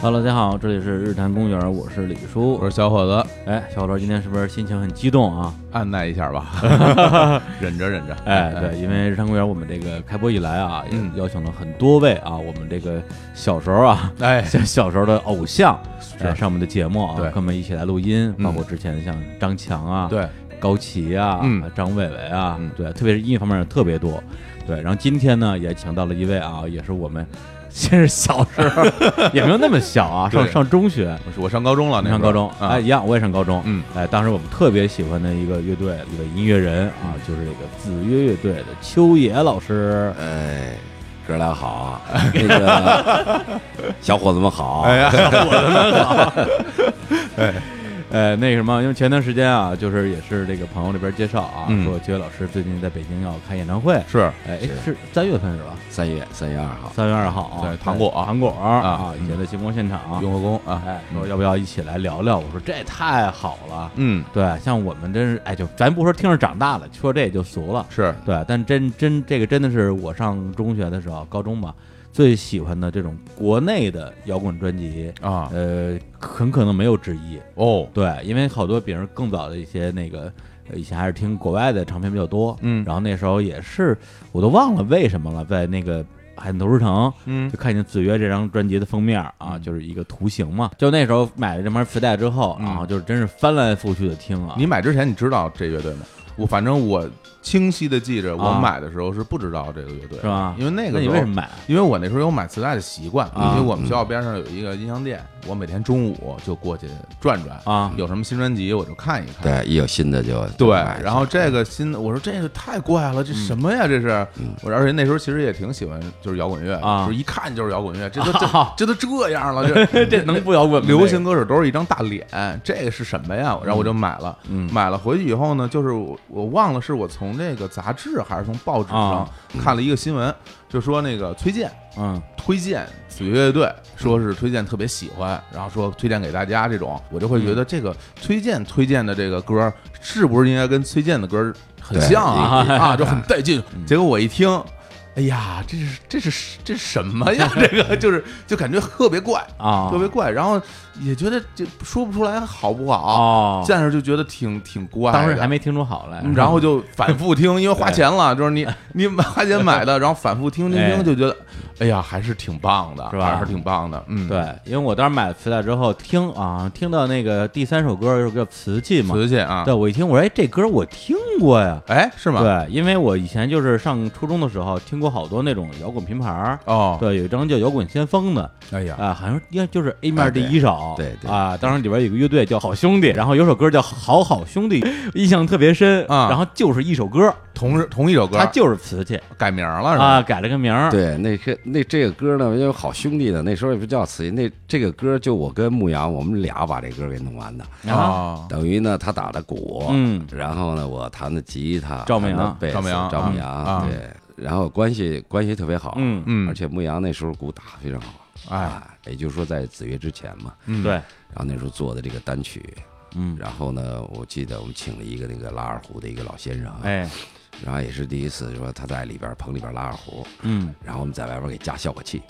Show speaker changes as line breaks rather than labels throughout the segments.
Hello，大家好，这里是日坛公园，我是李叔
我。说小伙子，
哎，小罗今天是不是心情很激动啊？
按耐一下吧， 忍着忍着。
哎，对，因为日坛公园我们这个开播以来啊，也
嗯
邀请了很多位啊，我们这个小时候 啊，
哎，
像小时候的偶像哎
是
上我们的节目啊，
对
跟我们一起来录音，
嗯
包括之前像张强啊，
对，
高旗啊，
嗯
张伟伟啊，
嗯
对，特别是音乐方面特别多。对，然后今天呢，也请到了一位啊，也是我们先是小时 候，也没有那么小啊，上
对
上中学，
我是我上高中了，那
上
时候
高中，
啊
哎，一样，我也上高中，
嗯，
哎，当时我们特别喜欢的一个乐队，一个音乐人啊，
嗯
就是这个子曰乐队的秋野老师，
哎，哥俩好 啊，那个小伙子们好，
哎呀，
呃，那个什么，因为前段时间啊，就是也是这个朋友那边介绍啊，
嗯
说秋野老师最近在北京要开演唱会，
是
哎，
是
是三月份是吧？
三月三月二号，
三月二号啊，
对糖果啊
糖果啊
啊，
以前的星光现场，
嗯
雍和宫啊，
哎，说要不要一起来聊聊？我说这太好了，
嗯，
对，像我们真是，哎，就咱不说听着长大了，说这也就俗了，
是
对，但真真这个真的是我上中学的时候，高中嘛，最喜欢的这种国内的摇滚专辑，
啊，
呃，很可能没有之一，
哦，
对，因为好多比如更早的一些那个。呃以前还是听国外的唱片比较多，
嗯
然后那时候也是，我都忘了为什么了，在那个海淀图书城，
嗯
就看见子曰这张专辑的封面啊，就是一个图形嘛。就那时候买了这盘磁带之后，
嗯
然后就是真是翻来覆去的听啊。
你买之前你知道这乐队吗？我反正我清晰的记着，我
啊
买的时候是不知道这个乐队，
是吧
因为那
那
个
你
时候
为什么？买？
因为我那时候有买磁带的习惯，
啊
因为我们学校边上有一个音像店，我每天中午就过去转转
啊
有什么新专辑我就看一看。
对，一有新的就
对，
哎
买
然后
嗯
这个新的，我说这个太怪了，这什么呀？这是，我而且那时候其实也挺喜欢，就是摇滚乐
嗯啊
就是一看就是摇滚乐， 这都
啊
这这都这样 了，这
这能不摇滚吗？
流
这
行歌手都是一张大脸，这个是什么呀？然后我
嗯
就买了，买了回去以后呢，就是我我忘了是我从这个杂志还是从报纸上
啊
看了一个新闻，就说那个崔健
个，嗯
推荐子曰乐队，说是推荐特别喜欢，然后说推荐给大家这种，我就会
嗯
觉得这个崔健推荐的这个歌是不是应该跟崔健的歌很像啊
对
啊，就很带劲。
嗯
结果我一听。哎呀，这是这是这是什么 呀？这个就是就感觉特别怪，
啊，
特别怪，然后也觉得这说不出来好不好，
哦，
但是就觉得挺挺怪的。
当时还没听出好来，
嗯，然后就反复听，因为花钱了， 就是你你买花钱买的，然后反复听听
哎
听，就觉得，哎呀，还是挺棒的，
是吧
还是挺棒的，嗯，，
对，因为我当时买了磁带之后听啊，听到那个第三首歌有首歌叫《瓷器》嘛，
瓷器啊
对，，我一听我说哎，这歌我听过呀。
哎，是吗？，
对，因为我以前就是上初中的时候听过好多那种摇滚拼盘儿，
哦，
对，有一张叫《摇滚先锋》的，
哎呀，
啊，好像应该就是 A 面第一首，
对对
啊，当时里边有个乐队叫好兄弟，然后有首歌叫《好好兄弟》，印象特别深
啊
然后就是一首歌，
同日同一首歌
它就是瓷器
改名了是
啊，
吧？
改了个名儿，
对，那个那这个歌呢，因为好兄弟呢，那时候也不叫词，那这个歌就我跟牧羊，我们俩把这歌给弄完的，
啊，
哦，
等于呢他打的鼓，
嗯
然后呢我弹的吉他，
赵牧阳
弹的贝斯
赵牧阳
赵
啊
牧阳，对，然后关系关系特别好，
嗯
嗯
而且牧羊那时候鼓打得非常好，
哎，
啊，也就是说在子曰之前嘛，
嗯，
对，
然后那时候做的这个单曲，
嗯，
然后呢，我记得我们请了一个那个拉二胡的一个老先生，，
哎，
然后也是第一次说他在里边棚里边拉二胡，
嗯，
然后我们在外边给加效果器，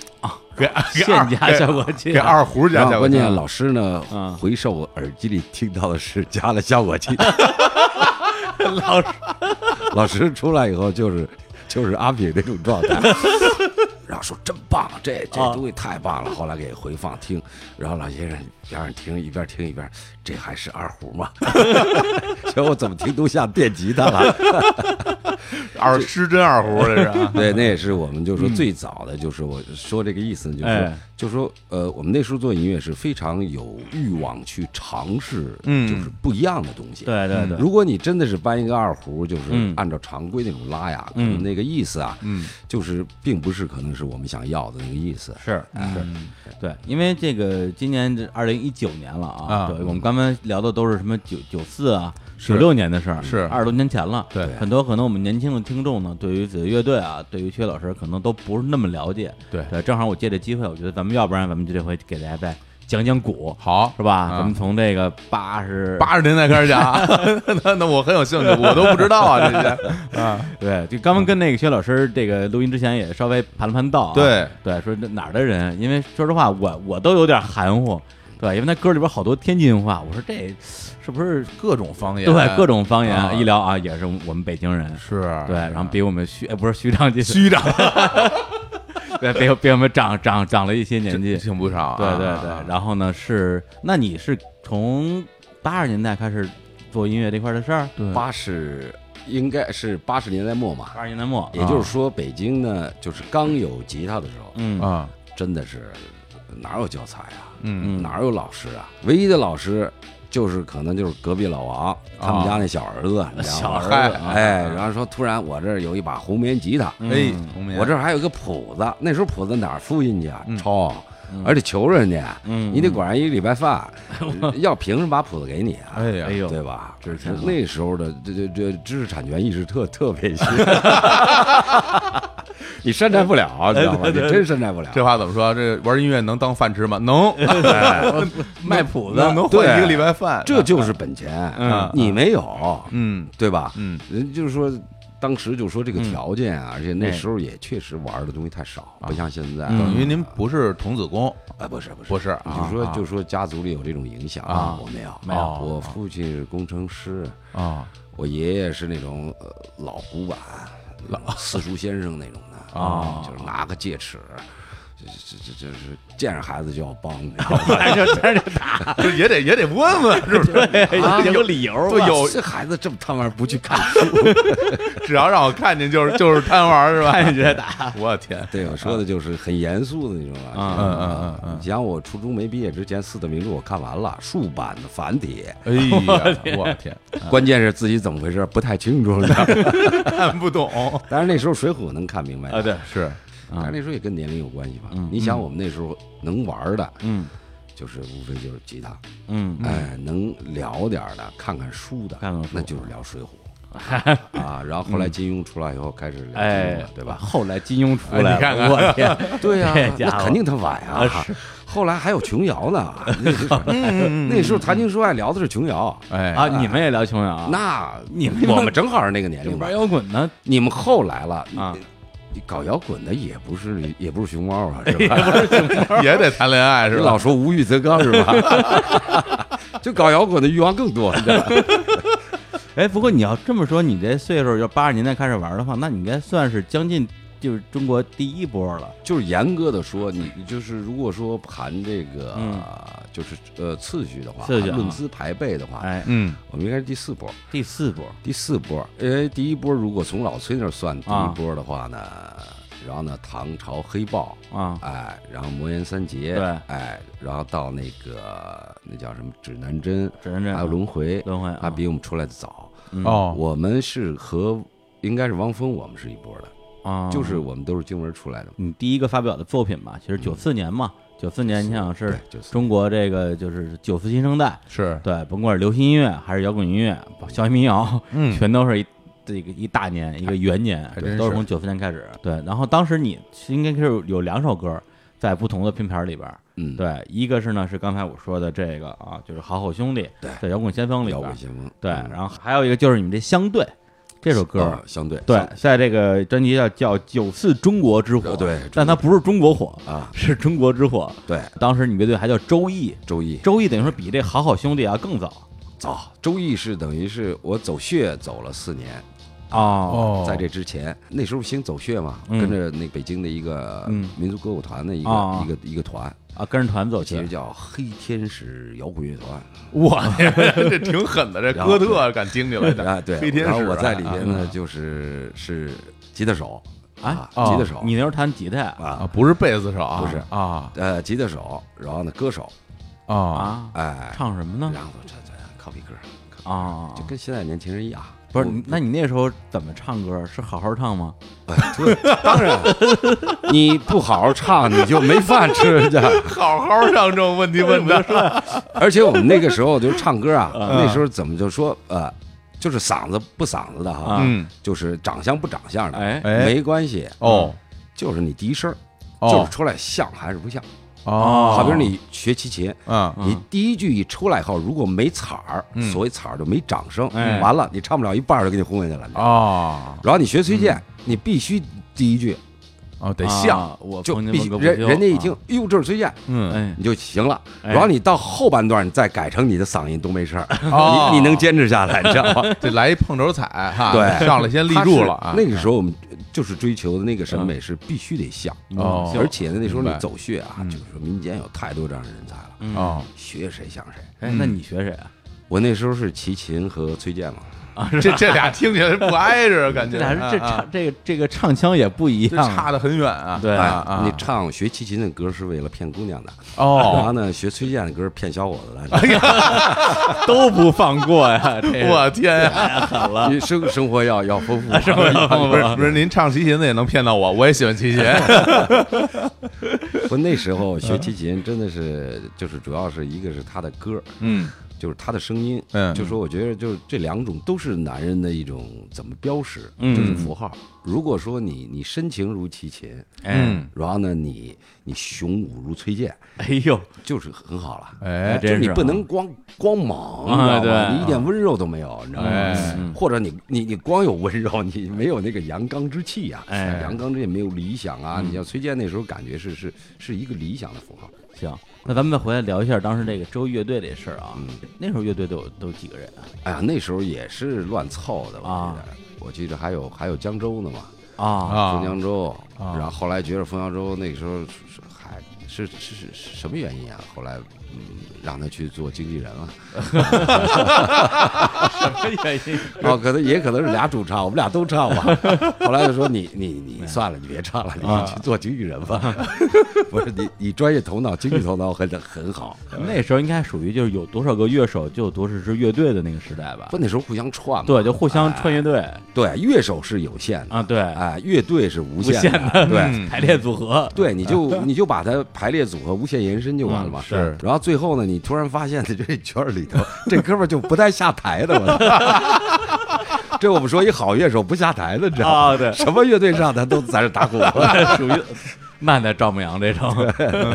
给
现加效果器，
给二胡
然
加啊
后
效果
关
器，
键老师呢
嗯
回收我耳机里听到的是加了 效果器，
老师
老师出来以后就是就是阿炳那种状 态。然后说真棒，这这
啊
东西太棒了。后来给回放听，然后老先生边上听一边听一边，这还是二胡吗？所以我怎么听都像电吉他了。
二失真二胡这是 啊，
对，那也是我们就说最早的，就是我说这个意思，就是说
哎
就说呃，我们那时候做音乐是非常有欲望去尝试，
嗯
就是不一样的东西。
对对对，
如果你真的是搬一个二胡，就是
嗯
按照常规那种拉呀，可
嗯
能那个意思啊，
嗯，
就是并不是可能是我们想要的那个意思。
是
嗯
是，对，因为这个今年这二零一九年了啊，
啊
对，我们刚才聊的都是什么九九四啊。
是
九六年的事儿，
是
二十多年前了。
对
很多可能我们年轻的听众呢，对于子乐队啊，对于薛老师可能都不是那么了解。
对
对，正好我借这机会，我觉得咱们要不然咱们就这回给大家再讲讲古，
好
是吧？
嗯
咱们从这个八十
八十年代开始讲 啊，那那我很有兴趣，我都不知道啊这 些啊，
对，就刚刚跟那个薛老师这个录音之前也稍微盘了盘道、啊，
对
对，说这哪儿的人？因为说实话，我我都有点含糊，对，因为他歌里边好多天津话，我说这是不是
各种方言，
对各种方言？
啊
一聊啊，也是我们北京人，
是，啊
对，然后比我们徐哎不是徐长进，
虚长
对，比比我们长长长了一些年纪，
挺不少啊，
对对对。然后呢是，那你是从八十年代开始做音乐这块的事儿？
对
八十应该是八十年代末嘛，
八十年代末，
也就是
啊
说北京呢，就是刚有吉他的时候，
嗯
啊，
真的是哪有教材啊，
嗯
嗯
哪有老师啊？唯一的老师就是可能就是隔壁老王他们家那小儿子，你知道吗
啊小儿
子
哎，然后说突然我这儿有一把红棉吉他，
哎
嗯，
红棉
我这儿还有个谱子，那时候谱子哪儿复印去啊？抄，
嗯
而且求人家，
嗯
你得管人一礼 拜饭，要凭什么把谱子给你啊？
哎呀
哎，呦
对吧？
这是挺好
那时候的这这这知识产权意识特特别 新，你伸展不了，你知道 吗？你真伸展不了。
这话怎么说？这玩音乐能当饭吃吗？能，
卖谱子
能能换
对
一个礼拜饭，
这就是本钱，
嗯
你没有，
嗯
对吧？
嗯，
人就是说，当时就说这个条件啊，而且那
哎
时候也确实玩的东西太少，不像现在。
嗯
等于您不是童子功，
啊，不是不是
不是啊
就说
啊
就说家族里有这种影响
啊
我没有
没有
啊我父亲是工程师，
啊
我爷爷是那种呃老古板、老四书先生那种的
啊
就是拿个戒尺。这这这这是见着孩子就要帮，你知道
哎就在这打，
就也得也得问问，是不是？
哎有理由吧，
对
吗？
有
这孩子这么贪玩不去看
只要让我看见就是就是贪玩是吧？
看起来打，
我的天，
对，我
啊
说的就是很严肃的那种啊。
嗯
嗯嗯嗯
你想我初中没毕业之前，四大名著我看完了，竖版的繁体，
哎呀，我天，
啊
关键是自己怎么回事不太清楚了。
看不懂，
但是那时候《水浒》能看明白
啊，对，
是
但是那时候也跟年龄有关系吧。你想我们那时候能玩的，
嗯
就是无非就是吉他，
嗯，
哎，能聊点儿的，看看书的，
看看书嗯
那就是聊《水浒》 啊。然后后来金庸出来以后，开始聊金庸
哎
了，，对吧？
后来金庸出来，
哎你看看
我 天，
对呀、
这家
那
伙
肯定他晚啊。后来还有琼瑶 呢，那时候谈情说爱聊的是琼瑶，
哎
啊，你们也聊琼瑶，
那
你们
我们正好是那个年龄吧
玩。摇滚呢，
你们后来了
啊，
你搞摇滚的也不是也不是熊猫啊，是 吧？
也得谈恋爱
你
是
老
吧？
说无欲则刚是吧？ 就搞摇滚的欲望更多，你知道吧？
哎，不过你要这么说，你这岁数要八十年代开始玩的话，那你应该算是将近就是中国第一波了。
就是严格的说，你你就是如果说盘这个、
嗯
就是呃次序的话，
次序啊
论资排辈的话，
哎，
嗯
我们应该是第四波。
第四波，
第四波，因为第一波如果从老崔那儿算第
啊
一波的话呢，然后呢唐朝黑豹
啊
哎，然后魔岩三杰，
对
哎，然后到那个那叫什么指南针，
指南针
还有轮回，
轮回啊
他比我们出来的早。
哦
我们是和应该是汪峰，我们是一波的，
啊，
就是我们都是经文出来的嘛。
你第一个发表的作品吧，其实九四年嘛，九四年你想是
对94
中国这个就是九四新生代，
是
对，甭管是流行音乐还是摇滚音乐、校园民谣，
嗯
全都是一这个一大
哎
年一个元年，
还
对
真
都是
是
从九四年开始。对，然后当时你应该是有两首歌在不同的拼盘里边儿，
嗯，
对，一个是呢是刚才我说的这个啊，就是好好兄弟，
对
在摇滚先锋里
摇
边儿
滚，先锋，
对，
嗯
然后还有一个就是你们这相对这首歌儿
啊，相对
对
相，
在这个专辑叫叫《九四中国之火》，
呃对中
但它不是中国火
啊，
是中国之火。
对
当时你们乐队还叫周易，
周易
周易等于说比这好好兄弟啊更早
早，周易是等于是我走穴走了四年，
哦
哦，
在这之前，那时候兴走穴嘛，
嗯
跟着那北京的一个
嗯
民族歌舞团的一个、
啊
一个一个团，
啊，跟着团走
其实
去。
叫黑天使摇滚乐团。
我天，这 挺狠的，这
然后
哥特敢听起来的
啊，对
黑，天使
然
啊，
后我在里边
啊
呢，就是是吉他手
哎
啊，
哦
吉他手
你哦那时候弹吉他呀
啊，
啊，
不是贝斯手啊，
不是
啊
呃，吉他手，然后呢，歌手，
啊
啊？
哎，
唱什么呢
然？后这这 copy 歌，
啊，
就跟现在年轻人一样，
不是
我
你，那你那时候怎么唱歌？是好好唱吗？
哎对，当然， 你不好好唱，你就没饭吃去。
好好上这种问题问 的，
啊而且我们那个时候就是唱歌啊，那时候怎么就说呃，就是嗓子不嗓子的哈，
啊
嗯，
就是长相不长相的，
哎
哎
没关系，啊
哦
就是你第一声儿，
哦
就是出来像还是不像。
哦
好比说你学齐秦，
嗯
你第一句一出来以后，如果没彩儿，所谓彩儿就没掌声，
嗯哎
完了你唱不了一半儿就给你轰下去了。
哦
然后你学崔健，
嗯
你必须第一句
哦，得像，
啊我
就
碰见
必
过个
人
不休嗯
人家一听，，哎呦这是崔健，
啊
嗯，
哎
你就行了。
哎
然后你到后半段，你再改成你的嗓音都没事儿，
哦
你你能坚持下来，你知道吗？
这来一碰头彩哈，
哎对
上来 先立住了啊嗯
他，是那个时候我们就是追求的那个审美是必须得像，
哦
而且呢那时嗯候你
明白嗯
走穴啊，就是说民间有太多这样的人才了，
嗯
哦，
学谁像谁。
哎，那你学谁啊？
我那时候是齐秦和崔健嘛，
这这俩听起来是不挨着，感
这
觉
俩人这
啊啊
唱这个这个唱腔也不一
这
样啊，
差的很远啊，
对
啊
哎
啊，
你唱学齐秦的歌是为了骗姑娘的，然
哦，哎
后呢学崔健的歌骗小伙子的。
都不放过 呀！这个
我天呀，
太狠了，
你生生活要要丰富，啊
不 是不是，您唱齐秦的也能骗到我，我也喜欢 齐秦，
不，那时候
嗯
学齐秦真的是，就是主要是一个是他的歌，
嗯
就是他的声音，
嗯
就说我觉得就是这两种都是男人的一种怎么标识，
嗯
就是符号。如果说你你深情如齐秦，
哎
然后呢你你雄武如崔健，
哎呦，
就是很好了。
哎
哎
就是
真
你
是啊
不能光光猛，
啊
你知道吗？
对
你一点温柔都没有，你知道
哎
吗？或者你你你光有温柔，你没有那个阳刚之气呀、
哎嗯
阳刚之气没有理想啊。你像崔健那时候感觉是是是一个理想的符号，
行，那咱们再回来聊一下当时这个周乐队这事儿
嗯
啊。那时候乐队都有都有几个人啊？
哎呀，那时候也是乱凑的，我记得，我记得还有还有江州呢嘛，
啊，
啊
冯，江州，
啊
然后后来觉得冯江州那个时候是是还是是是是什么原因啊？后来嗯，让他去做经纪人了，
什么原因？
哦，可能也可能是俩主唱， 我们俩都唱吧。后来就说你你你算了，你别唱了，你去做经纪人 吧。不是你你专业头脑、经济头脑很很好，
那时候应该属于就是有多少个乐手就有多少支乐队的那个时代吧
不？那时候互相串嘛，
对，就互
哎
相串乐队
对，乐手是有限的，
啊，对，
哎，乐队是无
无限
限的，对。
嗯排列组合，
对，你就你就把它排列组合无限延伸就完了嘛。
嗯
是
然后最后呢，你突然发现在这圈儿里头， 这哥们儿就不带下台的了。 这我们说一好乐手不下台的，你知道吗？
啊对
什么乐队上他都在这打鼓。
属于慢的丈母娘这种。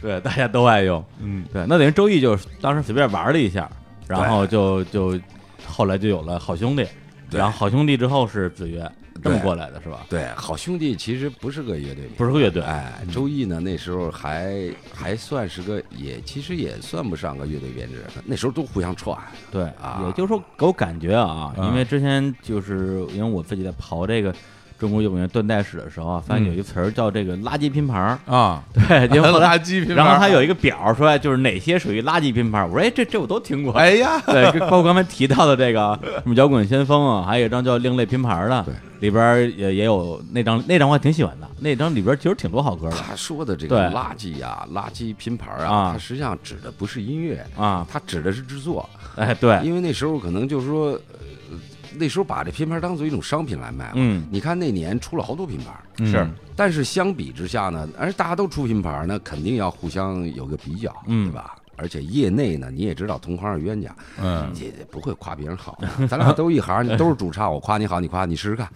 对，大家都爱用。
嗯，
对，那等于周易就是当时随便玩了一下，然后就就后来就有了好兄弟，
对
然后好兄弟之后是子曰，这么
对
过来的是吧？
对，好兄弟其实不是个乐队名，
不是个乐队，
哎，周易呢那时候还还算是个也，其实也算不上个乐队编制，那时候都互相串。
对
啊
也就是说给我感觉啊，
嗯
因为之前就是因为我自己在刨这个中国摇滚乐断代史的时候啊，发现有
嗯
一词儿叫这个垃圾拼盘儿，
啊，
对，结果后来
垃圾品牌，
然后他有一个表儿说，就是哪些属于垃圾拼盘儿。我说，哎，这这我都听过。
哎呀，
对，跟包括刚才提到的这个什么摇滚先锋啊，还有一张叫《另类拼盘》的
对，
里边儿也也有那张那张我还挺喜欢的，那张里边儿其实挺多好歌 的
他说的这个
对
垃圾啊、垃圾拼盘
啊
啊，它实际上指的不是音乐，
啊。
它指的是制作。
哎，对，
因为那时候可能就是说，呃，那时候把这拼盘当做一种商品来卖嘛。
嗯
你看那年出了好多拼盘，
是
但是相比之下呢，而大家都出拼盘呢，肯定要互相有个比较，
嗯
对吧？而且业内呢，你也知道同行是冤家，
嗯，
也也不会夸别人好。 咱俩都一行，你都是主唱，我夸你好，你夸你试 试看。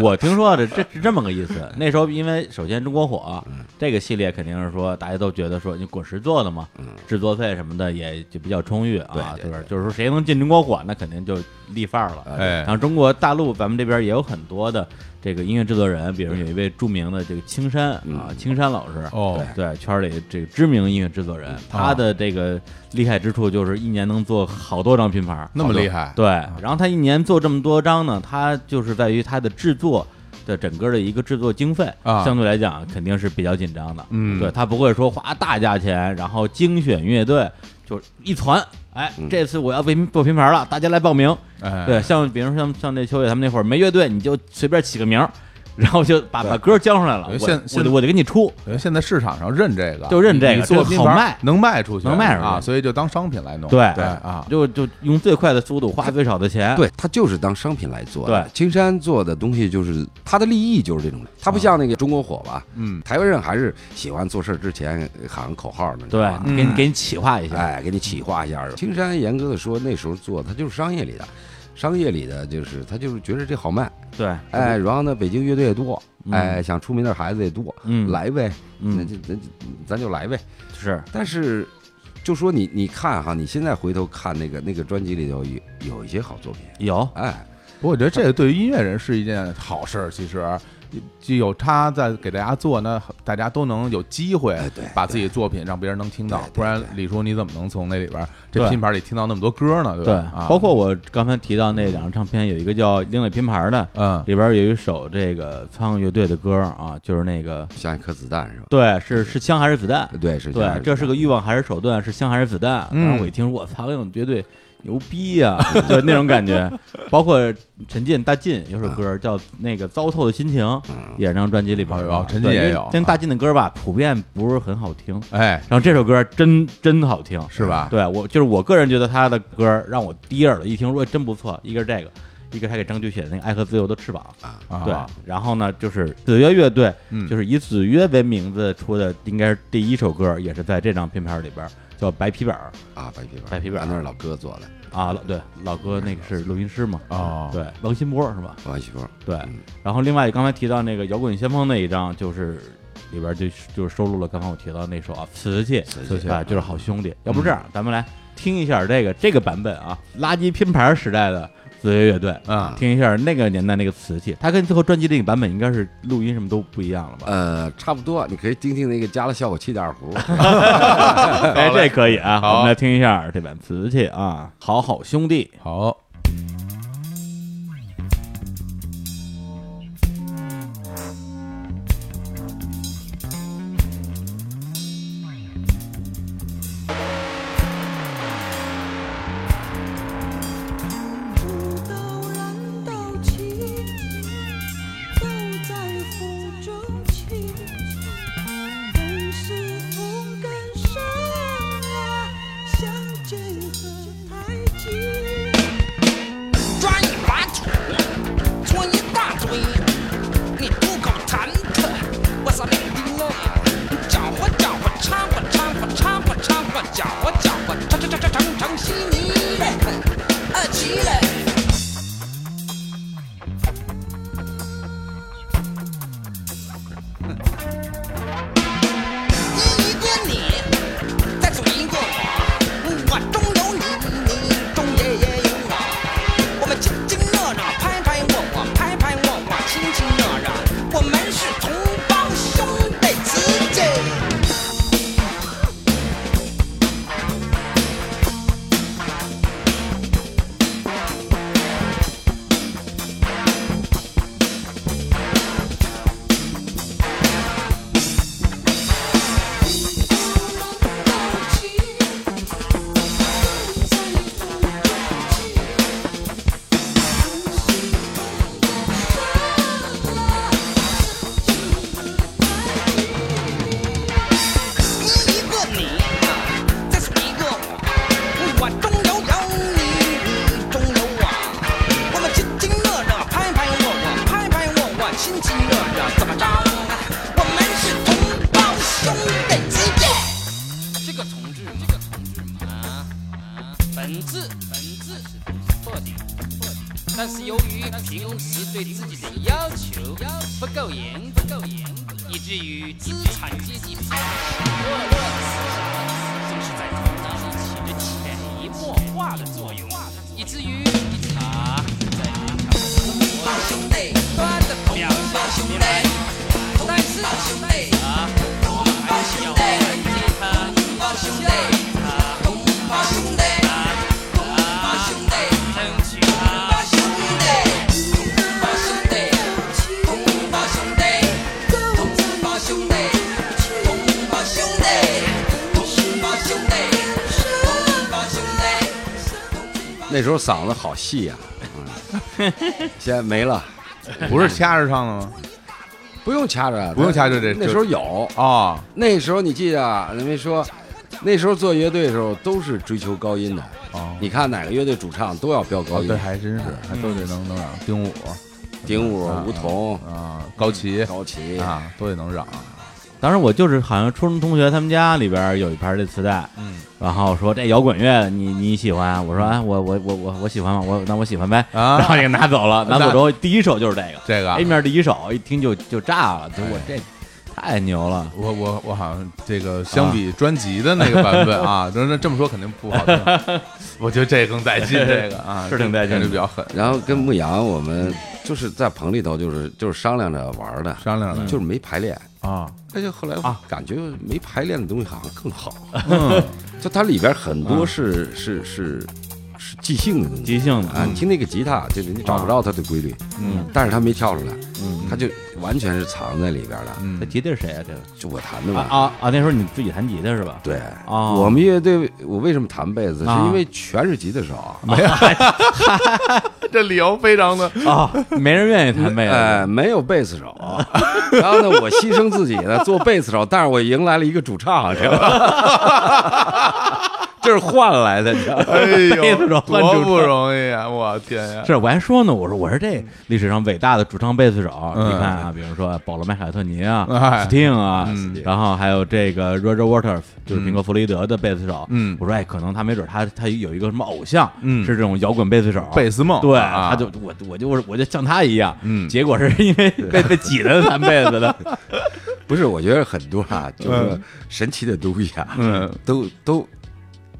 我听说的这是这么个意思。那时候因为首先中国火这个系列肯定是说大家都觉得说你滚石做的嘛，制作费什么的也就比较充裕啊，
对对
对吧？就是说谁能进中国火，那肯定就立范儿了。
哎
然，后中国大陆咱们这边也有很多的这个音乐制作人，比如有一位著名的这个青山啊，青山老师，
嗯哦啊
对圈里这个知名音乐制作人，他的这个厉害之处就是一年能做好多张拼盘儿，
那么厉害，啊
对，然后他一年做这么多张呢，他就是在于他的制作。的整个的一个制作经费
啊
相对来讲肯定是比较紧张的。
嗯
对他不会说花大价钱，然后精选乐队，就是一团，哎，
嗯
这次我要为做拼盘了，大家来报名。
哎，
对，像比如像像这秋叶他们那会儿没乐队，你就随便起个名儿， 然后就把把歌交上来了，
对
我
现
我
现
得我得给你出。
因为现在市场上认这个，
就认这个
你做
这个
拼
好
盘
卖
能卖出去，
能卖出去
啊，所以就当商品来弄。
对
对啊，
就就用最快的速度花最少的钱。
对，它就是当商品来做的。
对
青山做的东西就是它的利益就是这种，
嗯
它不像那个中国火吧，
嗯，
台湾人还是喜欢做事儿之前喊口号呢，你知道
对
嗯
吧，
给你给你企划一下。
哎，给你企划一下。青山严格的说，那时候做它就是商业里的，商业里的就是他就是觉得这好卖，
对，
哎，然后呢，北京乐队也多，
嗯
哎，想出名的孩子也多，
嗯
来呗，那
嗯
就咱咱就来呗。
是，
但是，就说你你看哈，你现在回头看那个那个专辑里头有有一些好作品，
有
哎，
不过我觉得这个对于音乐人是一件好事儿，其实。既有他在给大家做，那大家都能有机会
哎对
把自己的作品让别人能听到
对对，
不然李叔你怎么能从那里边儿这
对
拼盘里听到那么多歌呢？对
对
吧？啊，
包括我刚才提到那两张唱片，有一个叫《另类拼盘》的，
嗯，
里边有一首这个苍蝇乐队的歌啊，就是那个
像一颗子弹是吧？
对，是是枪还是子弹？
对，是样
对，这是个欲望还是手段？是枪还是子弹？
嗯
然后我一听，我苍蝇乐队牛逼呀、对那种感觉。 包括陈进大进有首
嗯
歌叫那个糟透的心情，也是那张专辑里边
哎
的
呦
对
陈进也有
因为但大进的歌吧，普遍不是很好听。
哎，
然后这首歌真真好听，
是啊吧？
对我就是我个人觉得他的歌让我第一耳朵一听说哎真不错，一个是这个，一个还给张炬写的那个《爱和自由的翅膀》
啊
对，然后呢就是子曰乐队，
嗯
就是以子曰为名字出的，应该是第一首歌，也是在这张片片里边儿，叫《白皮本儿
啊，白皮本儿，
白皮本儿
啊那是老哥做的，》
啊，老对老哥那个是录音师嘛，
哦
对，王新波是吧？
王嗯媳妇儿，
对，然后另外刚才提到那个摇滚先锋那一张，就是里边就就是收录了刚才我提到那首啊，瓷器，
瓷器
啊，就是好兄弟。要不这样，咱们来听一下这个这个版本啊，垃圾拼盘时代的子曰乐队。
嗯，
听一下那个年代那个瓷器，它跟最后专辑那个版本应该是录音什么都不一样了吧？
呃，差不多，你可以听听那个加了效果器的二胡，
哎，这可以啊，
好
我们来听一下这版瓷器啊，《好好兄弟》。
好，
不到人到齐，都在腹中泣。同是同根生啊，相煎何太急。
抓一把土，搓一大堆，你不够馋的，我操你个嘞！搅和搅和，掺和掺和，掺和掺和，搅和搅和，成成成成成成稀泥嘞，啊奇嘞！一个你。再组一个我，我中有你，你中也也有我，我们亲亲热热，拍拍握握，拍拍握握，亲亲热热，我们是同胞兄弟姊妹。
到齐，都在腹中泣。同是同根生啊，相煎何太急。
你一个你，再数一个我，我中有有你，你中有我，我们亲亲热热，拍拍握握，拍拍握握，亲亲热热，怎么着？我们是同胞兄弟之夜。这个同志，这个同志嘛，啊，本质本质是破的破的。但是由于平时对自己的要求不够严，不够严，以至于资产阶级排斥落落的思想，总是在头脑里起着潜移默化的作用，以至于啊，在同胞兄弟端的同胞兄弟，但是兄弟啊，同胞兄弟，同胞兄弟啊，同胞兄弟啊，同胞兄弟，争取啊。同胞兄弟，同胞兄弟，同胞兄弟，同胞兄弟，同胞兄弟，同胞兄弟，同胞兄弟。
那时候嗓子好细 呀、嗯现在没了，
不是掐着唱的吗？
不用掐着，啊
不用掐着这
那时候有，
哦，
那时候你记得啊，人家说，那时候做乐队的时候都是追求高音的，
哦
你看哪个乐队主唱都要飙高
哦，
音，
对，还真是，
嗯
还都得能能嚷丁武
丁武、吴彤、
啊，高旗
嗯
高旗
啊，都得能嚷。
当时我就是好像初中同学他们家里边有一盘这磁带，
嗯
然后说这摇滚乐你你喜欢？我说啊，我我我我我喜欢吗？我那我喜欢呗。
啊
然后也拿走 了，拿走之后第一首就是这个，
这个啊哎
A 面第一首一听就就炸了，就我这太牛了。
我我我好像这个相比专辑的那个版本 啊，那那这么说肯定不好听，我觉得这更带劲，这个 啊
是挺带劲的
这就比较狠，
然后跟牧羊，我们就是在棚里头，就是就是商量着玩儿的，
商
嗯
量了
就是没排练。
啊，
那就后来
啊
感觉没排练的东西好像更好，
嗯
就它里边很多是、是是是即兴的东西
即兴的
啊，你听那个吉他，就是你找不着它的规律，
嗯，
但是它没跳出来，
嗯，
它就完全是藏在里边的，
这
嗯
吉他是谁啊？这个
就我弹的
啊
嘛。
啊啊！那时候你自己弹吉他是吧？
对，
哦
我们乐队我为什么弹贝斯，是
啊
因为全是吉他手，
这理由非常的
啊，没人愿意弹
嗯
贝斯
呃，没有贝斯手。 然后呢，我牺牲自己呢做贝斯手，但是我迎来了一个主唱，知道吧？ 这是换来的，你知道吗？
哎
贝斯
呦，
手换主
多
唱
不容易啊！我天呀，
是，我还说呢，我说我是这历史上伟大的主唱贝斯手，
嗯
你看啊，比如说保罗麦卡特尼啊
哎
，Sting 啊
嗯，
然后还有这个 Roger Waters，就是苹果弗雷德的贝斯手。
嗯
我说哎，可能他没准他他有一个什么偶像，
嗯
是这种摇滚贝斯手，
贝斯梦，
对，
啊
他就我我就我就像他一样，
嗯
结果是因为被被挤的弹贝斯的，
不是，我觉得很多啊，
嗯
就是神奇的东西啊，
嗯，
都都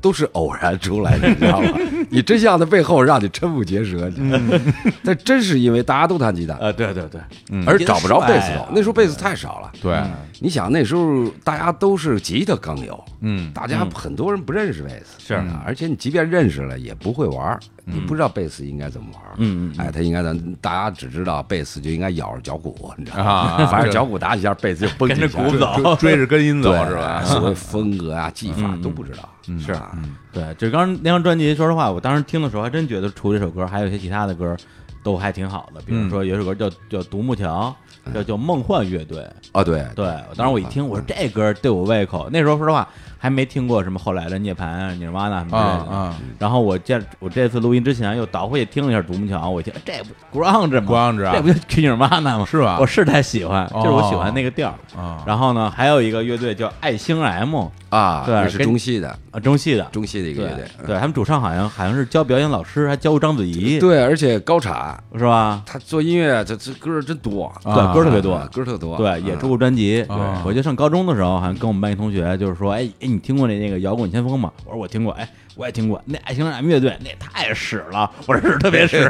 都是偶然出来的，你知 道吗？你真相的背后让你瞠目结舌，你知道吗？
嗯
但真是因为大家都弹吉他，
呃，对对对，
嗯而找不着贝斯
帅
手
啊，
那时候贝斯太少了。
对，
嗯
你想那时候大家都是吉他刚有，
嗯
大家很多人不认识贝斯，
是嗯
啊而且你即便认识了，也不会玩儿，你不知道贝斯应该怎么玩儿。
嗯嗯
哎，他应该咱大家只知道贝斯就应该咬着脚鼓，你知道
啊
吗？反正
对
脚鼓打几下，贝斯就蹦
跟
几
着
下
鼓走
追追着根音走
对
是吧？
所谓风格啊、技法
嗯
都不知道，是吧？
对，就刚那张专辑，说实话，我当时听的时候还真觉得，除这首歌，还有一些其他的歌都还挺好的。比
嗯
如说有一首歌叫叫《独木桥》，叫叫梦幻乐队。
哎
啊，对
对，我当时我一听，
嗯
我说这歌对我胃口。那时候说实话还没听过什么后来的涅槃啊、尼尔玛纳什么之
啊
类的。
啊，
然后我这我这次录音之前又倒回去听了一下《独木桥》，我一听哎这不 grunge 吗
grunge 啊
这不就 k i n 妈呢吗？
是吧
我是太喜欢，就是我喜欢那个调儿。
哦
然后呢，还有一个乐队叫爱星 M
啊，
对
那是
跟
中戏的，
啊，中戏的，
中戏的一个乐队。嗯
对他们主唱好像好像是教表演老师，还教过章子怡，
对，而且高产，
是吧？
他做音乐这这歌儿真多，
对
啊，
歌特别多，
歌儿特多，
对，也
嗯
出过专辑。对
啊
我记得上高中的时候，好像跟我们班一同学就是说，哎哎，你听过那那个摇滚先锋吗？我说我听过，哎，我也听过。那爱情 M 乐队那也太屎了，我说是特别 屎，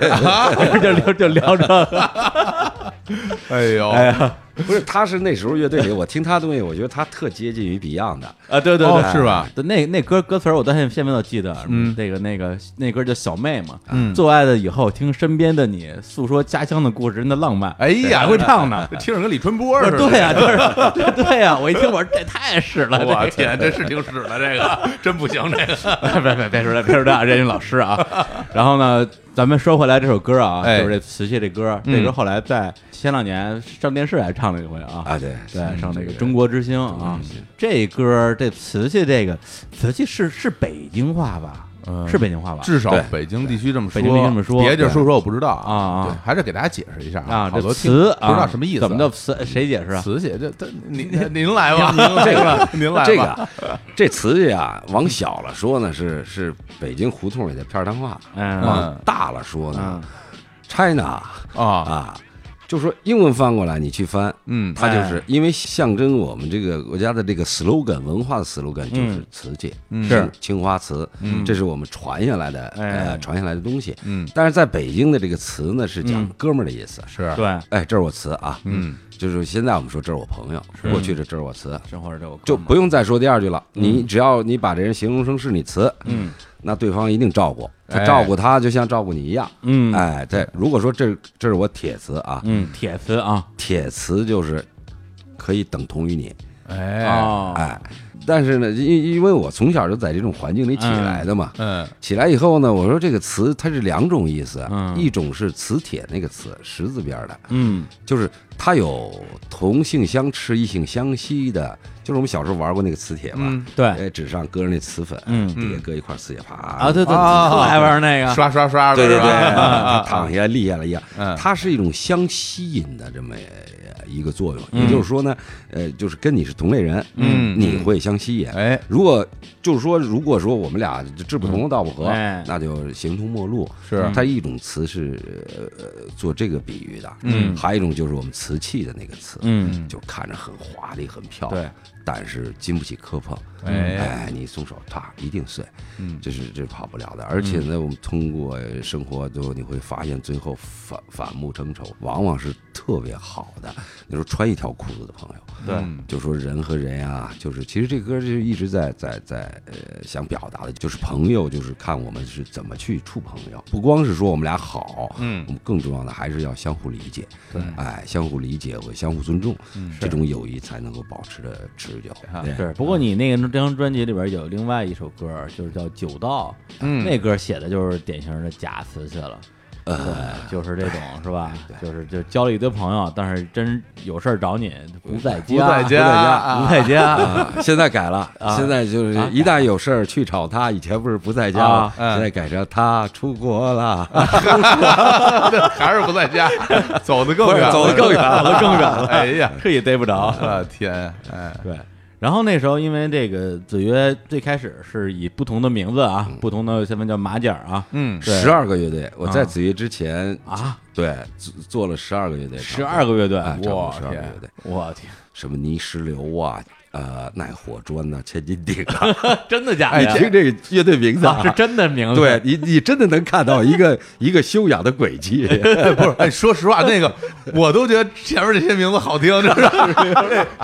就聊就聊这 个，
哎呦，
哎呀，
不是，他是那时候乐队里，我听他东西，我觉得他特接近于 Beyond 的。
啊，对对
哦
对，
是吧？
对那那歌歌词儿我到现在现在都记得，
嗯
那个那个那歌叫小妹嘛，
嗯
做爱了以后听身边的你诉说家乡的故事，真的浪漫，
哎呀
还会唱呢，
这听着跟李春波
我
似
说
的，
对啊呀、就是对呀、我一听我说这太屎了，
我
这
天，这是挺屎的，这个真不行，这个。
个别别别说了，别说了，人家老师啊。然后呢，咱们说回来这首歌啊，
哎
就是这瓷器这歌，
嗯
这歌后来在前两年上电视还唱了一回啊。
啊，对，
对，上那个《中国之星》啊，这歌这瓷器这个瓷器是是北京话吧？
嗯
是北京话吧？
至少
对
北京地区这么说，
北京地区这么说
别地儿说说我不知道
啊啊
对，还是给大家解释一下
啊，
好
这
多听
词
不
啊
知道什么意思，
怎么叫词？谁解释啊？
词写这 这您您来吧，这个 您来吧，
这个啊这词句啊，往小了说呢是是北京胡同里的片儿汤话，
嗯
往大了说呢
嗯
China
啊，
啊，就说英文翻过来你去翻，
嗯
它就是因为象征我们这个国家的这个 slogan 文化的 slogan 就是瓷器，
是
青花瓷，这是我们传下来的
哎
呃传下来的东西。
嗯
但是在北京的这个词呢是讲
嗯
哥们儿的意思，
是，
对，
哎，这是我词啊，
嗯，
就是现在我们说这是我朋友，过去这这是我词，
生活着这我
就不用再说第二句了。你只要你把这人形容成是你词，嗯，那对方一定照顾他，
哎
照顾他就像照顾你一样。
嗯
哎，对，如果说这这是我铁词啊，
嗯铁丝啊
铁词就是可以等同于你，
哎，
哦
哎，但是呢，因因为我从小就在这种环境里起来的嘛，
嗯
起来以后呢，我说这个词它是两种意思，啊
嗯
一种是磁铁那个磁，十字边的，
嗯
就是它有同性相斥、异性相吸的，就是我们小时候玩过那个磁铁嘛，
嗯，
对
哎，纸上搁着那磁粉，
嗯
底下搁一块磁铁，啪
啊，对对，对
啊
特爱玩那个，
刷刷刷的，
对对对，
是吧
它躺下立下来一样
嗯，
它是一种相吸引的这么一个作用，也就是说呢，呃，就是跟你是同类人，
嗯
你会相吸引。
哎，
如果就是说，如果说我们俩志不同道不合，
哎
那就形同陌路。
嗯是
它一种词是呃做这个比喻的，嗯，还有一种就是我们瓷器的那个瓷，
嗯，
就是看着很华丽、很漂亮，
对，
但是经不起磕碰，
哎
哎，你松手，啪，一定碎，嗯，这是这是跑不了的。而且呢，我们通过生活最后你会发现，最后反反目成仇，往往是特别好的。你说穿一条裤子的朋友，
对，
就说人和人啊，就是其实这歌就是一直在在在呃想表达的，就是朋友，就是看我们是怎么去处朋友，不光是说我们俩好，
嗯
我们更重要的还是要相互理解，
对
哎，相互理解和相互尊重，这种友谊才能够保持的持久。对
是。不过你那个这张专辑里边有另外一首歌，就是叫《九道》，
嗯
那歌写的就是典型的假词去了。对，就是这种是吧？就是就交了一堆朋友，但是真有事儿找你不在家，
不在家
不在家，不在 家。
啊，现在改了，现在就是一旦有事儿去找他，以前不是不在家吗
啊，
嗯
现在改成他出国了，
还是不在家， 走得更
不是
远，
走得更远
了更远了
哎呀，
这也逮不着。
我天，哎，
对。然后那时候，因为这个子曰最开始是以不同的名字啊，不同的身份叫马甲啊，
嗯
对
十二个乐队，我
啊
在子越之前
啊，
对做做了十二个乐队，
十二个乐队，
啊，
我
我
我
十二个
天
乐队，
我天，
什么泥石流啊，呃，耐火砖呐、千斤顶啊，
真的假的
哎，
呀？
听这个乐队名字
啊，是
啊。
真的名字，
对你，你真的能看到一 个一个修养的轨 迹，
不是， 哎，说实话，那个我都觉得前面这些名字好听，这是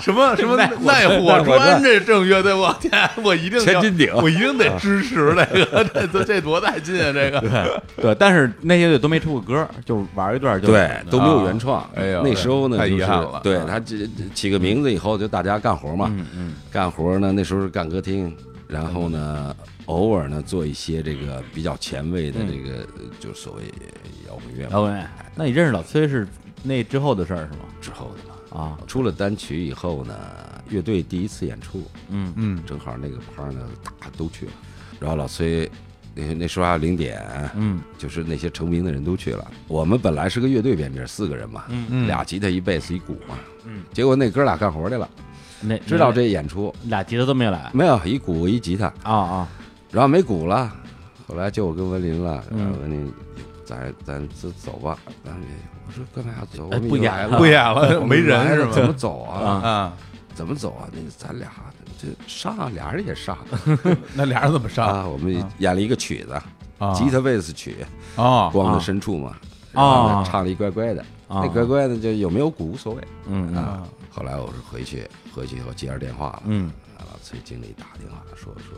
什么什么耐火砖这正乐队，我天，我一定要
千斤顶
我一定得支持这 个，这这这多带劲啊！这个，
对，但是那些队都没出过歌，就玩一段就啊
对，都没有原创。
哎呦
那时候呢，
太
就
遗
是
憾了
对他起起个名字以后，就大家干活嘛，
嗯嗯
干活呢，那时候是干歌厅，然后呢，偶尔呢做一些这个比较前卫的这个，呃就所谓摇滚乐
老文，啊那你认识老崔是那之后的事儿是吗？
之后的嘛。
啊，
出了单曲以后呢，乐队第一次演出，
嗯
嗯
正好那个班呢，大都去了，然后老崔，那那时候还有零点，
嗯
就是那些成名的人都去了。我们本来是个乐队编制，四个人嘛，
嗯
俩吉他一贝斯一鼓嘛，
嗯，
结果那哥俩干活去了，
那
知道这嗯演出
俩吉他都没来啊
没有一鼓一吉他，
啊，
然后没鼓了，后来就我跟文林了，
嗯
然后文林，咱咱走走吧，咱们我说干嘛走？
哎
我们
不
已经
演
来
了
了，
不演了，
嗯
我
没
们来
人是
了怎么
吗？
走啊？
啊
啊，
怎么走啊？那咱俩这上俩人也上
那俩人怎么上
啊，我们演了一个曲子，
啊？
吉他贝斯曲，
啊，
光的深处嘛，然后呢
啊
唱了一乖乖的，
啊
那乖乖的就有没有鼓无所谓
嗯嗯
啊。后来我是回去，回去以后接着电话了，
嗯
啊，老崔经理打电话说说，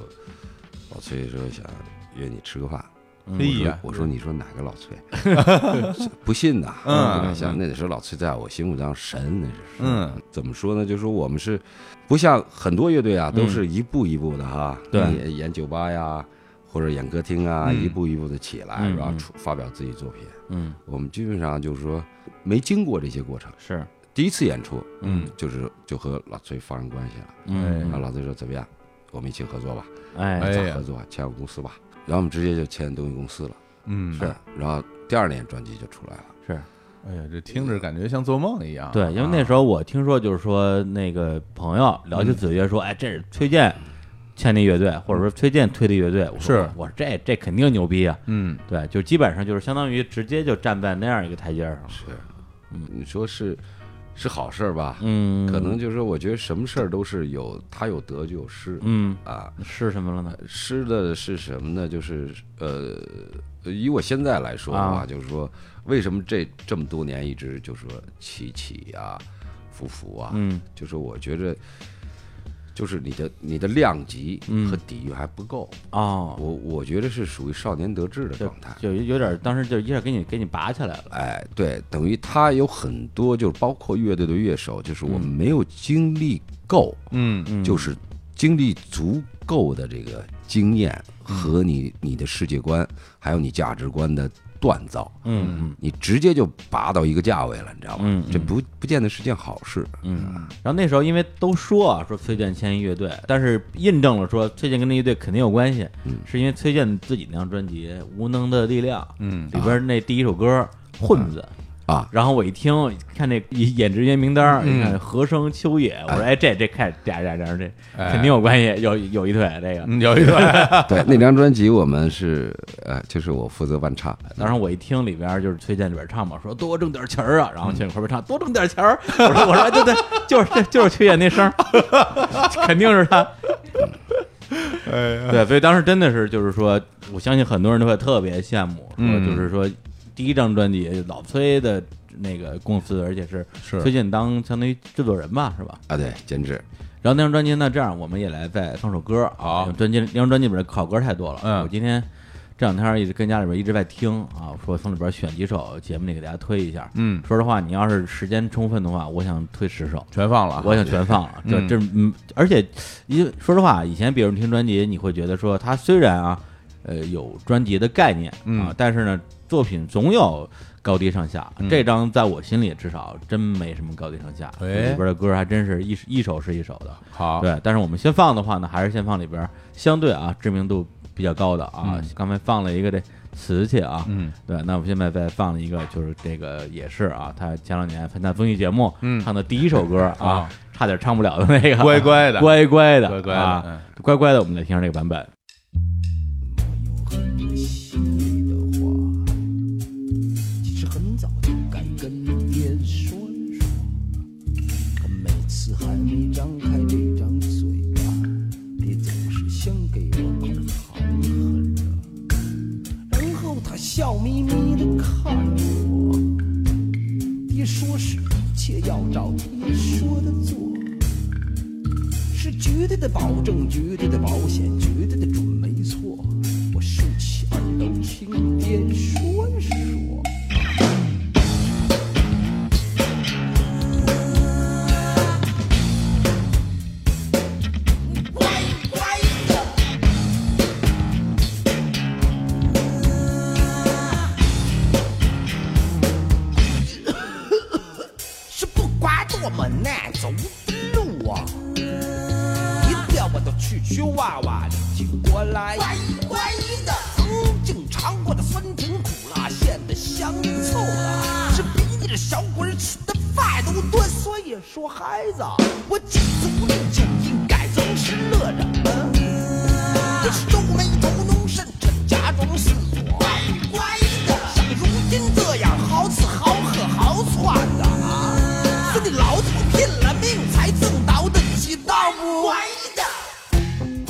老崔说想约你吃个饭。
嗯
哎
我说
呀，
我说你说哪个老崔？ 不信呐，
嗯
对吧像那时候老崔在我心目当中神，那是
嗯，
怎么说呢？就说我们是不像很多乐队啊，都是一步一步的哈，
嗯对
演演酒吧呀，或者演歌厅啊，一步一步的起来，
嗯
然后
嗯
出发表自己作品。
嗯，
我们基本上就是说没经过这些过程，
是，
第一次演出，
嗯，
就是就和老崔发生关系了。
嗯
然后老崔说怎么样，我们一起合作吧，
哎
哎
咱
呀
合作啊签我公司吧。然后我们直接就签东西公司了。
嗯，
是，然后第二年专辑就出来了。
是
哎呀，这听着感觉像做梦一样。啊
对，因为那时候我听说就是说那个朋友聊
嗯
起子曰说，哎，这是崔健签的乐队，或者说崔健推的乐队，我说
是
我说这这肯定牛逼啊，
嗯，
对，就基本上就是相当于直接就站在那样一个台阶上了，
是，你说是是好事儿吧？
嗯，
可能就是说，我觉得什么事儿都是有他有得就有失
嗯
啊。
是什么了呢？
失的是什么呢？就是呃，以我现在来说的
啊
话，就是说为什么这这么多年一直就说起起啊、伏伏啊，
嗯
就是我觉着。就是你的你的量级
嗯
和底蕴还不够，
哦，
我我觉得是属于少年得志的
就
状态。
就有有点，当时就一下给你给你拔起来了，
哎，对，等于他有很多，就是包括乐队的乐手，就是我们没有经历够，
嗯
嗯
就是经历足够的这个经验
嗯
和你你的世界观，还有你价值观的锻造，
嗯
你直接就拔到一个价位了，你知道
嗯
吗？这不不见得是件好事。
嗯。然后那时候因为都说啊，说崔健签一乐队，但是印证了说崔健跟那乐队肯定有关系，是因为崔健自己那张专辑《无能的力量》，
嗯，
里边那第一首歌《混子》。
啊
然后我一听，看那演职员名单儿，
嗯
你看和声秋野，我说哎，这这看这这这这
哎
肯定有关系，有有一腿这个。
嗯有一 个，
对，那张专辑我们是呃，就是我负责万唱，
当时我一听里边就是崔健里边唱嘛，说多挣点钱儿啊，然后崔健口边唱多挣点钱儿，我说我说对对，就是这就是崔健那声儿， 肯定是他。哎对，所以当时真的是就是说，我相信很多人都会特别羡慕，说
嗯
就是说第一张专辑老崔的那个公司，而且是
是
崔健当相当于制作人吧，是吧？
啊，对，监制，
然后那张专辑呢，这样我们也来再放首歌啊。
好
专辑那张专辑里边好歌太多了，
嗯
我今天这两天一直跟家里边一直在听啊，我说从里边选几首节目里给大家推一下。
嗯，
说实话，你要是时间充分的话，我想推十首。
全放了啊，
我想全放了，这
嗯
这嗯，而且，因说实话，以前别人听专辑，你会觉得说他虽然啊，呃，有专辑的概念啊
嗯，
但是呢，作品总有高低上下。这张在我心里至少真没什么高低上下，
哎
里边的歌还真是一一首是一首的。
好，
对，但是我们先放的话呢，还是先放里边儿相对啊知名度比较高的啊。刚才放了一个这瓷器啊，
嗯，
对，那我们现在再放了一个，就是这个也是啊，他前两年参加综艺节目，
嗯
唱的第一首歌啊
啊，
差点唱不了的那个，
乖乖的
乖乖的，
乖乖的
啊
嗯，
乖乖的，我们来听上这个版本。
其实很早就该跟爹说说，可每次还没张开这张嘴巴，爹总是先给我口含含着，然后他笑眯眯的看着我。爹说是一切要照爹说的做，是绝对的保证，绝对的保险，绝对的准没错。我竖起耳朵听爹说说。
是不管多么难走的路啊，一定我都去去哇哇的挺过来。乖乖的，曾经尝过的酸甜苦辣，现在香腻凑了，是比你这小鬼儿吃的饭都多。所以说，孩子，我今次无论就应该总是乐着。嗯这是皱眉头弄深沉，假装是我乖乖的，像如今这样好吃好喝好穿的啊，是你老子拼了命才挣到的，知道不？乖的。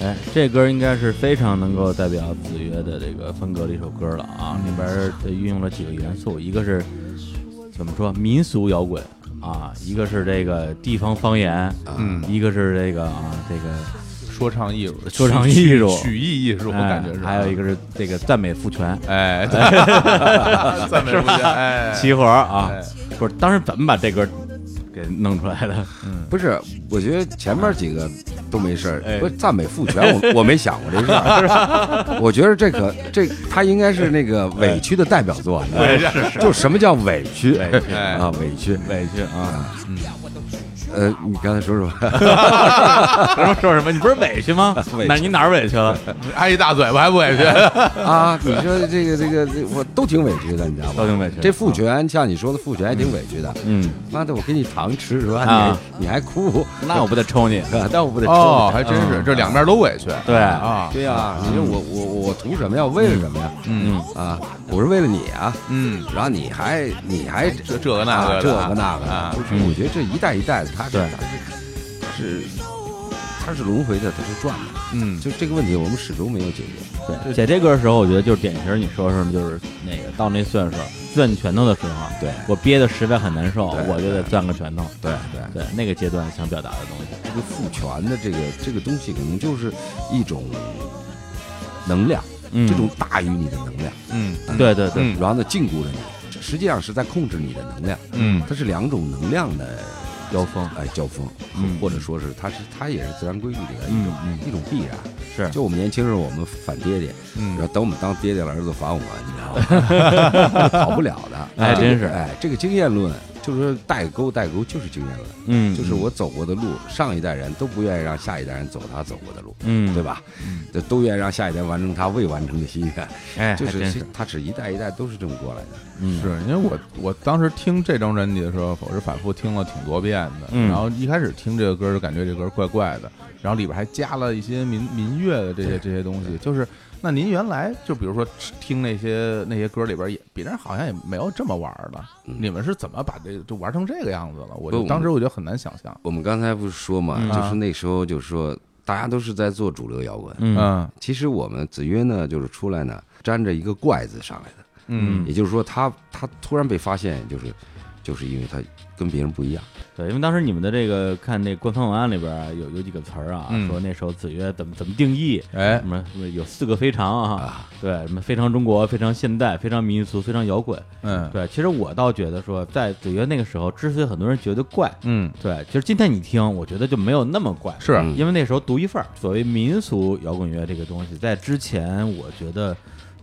哎，这歌应该是非常能够代表子曰的这个风格的一首歌了啊！里边儿它运用了几个元素，一个是怎么说民俗摇滚啊，一个是这个地方方言，嗯，一个是这个啊这个
说唱艺术，
说唱艺术
曲曲艺艺术，我
哎
感觉是，啊
还有一个是这个赞美父权，
哎，对赞美不行，哎，
齐活儿啊
哎！
不是，当时怎么把这歌给弄出来的？
不是，我觉得前面几个都没事
哎
儿，不是赞美父权，我 我没想过这事儿。 我觉得这可这他应该是那个委屈的代表作，啊你知道吗就什么叫委屈
委屈哎
啊，委屈。
委屈啊！
一点我都去去
呃，你刚才说什么？
他说说什么？你不是委屈吗？那你哪儿委屈了？
挨一大嘴巴还不委屈？
啊，你说这个这个，这我都挺委屈的，你知道吗？
都挺委屈啊
这父权像你说的父权还挺委屈的。
嗯，
妈的，我给你糖吃是吧？
啊
你你还哭，
那我不得抽你？
啊那我不得抽你？
哦，还真是，这两边都委屈。
对
啊，
对呀、你说我我我图什么呀？我为了什么呀？
嗯
啊，我是为了你啊。
嗯，哎
然后你还你还这
这这个那个的
这个那个
啊
的，就是我觉得这一代一代的，它是
对
它是是它是轮回的，它是转的。
嗯
就这个问题，我们始终没有解决。
对，写这歌的时候，我觉得就是典型，你说什么就是那个到那岁数攥拳头的时候，啊
对
我憋得实在很难受，
对
我就得攥个拳头。
对对
对，那个阶段想表达的东西，
这个父权的这个这个东西，可能就是一种能量，
嗯
这种大于你的能量，
嗯
对对对，
嗯
然后呢禁锢着你，这实际上是在控制你的能量。
嗯
它是两种能量的
交锋
哎，交锋，
嗯
或者说是它是它也是自然规律里的一
嗯
种、
嗯
一种必然。
是
就我们年轻时候，我们反爹爹，然后
嗯
等我们当爹爹了，儿子反我们，你知 道吗？跑不了的，
哎
这个
真是
哎，这个经验论就是说代沟，代沟就是经验论，
嗯，
就是我走过的路，上一代人都不愿意让下一代人走他走过的路，
嗯
对吧？这都愿意让下一代完成他未完成的心愿，
哎，
就
还
是
真
其
是
实，他只一代一代都是这么过来的。
嗯
是因为我我当时听这张专辑的时候，我是反复听了挺多遍的。
嗯
然后一开始听这个歌就感觉这歌怪怪的，然后里边还加了一些民民乐的这些这些东西。就是那您原来就比如说听那些那些歌里边也别人好像也没有这么玩的，你们是怎么把这个就玩成这个样子了？嗯我
不我
就
们
当时我就很难想象。
我们刚才不是说嘛，
嗯
就是那时候就说大家都是在做主流摇滚，
嗯
嗯
其实我们子曰呢，就是出来呢沾着一个怪字上来的，
嗯
也就是说他他突然被发现，就是就是因为他跟别人不一样，
对，因为当时你们的这个看那官方文案里边啊有有几个词儿啊，
嗯
说那时候子曰怎么怎么定义，
哎
什么什么有四个非常啊，对，什么非常中国、非常现代、非常民俗、非常摇滚。
嗯
对，其实我倒觉得说，在子曰那个时候，之所以很多人觉得怪，
嗯
对，其实今天你听，我觉得就没有那么怪，
是嗯
因为那时候独一份儿。所谓民俗摇滚乐这个东西，在之前我觉得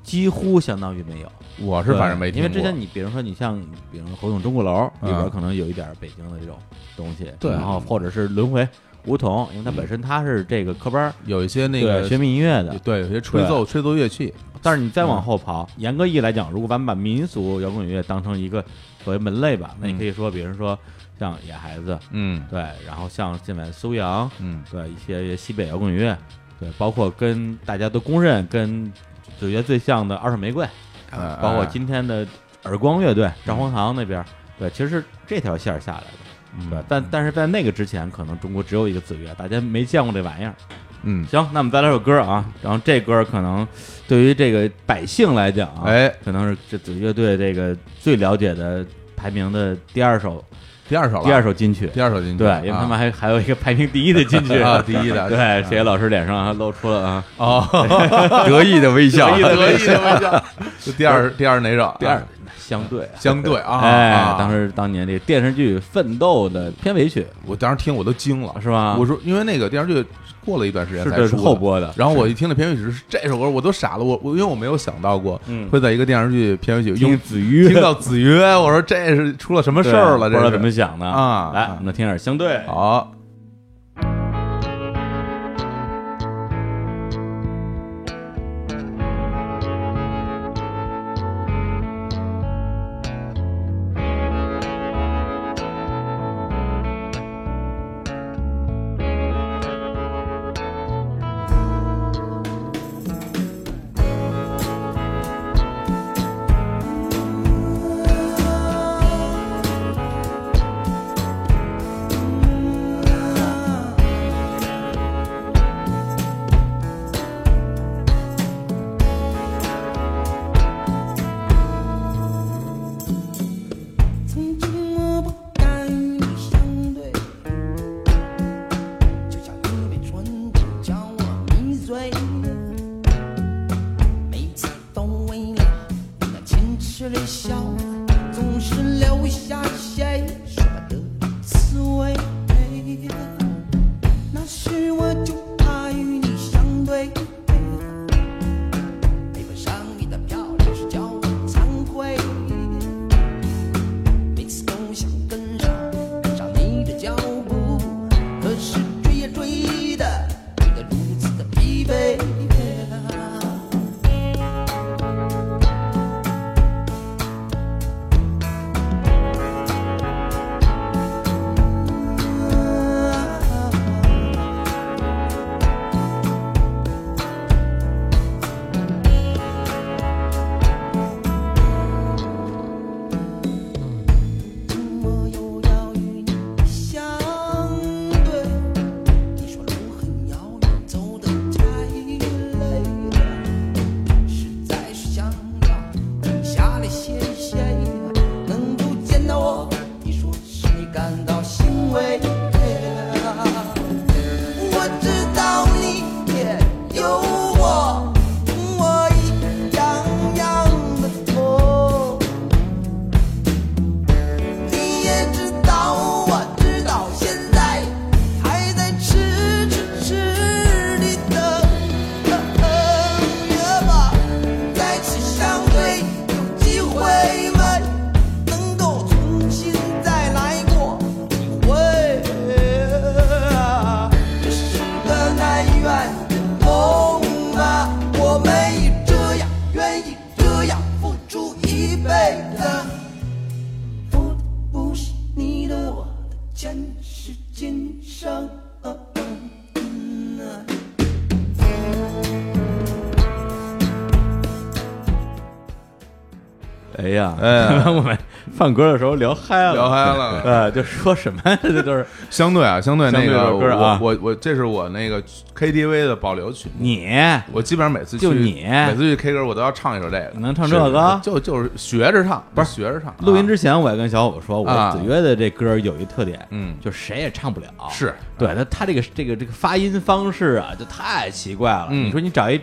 几乎相当于没有。
我是反正没
对
听
因
过。
为之前你比如说你像，比如说侯董钟鼓楼里边
嗯
可能有一点北京的这种东西，
对嗯
然后或者是轮回梧桐，因为它本身它是这个科班儿，
有一些那
对，
个
学民音乐的，
对有些嗯吹奏吹奏乐器，
但是你再往后刨，严格意义来讲，如果咱们把民俗摇滚乐当成一个所谓门类吧，那你可以说，比如说像野孩子，
嗯
对，然后像现在苏阳，
嗯
对一些西北摇滚乐，对，包括跟大家都公认跟子曰最像的二手玫瑰，
哎
啊
嗯
包括今天的耳光乐队、张黄堂那边，对，其实是这条线儿下来
嗯
的，对，但但是在那个之前，可能中国只有一个子曰，大家没见过这玩意儿。
嗯
行，那我们再来首歌啊，然后这歌可能对于这个百姓来讲啊，
哎
可能是这子乐队这个最了解的排名的第二首
第二首了
第二首金曲，
第二首进去
对，因为他们
啊
还、还有一个排名第一的金曲
啊第一的
对，谁老师脸上还露出了啊，
哦，
得意的微笑，
得意的微笑。就第二 第二哪首？
第二相对啊。
相对啊，
哎
啊，
当时当年这个电视剧《奋斗》的片尾曲
我当时听我都惊了，
是吧啊
我说因为那个电视剧过了一段时间
是
才
这
出
是
的
后播的
然后我一听那片尾曲是这首歌，我都傻了，我我因为我没有想到过
嗯
会在一个电视剧片尾曲用
听子曰
听到子曰，我说这是出了什么事儿了？
对不知
这
道
是
怎么想的
啊
来
啊，
我们听点相对。
好，
曾经我不该与你相对，就像一杯醇酒叫我迷醉，每次都为了你那矜持的笑，总是留下些说不得的滋味。那时我就怕与你相对，配不上你的漂亮是叫我惭愧。每次都想跟上，跟上你的脚步，啊
哎呀，
哎
我们放歌的时候聊嗨了，
聊嗨了
呃， 就说什么呀？这都是
相对啊，相对那
相对
个
这首歌啊
我我我这是我那个 KTV 的保留曲目，
你
我基本上每次去
就你
每次去 K 歌我都要唱一首这个，
能唱这个？嗯
就就是学着唱，不是学着唱。
录音
啊
之前我也跟小伙说，我
啊
子越的这歌有一特点，
嗯
就谁也唱不了，
是
对他他这个这个这个发音方式啊，就太奇怪了。
嗯
你说你找一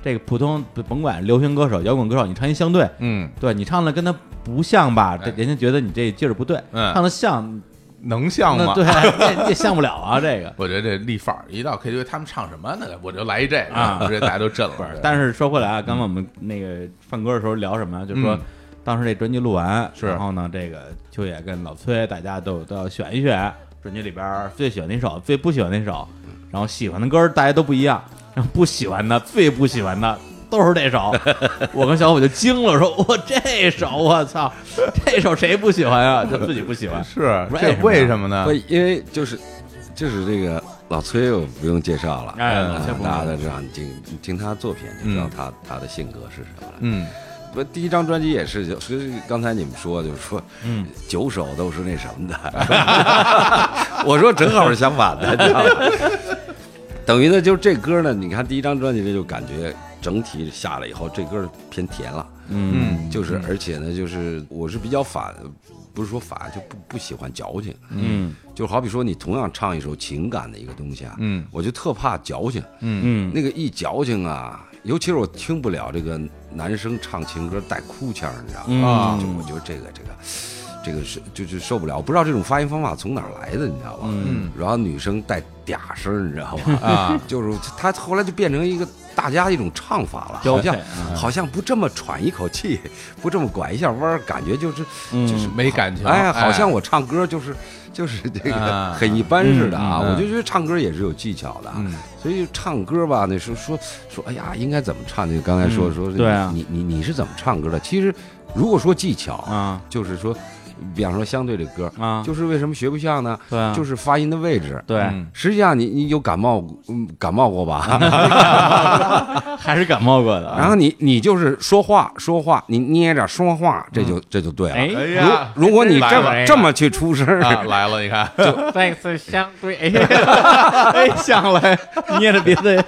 这个普通甭管流行歌手、摇滚歌手，你唱一相对，
嗯，
对你唱的跟他不像吧，这
哎
人家觉得你这劲儿不对，
嗯
唱的像
能像
那
吗？
对，那那像不了啊这个。
我觉得这立范儿，一到 KTV 他们唱什么呢？我就来一这个，
啊
这大家都震了。
但是说回来啊，刚刚我们那个放歌的时候聊什么呀？就是说
嗯
当时这专辑录完，
是
然后呢，这个秋野跟老崔大家都都要选一选专辑里边儿最喜欢哪首，最不喜欢哪首，
嗯
然后喜欢的歌儿大家都不一样，然后不喜欢的最不喜欢的。都是这 首，我跟小虎就惊了，说：“我这首，我操，这首谁不喜欢啊？就自己不喜欢。
是
为什
这
么
为什么呢
不？，因为就是就是这个老崔，我不用介绍了，
哎
啊
老崔不用
大家都知道，你听你听他作品就知道他、他的性格是什么了。
嗯，
不，第一张专辑也是，就是刚才你们说，就是说，嗯，九首都是那什么的， 我说正好是相反的，你知道吗？等于呢，就是这歌呢，你看第一张专辑这就感觉整体下来以后，这歌偏甜了，
嗯
就是而且呢，就是我是比较反，不是说反，就不不喜欢矫情，
嗯
就好比说你同样唱一首情感的一个东西啊，
嗯，
我就特怕矫情，
嗯
那个一矫情啊，尤其是我听不了这个男生唱情歌带哭腔儿，你知道
嗯
吗？
啊
就我觉得这个这个这个是就就受不了，我不知道这种发音方法从哪儿来的，你知道吧？
嗯，
然后女生带嗲声儿，你知道 吗？
啊，
就是他后来就变成一个大家一种唱法了，
标
好
配嗯
像好像不这么喘一口气，不这么拐一下弯儿，感觉就是
嗯
就是
没感情。
哎，
哎，
好像我唱歌就是 就是这个
啊
很一般似的啊，
嗯嗯
我就觉得唱歌也是有技巧的啊
嗯，
所以唱歌吧，那时候说说，哎呀，应该怎么唱？就刚才说
嗯
说，
对啊
你你你是怎么唱歌的？其实如果说技巧，
啊
就是说，比方说相对这歌，
啊，
就是为什么学不像呢？
对啊，
就是是发音的位置。
对，
嗯
实际上你你有感冒，嗯，感冒过吧？
还是感冒过的啊。
然后你你就是说话说话，你捏着说话，这就这就对了。
哎
哎，
呀，
如果你这
来
么
了
这么去出声儿，
啊来了，你看，
再次相对， 哎，想来捏着鼻子，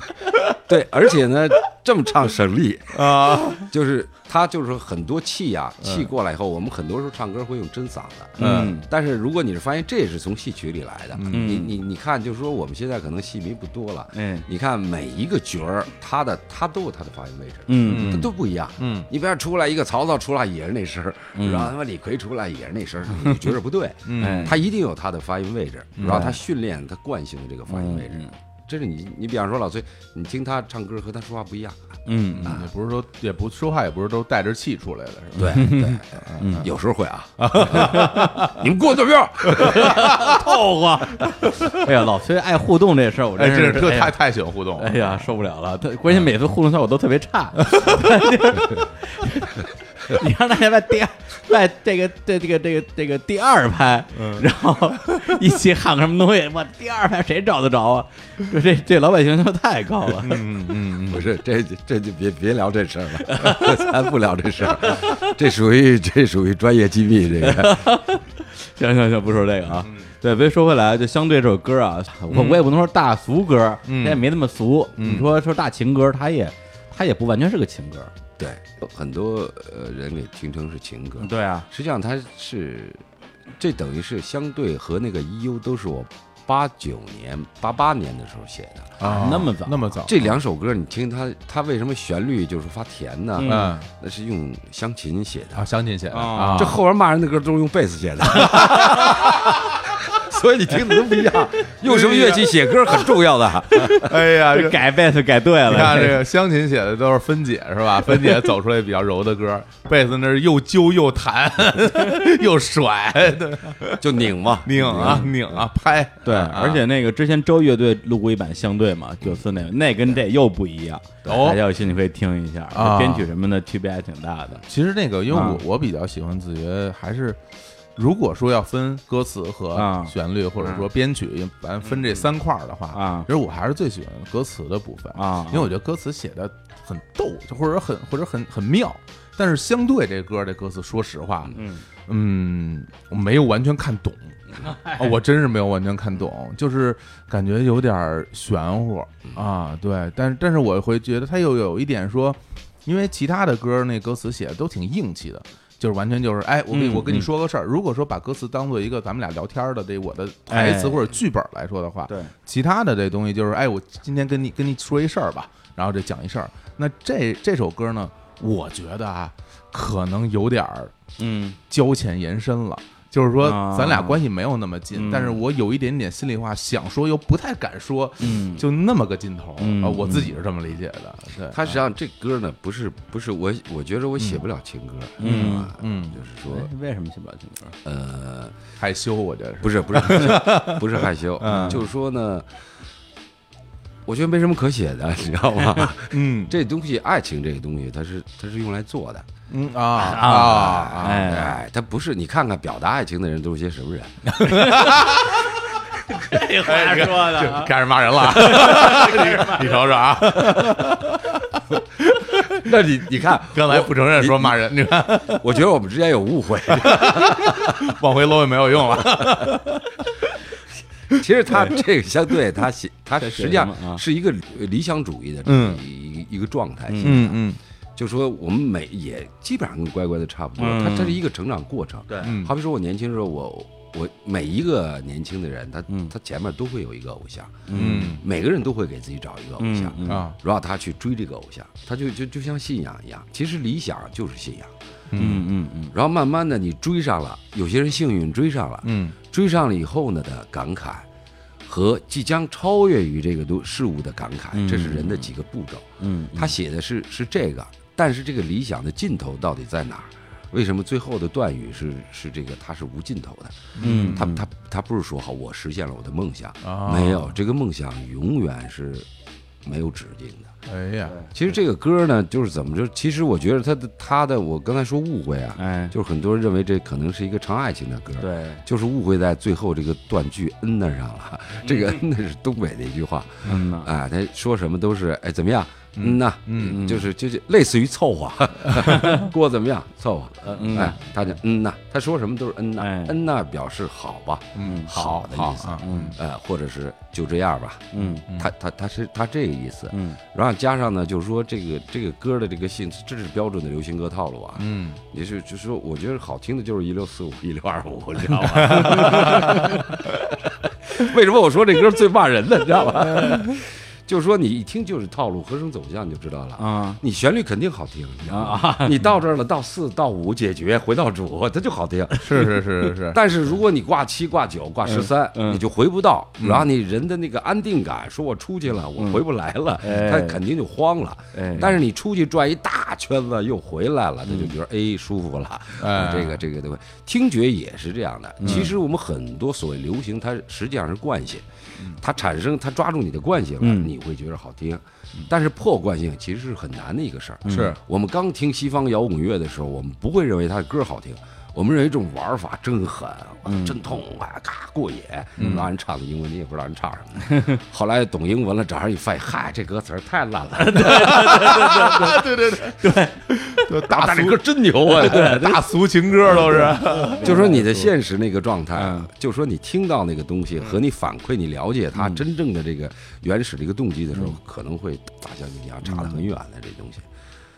对，而且呢，这么唱 省力啊，就是他就是说很多气呀、气过来以后，我们很多时候唱歌会用真嗓子，
嗯
但是如果你是发现这也是从戏曲里来的，你你你看，就是说我们现在可能戏迷不多了，
嗯
你看每一个角儿，他的他都有他的发音位置，
嗯
它都不一样，
嗯，
你不要出来一个曹操出来也是那声儿，然后他妈李逵出来也是那声儿，你就觉得不对，哎
嗯
他一定有他的发音位置，然后他训练他惯性的这个发音位
嗯
置。这是你，你比方说老崔，你听他唱歌和他说话不一样，
嗯
也不是说也不说话，也不是都带着气出来的，是吧？
对 对，
嗯
有时候会 啊。你们给我坐边儿，
凑合。 哎呀，老崔爱互动这事儿，我
哎，
真
真是特
哎
太
呀
太喜欢互动了
哎。呀，受不了了！他关键每次互动效果都特别差， 你让大家在第二，在这个这这个这个这个第二排， 然后一起喊个什么东西，我第二排谁找得着啊？这这这老百姓就太高了，嗯
不是这这就别别聊这事儿了， 咱不聊这事儿，这属于这属于专业机密，这 个
行行行，不说这个啊。对，所以说回来，就相对这首歌啊，我我也不能说大俗歌，它也没那么俗。你说说大情歌，它也它也不完全是个情歌。
对，很多呃人给听成是情歌，
对啊，
实际上它是，这等于是相对和那个 E.U 都是我八九年、八八年的时候写的。
啊
那么早
那么早，
这两首歌你听它，它为什么旋律就是发甜呢？
嗯
嗯
那是用湘琴写
啊，
的，
相亲写的
啊
啊，
这后边骂人的歌都是用贝斯写 的，所以你听的都不一样。用什么乐器写歌很重要 的。
哎呀，
这改贝斯改对了，
你看这个湘琴写的都是芬姐是吧？芬姐走出来比较柔的歌，贝斯那是又揪又弹 又甩，对，
就拧嘛，
拧啊拧啊拍，
对，
啊
而且那个之前周乐队录过一版相对嘛，九四那个，那跟这又不一样。
哦
大家有兴趣可以听一下，
啊
编曲什么的区别还挺大的。
其实那个，因为
啊
我我比较喜欢子爵，还是如果说要分歌词
啊嗯
和旋律，或者说编曲，因为咱分这三块儿的话
啊
其实我还是最喜欢歌词的部分
啊
因为我觉得歌词写的很逗，或者很或者很很妙。但是相对这歌这歌词，说实话，嗯嗯，我没有完全看懂、啊我真是没有完全看懂，就是感觉有点儿玄乎啊。对，但是但是我会觉得它又有一点说，因为其他的歌那歌词写的都挺硬气的。就是完全就是，哎，我跟你我跟你说个事儿，如果说把歌词当做一个咱们俩聊天儿的这我的台词
哎
或者剧本来说的话，
对，
其他的这东西就是，哎，我今天跟你跟你说一事儿吧，然后这讲一事儿。那这这首歌呢，我觉得啊，可能有点儿
嗯，
交浅延伸了。就是说
啊，
咱俩关系没有那么近，但是我有一点点心里话想说，又不太敢说，
嗯
就那么个劲头、
嗯
啊，我自己是这么理解的。对，
他实际上这歌呢，不是不是我，我觉着我写不了情歌，
嗯
啊
嗯
就是说，
为什么写不了情歌？
呃，
害羞，我觉得是
不是不 是不是不是害羞，
嗯
就是说呢，我觉得没什么可写的， 你知道吗？
嗯
这东西，爱情这个东西，它是它是用来做的，
嗯啊啊啊！
哎，
哎，它不是你看看表达爱情的人都是些什么人，
这话说的啊，
开始骂人了，你你瞅瞅啊，
那你你看，
刚才不承认说骂人，你看
我觉得我们之间有误会。
往回搂也没有用了。
其实他这个相对他写，他
在写
实际上
什么啊
是一个理想主义的这么
嗯
一一个状态。
嗯嗯
就说我们每也基本上跟乖乖的差不多，
嗯
它这是一个成长过程。
对
嗯
好比说我年轻的时候，我我每一个年轻的人，他
嗯
他前面都会有一个偶像，
嗯
每个人都会给自己找一个偶像，
嗯
啊，
然后他去追这个偶像，他就就就像信仰一样，其实理想就是信仰。
嗯嗯嗯，
然后慢慢的你追上了，有些人幸运追上了，
嗯
追上了以后呢的感慨，和即将超越于这个都事物的感慨，
嗯
这是人的几个步骤。
嗯，
他写的是是这个，但是这个理想的尽头到底在哪儿？为什么最后的断语是是这个？它是无尽头的。
嗯，
他他他不是说好我实现了我的梦想，
啊
没有这个梦想永远是没有止境的。
哎呀，
其实这个歌呢，就是怎么着？其实我觉得他的他的，我刚才说误会啊，
哎，
就是很多人认为这可能是一个唱爱情的歌，，
对，
就是误会在最后这个断句“嗯”那上了。这个“嗯”那是东北的一句话，
嗯呐，
啊，他说什么都是哎怎么样？嗯呐，
嗯
嗯
就是就是类似于凑合，过怎么样？凑合。
嗯
哎，他就嗯呐，他说什么都是嗯呐
哎，
嗯呐表示好吧，
嗯
好的意思，
啊，
嗯
呃，或者是就这样吧。
嗯
他他他是他这个意思，
嗯
然后加上呢，就是说这个这个歌的这个性，这是标准的流行歌套路啊。
嗯，
也是就是说，我觉得好听的就是一六四五、一六二五，你知道吗？ 为什么我说这歌最骂人的，你知道吧？ 就是说你一听就是套路，和声走向你就知道了。
啊
你旋律肯定好听，你知道
啊
吗？你到这儿了，到四到五解决，回到主，它就好听。
是是是是 是，
但是如果你挂七、挂九、挂十三，
嗯嗯
你就回不到，然后你人的那个安定感，说我出去了，我回不来了，
哎
他肯定就慌了。
哎嗯
但是你出去转一大圈子又回来了，他就觉得哎舒服了。啊
哎
这个这个对吧？听觉也是这样的。
嗯
其实我们很多所谓流行，它实际上是惯性，它产生它抓住你的惯性了，
嗯
你会觉得好听。但是破惯性其实是很难的一个事儿。
是
我们刚听西方摇滚乐的时候，我们不会认为他的歌好听，我们认为这种玩法真狠，哇真痛快，咔过瘾。让人唱的英文你也不知道人唱什么，后来懂英文了，找人一翻译，嗨，这歌词儿太烂了，
就
大
大
但这
俗
歌真牛 啊！
大俗情歌都是，
就说你的现实那个状态啊，就说你听到那个东西和你反馈、你了解它真正的这个原始的一个动机的时候，可能会大相径庭，差得很远的这东西。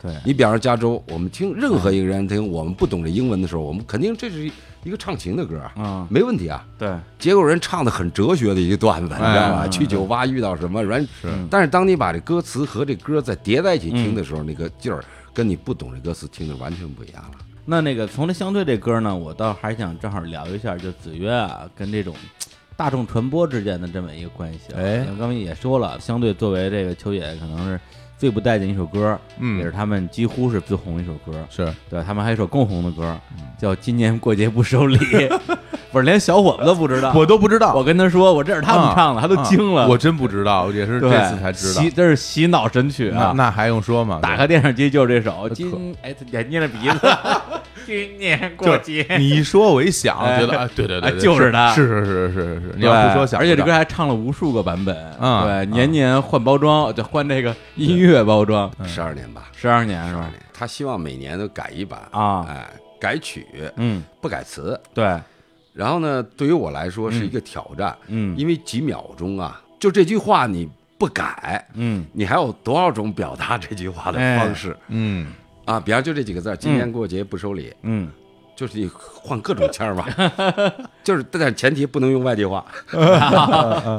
对
你比方说加州，我们听任何一个人听我们不懂这英文的时候，我们肯定这是一个唱情的歌
嗯
没问题啊。
对，
结果人唱的很哲学的一个段子，你知道吧？嗯去酒吧遇到什么，人但是当你把这歌词和这歌再叠在一起听的时候，那个劲儿跟你不懂这歌词听的完全不一样了。
那那个从这相对这歌呢，我倒还想正好聊一下，就子曰啊跟这种大众传播之间的这么一个关系啊。
哎
因为刚才也说了，相对作为这个秋野可能是最不待见一首歌，
嗯
也是他们几乎是最红一首歌。
是嗯
对他们还有一首更红的歌，叫《今年过节不 收礼》，不是连小伙子都不知道。
我都不知道，啊
我跟他说，我这是他们唱的，他都惊了。
我真不知道，也是这
对
次才知道
洗，，这是洗脑神曲
那
啊！
那还用说吗？
打开电视机就是这首，今哎，也捏着鼻子，今年
就
过
是
节，
你一说，我一想，
哎
觉得啊，对对对，对
就是他
是是是是是，你
对
要不说想不到，
而且这歌还唱了无数个版本，
嗯
对，年年换包装，就换这个音乐包装，
十二年吧，
十二年是
12
吧？
年他希望每年都改一版
啊
哎，改曲
嗯，
不改词。
对，
然后呢，对于我来说是一个挑战，
嗯
因为几秒钟啊，就这句话你不改，
嗯，哎
你还有多少种表达这句话的方式、
嗯，
啊？比方就这几个字儿，今年过节不收礼，
嗯，
就是你换各种腔儿 吧，就是但是前提不能用外地话，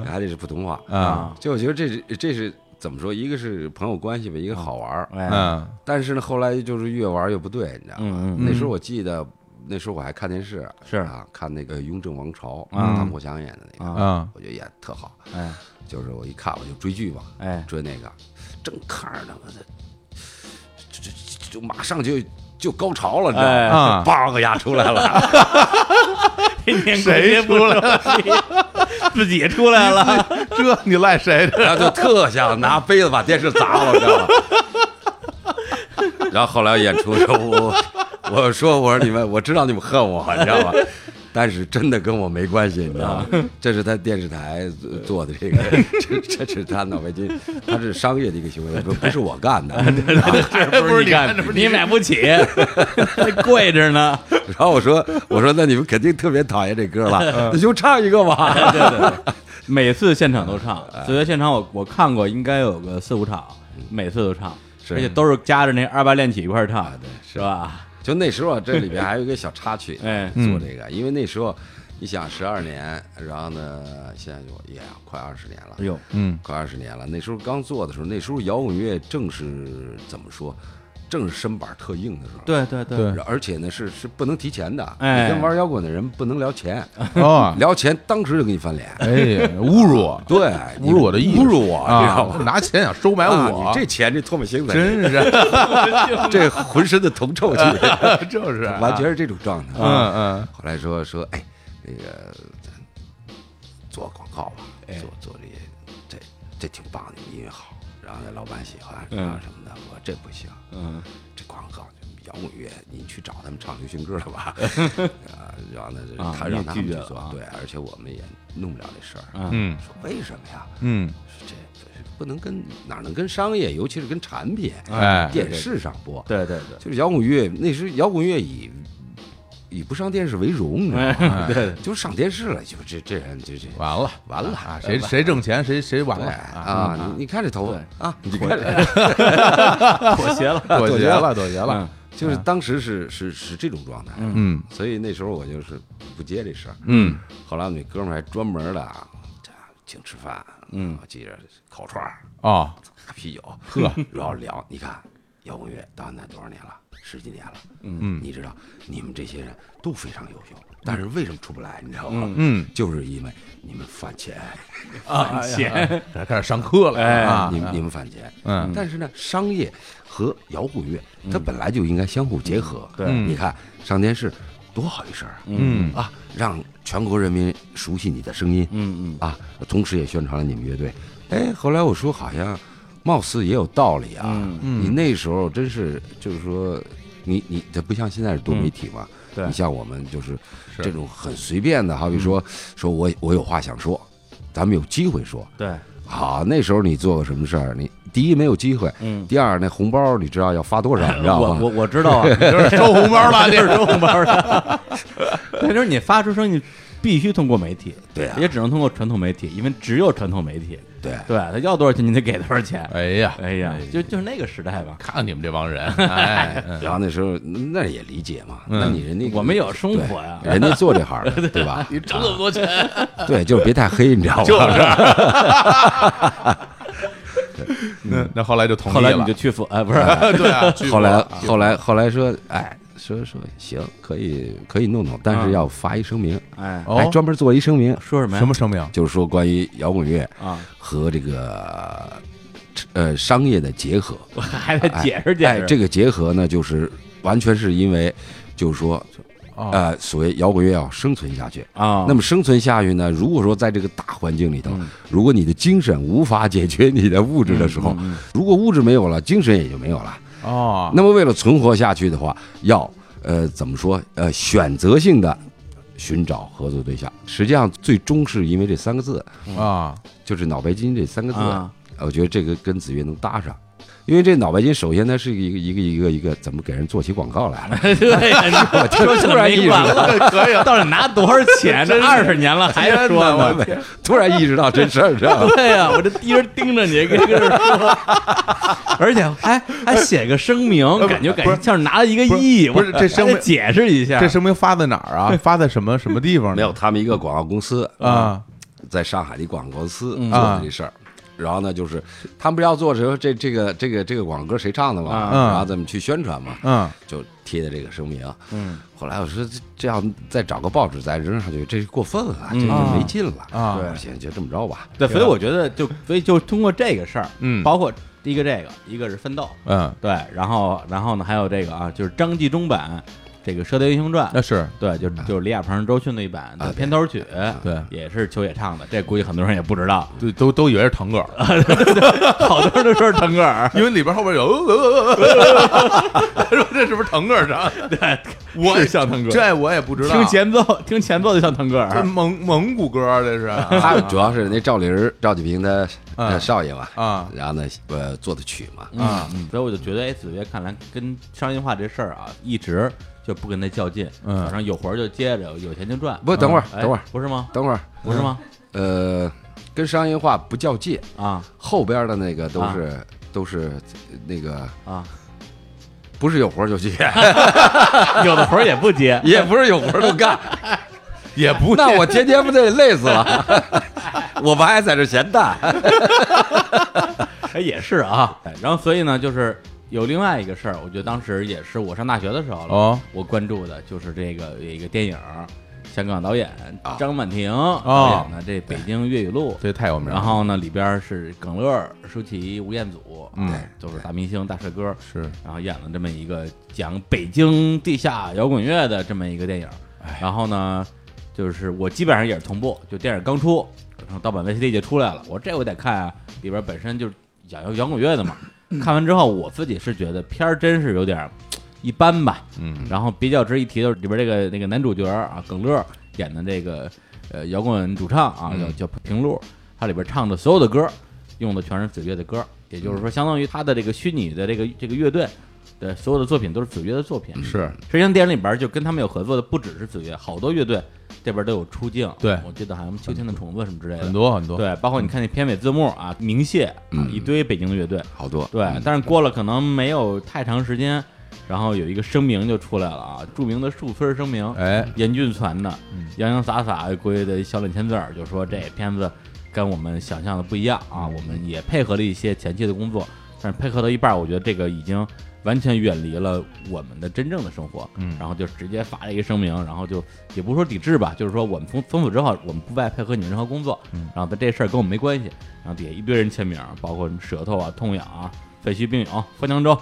还得是普通话
啊。
就我觉得这是这是怎么说？一个是朋友关系吧，一个好玩儿，
哎，
嗯
但是呢，后来就是越玩越不对，你知道吗？
嗯
那时候我记得，那时候我还看电视，
是啊
啊，看那个《雍正王朝》，唐国强演的那个，
啊
我觉得演得特好。
哎，
就是我一看我就追剧嘛，
哎
追那个，正看着呢，我这这这就马上就就高潮了，你知道
哎
吗？梆个牙出 来了，
今年过节不了，自己出来了，
这你赖谁的？
然后就特想拿杯子把电视砸了，你知道吗？ 然后后来演出的时候，我我说我说你们，我知道你们恨我，你知道吗？但是真的跟我没关系，你知道吗？这是他电视台做的这个，这这是他脑白金，他是商业的一个行为，不不是我干的。
这不是你干的，你买不 起，贵着呢，
然后我说我说那你们肯定特别讨厌这歌了，那就唱一个吧。
对对对，每次现场都唱，所以现场我我看过，应该有个四五场，每次都唱，
是
而且都是夹着那二八练曲一块儿唱，对，是吧？
就那时候啊这里边还有一个小插曲，
哎
做这个，因为那时候你想十二年，然后呢，现在就也快二十年了，
哎呦，
嗯
快二十年了。那时候刚做的时候，那时候摇滚乐正是怎么说，正是身板特硬的时候。
对对对
对
而且呢是是不能提钱的，
哎
你跟玩摇滚的人不能聊钱，
哦，
聊钱当时就给你翻脸。
哎呀，侮辱 我，
对，你
侮辱我的意识，
侮辱我，你知道
啊！
吗？
拿钱想收买
哎啊
我，
你这钱这唾沫星子，
真是
这浑身的铜 臭气，
就是啊
完全是这种状态。
嗯
后来说说，哎，那个咱做广告吧，做做这些，这这挺棒的，音乐好，然后呢，老板喜欢啊
嗯
什么的。我说这不行，
嗯，
这广告摇滚乐，你去找他们唱流行歌了吧？啊，然后呢，这
啊
他
你也
让他们
拒
去
绝了
做
啊，
对，而且我们也弄不了这事儿。
嗯
嗯
说为什么呀？
嗯
说这不能跟哪能跟商业，尤其是跟产品，
哎
电视上播，
对对对，
就是摇滚乐，那时摇滚乐以以不上电视为荣，你知道吗？
对对，
就上电视了，就这这人就这
哎完了
哎完了
啊！谁谁挣钱谁谁嗯完
对
了
啊！你你看这头发啊，你看这，
妥协了，
妥协了妥协了，
就是当时是是是这种状态，
嗯
所以那时候我就是不接这事儿。
嗯
后来我们那哥们儿还专门的啊，这请吃饭，嗯，我记着烤串儿、
哦
大啤酒，呵，然后聊，你看摇滚乐到现在多少年了？十几年了，嗯，你知道你们这些人都非常优秀，但是为什么出不来？你知道吗？
嗯，
就是因为你们犯钱。
啊，钱，
这开始上课了
哎
啊
你！们你们反钱，
嗯，
但是呢，商业和摇滚乐它本来就应该相互结合。嗯对，你看上电视多好一事儿啊，嗯啊，让全国人民熟悉你的声音，嗯嗯啊，同时也宣传了你们乐队。哎，后来我说好像，貌似也有道理啊。你那时候真是就是说，你你这不像现在是多媒体嘛。
对
你像我们嗯就是嗯这种很随便的，好比说说我我有话想说，咱们有机会说，
对，
好，那时候你做个什么事儿？你第一没有机会，
嗯
第二那红包你知道要发多少，你知道
我
吗？
我我知道 啊，
就是收红包了，
就是收红包 的。那时候你发出声音必须通过媒 体，
对啊
也只能通过传统媒体，因为只有传统媒体，
对
对他要多少钱你得给多少钱。
哎呀，
哎呀，就就是那个时代吧，
看看你们这帮人，哎，嗯
然后那时候那也理解嘛，那你人家
我们有生活呀
对人家做这行的，对 吧？
你挣那么多钱，
对，就是别太黑，你知道吗？就是
那那后来就同意
后
了，
来你就屈服，哎，不是，
对啊，拒
后
绝
来
了
后来后来说，哎，说说行，可以可以弄弄，但是要发一声明，
哎，
哦
还专门做了一声明，
说什么呀？
什么声明？
就是说关于摇滚乐
啊？
和这个呃商业的结合。
我还得解释解
哎，
释。
这个结合呢，就是完全是因为，就是说，
哦
呃，所谓摇滚乐要生存下去。
啊，
那么生存下去呢？如果说在这个大环境里头，
嗯
如果你的精神无法解决你的物质的时
嗯
候，如果物质没有了，精神也就没有了。
哦，
那么为了存活下去的话，要呃，怎么说？呃，选择性的寻找合作对象。实际上，最终是因为这三个字，
啊，
就是脑白金这三个字。呃
啊，
我觉得这个跟子越能搭上，因为这脑白金首先它是一个一个一个一个怎么给人做起广告来了。
对，
我就突然意识到，
到， 可以，到底拿多少 钱？这二十年了还 说呢？
突然意识到这事儿，知道吗？
对 呀、我这一人盯着你，跟跟着说， 而且还还写个声明，感觉感觉像是拿了一个亿，
呃不是
我
这声明
还得解释一下，
这声明发在哪儿啊？发在什么什么地方呢？
没有，他们一个广告公司
啊，
在上海的广告公司
嗯
做的这事儿。然后呢，就是他们不要做的时候，这这个这个这个广告歌谁唱的
啊
嘛？
嗯
然后咱们去宣传嘛，
嗯
就贴的这个声明。啊
嗯，
后来我说这这样再找个报纸再扔上去，这是过分了，这
嗯
就没劲了
啊对
我寻思就这么着吧。
对，所以我觉得就所以就通过这个事儿，
嗯
包括一个这个，一个是奋斗，
嗯，
对，然后然后呢还有这个啊，就是张纪中版这个《射雕英雄传
那》。是
对，就就是李亚鹏、周迅那一版的
啊
片头曲，
啊对
也是秋野唱的，这估计很多人也不知道，
对，都都以为是腾格尔，
好多人都说是腾格 尔，
因为里边后边有，说这是不是腾格尔唱？
对，
我也
是像腾格尔
这我也不知道。
听前奏，听前奏就像腾格尔，
这蒙蒙古歌这是
他主要是那赵丽儿、赵锦屏的
嗯
呃少爷嘛，
啊
然后呢，呃，做的曲嘛，
啊，所以我就觉得，哎，子越看来跟商业化这事儿啊，一直就不跟他较劲，
嗯
反正有活儿就接着，有钱就赚。
不，等会儿，
哎，
等会儿，
不是吗？
等会儿，
不是吗？
呃，跟商业化不较劲，
啊
后边的那个都是、都是呃那个
啊，
不是有活儿就接，
有的活儿也不接
，也不是有活儿就 干，
也不
那我天天不得累死了， 我不还在这闲蛋，
哎， 也是啊。哎然后所以呢，就是有另外一个事儿，我觉得当时也是我上大学的时候了，
哦
我关注的就是这个有一个电影儿，香港导演
啊
张婉婷导演的这《北京粤语录》，
这太有名了。
然后呢，里边是耿乐、舒淇、吴彦祖，
嗯
对，就是大明星、大帅哥，
是
然后演了这么一个讲北京地下摇滚乐的这么一个电影。
哎
然后呢，就是我基本上也是同步，就电影刚出，然后盗版 VCD 就出来了，我这我得看啊，里边本身就是讲摇摇滚乐的嘛。看完之后，我自己是觉得片儿真是有点儿一般吧，
嗯
然后比较值一提的是里边这个那个男主角啊，耿乐演的这个呃摇滚主唱啊，
嗯
叫叫平路，他里边唱的所有的歌，用的全是子越的歌，也就是
嗯
说，相当于他的这个虚拟的这个这个乐队的所有的作品都是子越的作品。
是
实际上，电影里边就跟他们有合作的不只是子越，好多乐队这边都有出镜。
对
我记得好像秋天的宠物什么之类的，
很多很多，
对，包括你看那片尾字幕啊，鸣谢啊
嗯，
一堆北京的乐队，
好多
对
嗯，
但是过了可能没有太长时间，然后有一个声明就出来了啊，著名的树村声明，
哎，
严俊传的，
嗯
洋洋洒洒归的小脸签字儿，就说这片子跟我们想象的不一样啊，
嗯
我们也配合了一些前期的工作，但是配合到一半儿，我觉得这个已经完全远离了我们的真正的生活，
嗯
然后就直接发了一个声明，然后就也不是说抵制吧，就是说我们从从此之后我们不再配合你们任何工作，
嗯
然后但这事儿跟我们没关系，然后底下一堆人签名，包括舌头啊、痛痒啊、废墟病友、风江州，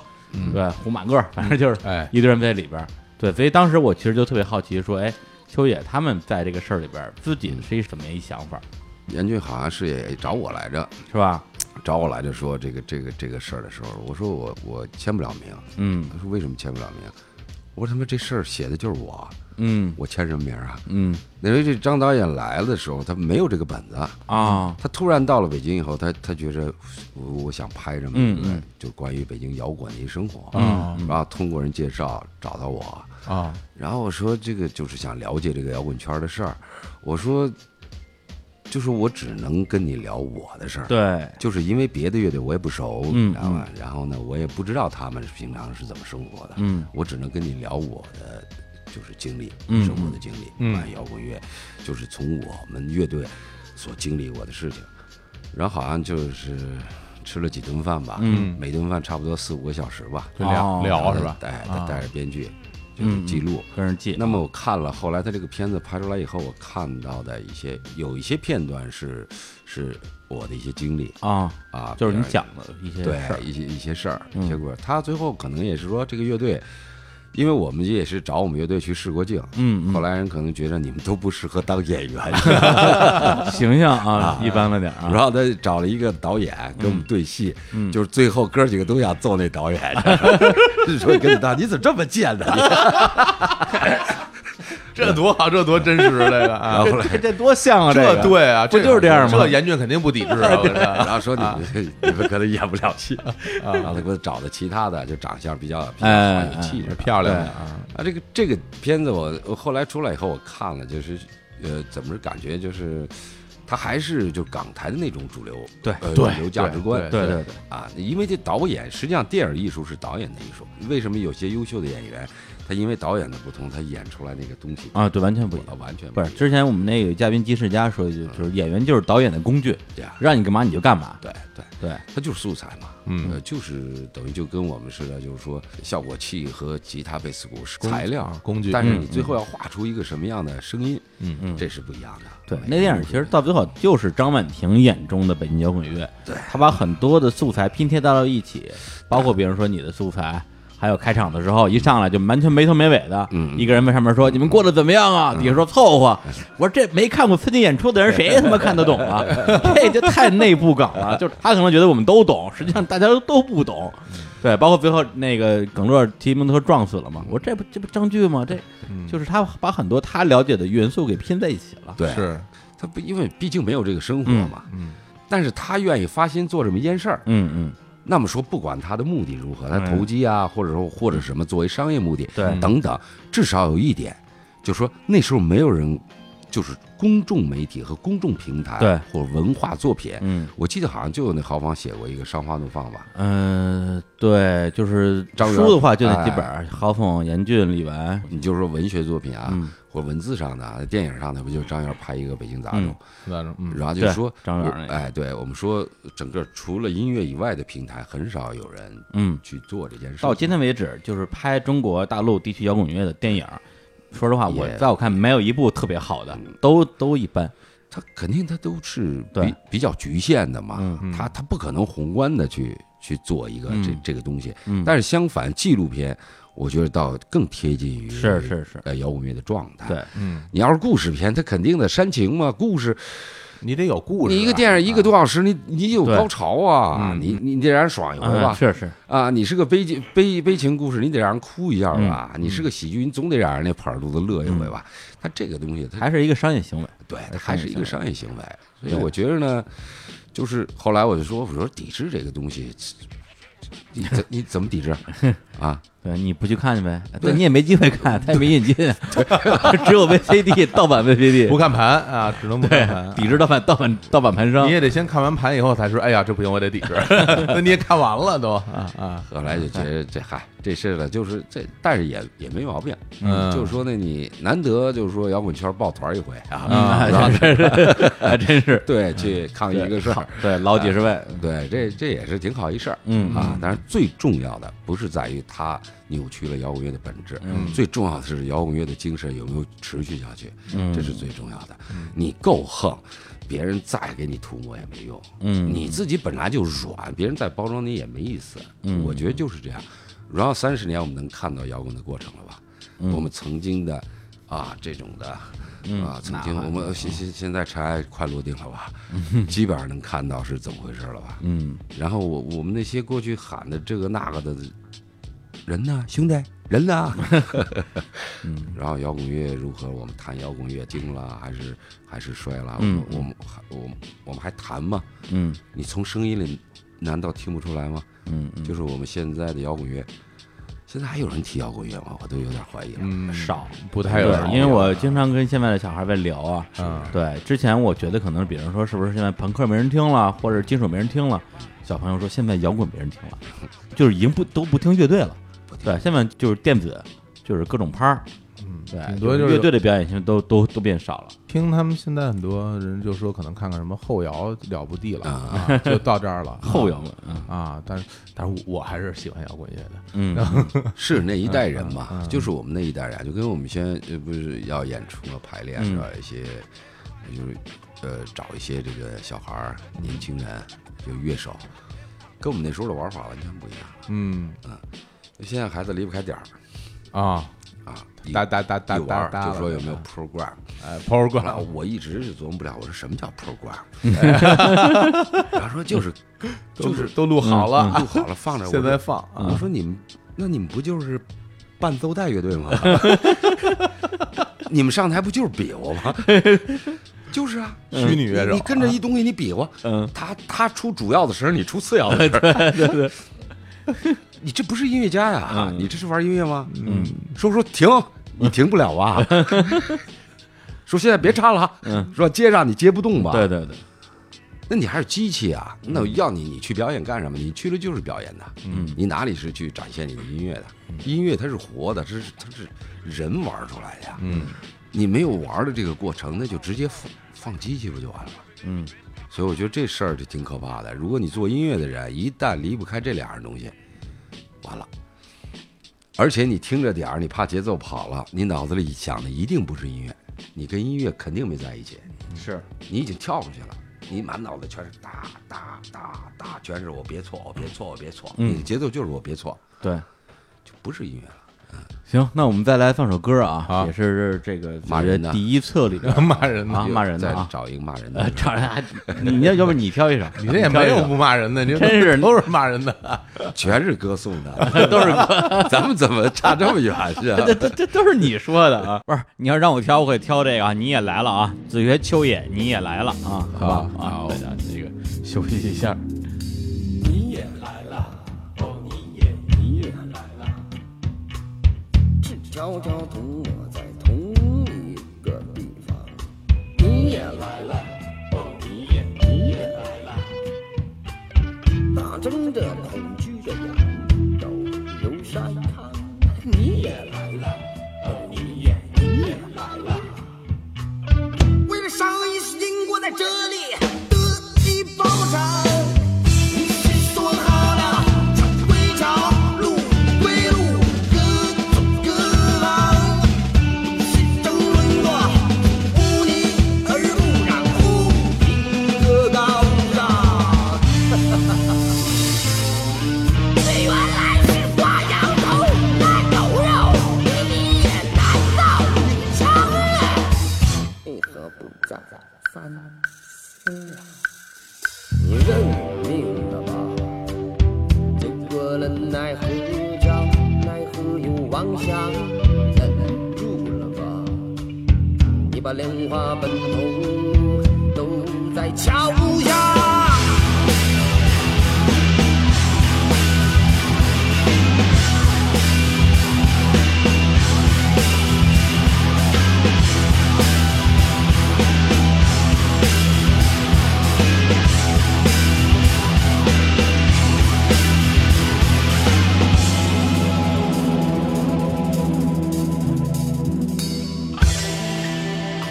对，胡马个儿，反正就是
嗯哎
一堆人在里边儿。对，所以当时我其实就特别好奇，说，哎，秋野他们在这个事儿里边儿自己是一什么一想法，
严俊好像是也找我来着，
是吧？
找我来着说这个这个这个事儿的时候，我说我我签不了名，
嗯
他说为什么签不了名？我说他妈这事儿写的就是我，
嗯
我签什么名啊？
嗯
那时候这张导演来了的时候，他没有这个本子，
啊
他突然到了北京以后，他他觉着我我想拍什么，
嗯
对不对
嗯啊
就关于北京摇滚的一生活，
嗯
然后通过人介绍找到我，
啊，
然后我说这个就是想了解这个摇滚圈的事儿，我说就是我只能跟你聊我的事儿，
对，
就是因为别的乐队我也不熟，
嗯
知道吧？然后呢，我也不知道他们平常是怎么生活的，
嗯
我只能跟你聊我的就是经历，
嗯
生活的经历，
嗯
关于摇滚乐，就是从我们乐队所经历过的事情。然后好像就是吃了几顿饭吧，
嗯
每顿饭差不多四五个小时吧，
就聊
哦
聊是吧？
带
啊
带着编剧就是
嗯
记录。
跟人记，
那么我看了，后来他这个片子拍出来以后，我看到的一些有一些片段是是我的一些经历
啊，
啊，
就是你
比如
讲的一些
对
事儿，
一些一些事儿，
嗯
结果他最后可能也是说这个乐队因为我们也是找我们乐队去试过镜，
嗯嗯
后来人可能觉得你们都不适合当演员，
形象啊一般了点儿
然
啊，
后他找了一个导演
嗯
跟我们对戏，就是最后哥几个都想揍那导演， 就是说跟他你怎么这么贱呢？ 你
这多好，这多真实这个
然
啊
后！后 来
这这多像啊，
这
个
对啊，
不就是这样吗
这？严俊肯定不抵制啊！我跟你说
然后说你们 你们可能演不了戏，
啊
然后他给我找的其他的就长相比较比较
哎
好有气质，
漂亮的啊！
啊，这个这个片子我我后来出来以后我看了，就是呃，怎么感觉就是，它还是就港台的那种主流
对
呃主
对
流价值观
对对对，
啊，因为这导演实际上电影艺术是导演的艺术，为什么有些优秀的演员，他因为导演的不同，他演出来那个东西
啊，对，完全不一
啊
样。
完全
不
一
是，
样
之前我们那个嘉宾金世佳说一句，就是演员就是导演的工具，
对啊
让你干嘛你就干嘛。
对对。
对，
它就是素材嘛，嗯，就是等于就跟我们似的，就是说效果器和吉他、贝斯鼓是材料
啊工具
嗯
但是你最后要画出一个什么样的声音，嗯嗯，这是不一样的。
对，那电影其实到最后就是张婉婷眼中的北京摇滚乐，对，他把很多的素材拼贴到了一起，包括比如说你的素材。还有开场的时候，一上来就完全没头没尾的，一个人在上面说：“你们过得怎么样啊？”底下说：“凑合。”我说：“这没看过春节演出的人，谁他妈看得懂啊？ 这就太内部梗了。”就是他可能觉得我们都懂，实际上大家都不懂。对，包括最后那个耿乐骑摩托车撞死了嘛，我说这不这不张炬吗？这就是他把很多他了解的元素给拼在一起了。
对，
是
他不因为毕竟没有这个生活嘛，嗯，但是他愿意发心做这么一件事儿，
嗯嗯。
那么说不管他的目的如何，他投机啊，或者说或者什么作为商业目的，
对
等等，至少有一点，就说那时候没有人，就是公众媒体和公众平台，
对
或者文化作品，
嗯
我记得好像就有那豪放写过一个《商花怒放》吧，
嗯，对，就是
张元
书的话就那几本儿，郝凤、严俊、李白，
你就说文学作品啊，
嗯
或者文字上的啊、电影上的，不就张元拍一个《北京杂种》
嗯
那种嗯
然后就
对
说
张元
我
那个
哎，对我们说，整个除了音乐以外的平台，很少有人
嗯，
去做这件事情。
到今天为止，就是拍中国大陆地区摇滚乐的电影儿，说实话，我
也
在我看没有一部特别好的，都都一般。
他肯定他都是
对
比比较局限的嘛，
嗯
他他不可能宏观的去去做一个这、这个东西。
嗯
但是相反，纪录片我觉得倒更贴近于
是是是
呃摇滚乐的状态。
嗯对，
嗯
你要是故事片，它肯定的煽情嘛，故事
你得有故事啊，
你一个电影一个多小时，你你有
对
高潮啊，你你你得让人爽一回吧。
嗯是是，
啊，你是个悲剧悲悲情故事，你得让人哭一下吧。你是个喜剧，你总得让人那跑着肚子乐一回吧。他这个东西，它
还是一个商业行为。
对，它还是一个商业行为。所以
对
我觉得呢，就是后来我就说，我说抵制这个东西，你怎你怎么抵制啊？
对，你不去看去呗，对你也没机会看，他也没引进，啊 只有 VCD 盗版 VCD，
不看盘啊，只能不看盘
对，。抵制盗版盗版盗版盘商
你。也得先看完盘以后才说，哎呀，这不行，我得抵制。那你也看完了都啊啊，
后来就觉得这嗨这事儿呢，就是这，但是也也没毛病。
嗯
就是说呢，你难得就是说摇滚圈抱团一回啊，
啊，真是，还真是，
对，去抗议一个事儿。
对，老几十位，
对，这这也是挺好一事儿，
嗯
啊，但是最重要的不是在于它扭曲了摇滚乐的本质，嗯，最重要的是摇滚乐的精神有没有持续下去，嗯，这是最重要的。你够横，别人再给你涂抹也没用，嗯，你自己本来就软，别人再包装你也没意思，嗯，我觉得就是这样。然后三十年，我们能看到摇滚的过程了吧？我们曾经的啊这种的。啊，曾经我们现现现在尘埃快落定了吧，基本上能看到是怎么回事了吧？
嗯，
然后我我们那些过去喊的这个那个的人呢，兄弟，人呢？
嗯
然后摇滚乐如何？我们谈摇滚乐精了还是还是衰了？
嗯
我们还我们我们还谈吗？
嗯
你从声音里难道听不出来吗？
嗯嗯，
就是我们现在的摇滚乐，现在还有人提摇滚乐吗？我都有点怀疑了。
嗯，
少，
不太有
对
啊人，
因为我经常跟现在的小孩在聊啊，
嗯
对，之前我觉得可能，比如说是不是现在朋克没人听了，或者金属没人听了，小朋友说现在摇滚没人听了，就是已经不都不听乐队了，对，现在就是电子，就是各种拍儿，嗯，对，
挺多就是
乐队的表演性都都都变少了，
听他们现在很多人就说，可能看看什么后摇了不地了，啊、就到这儿了。
后摇滚，嗯
啊，但是但是我还是喜欢摇滚乐的。
嗯
是那一代
嗯
人嘛，就是我们那一代人，就跟我们现在呃不是要演出嘛，排练
嗯
找一些，就是呃找一些这个小孩儿、年轻人，就乐手，跟我们那时候的玩法完全不一样。
嗯，
现在孩子离不开点儿，
啊，
啊，
哒哒哒哒
一玩
哒哒
儿就说
了
有没有 program，
哎，Power
然后
Girl，
我一直是琢磨不了，我说什么叫 program，然后说就是就是
都录好了，啊
录好了嗯放着，我
现在
说
放啊，
我说你们，那你们不就是伴奏带乐队吗？ 你们上台不就是比划吗？ 就是啊，
嗯虚拟乐手啊
你你跟着一东西你比划，
嗯
他他出主要的声儿，你出次要的声儿， 你这不是音乐家
嗯
呀？你这是玩音乐吗？嗯，说说停，你停不了 啊。说现在别插了啊，
嗯
说接上你接不动吧？
对对对，
那你还是机器啊？那要你你去表演干什么？你去了就是表演的，嗯，你哪里是去展现你的音乐的？音乐它是活的，它是它是人玩出来的呀，嗯，你没有玩的这个过程，那就直接放放机器不就完了吗？
嗯，
所以我觉得这事儿就挺可怕的。如果你做音乐的人一旦离不开这两样东西，完了。而且你听着点儿，你怕节奏跑了，你脑子里想的一定不是音乐，你跟音乐肯定没在一起。
是，
你已经跳上去了，你满脑子全是哒哒哒哒，全是我别错，我别错，我别错，
嗯
你的节奏就是我别错，
对。
就不是音乐了。
行，那我们再来放首歌啊
好，
也是这个
骂人的
第一册里边
骂人的
啊，骂人的
再
啊，
找一个骂人 的
呃，， 找人还，你要要不你挑一首，
啊
你这也
挑
没
一首
有不骂人的，你这
真是
都是骂人的，
全是歌颂 的，都是歌。 咱们怎么差这么远是啊吧？
这这这都是你说的啊！不是，你要让我挑，我会挑这个啊！你也来了啊，子曰秋野，你也来了啊，好吧？啊，大家这个休息一下。
你也来了，哦，你也你也来了，
是悄悄同我在同一个地方。你也来了，
哦，你也你也来了，
打睁着恐惧的眼，都流山看。你也来了，
哦，你也你也来了，
为了上一世因果在这里得以报偿。你是多么好的船归潮，路归路，各走各忙。是争论过，无理而不让，无凭可高尚。
你原来是挂羊头卖狗肉，你也难道强烈？
为何不再三思啊？你认命了吧？这个人奈何强，奈何有妄想，忍住了吧？你把莲花本头都在敲下。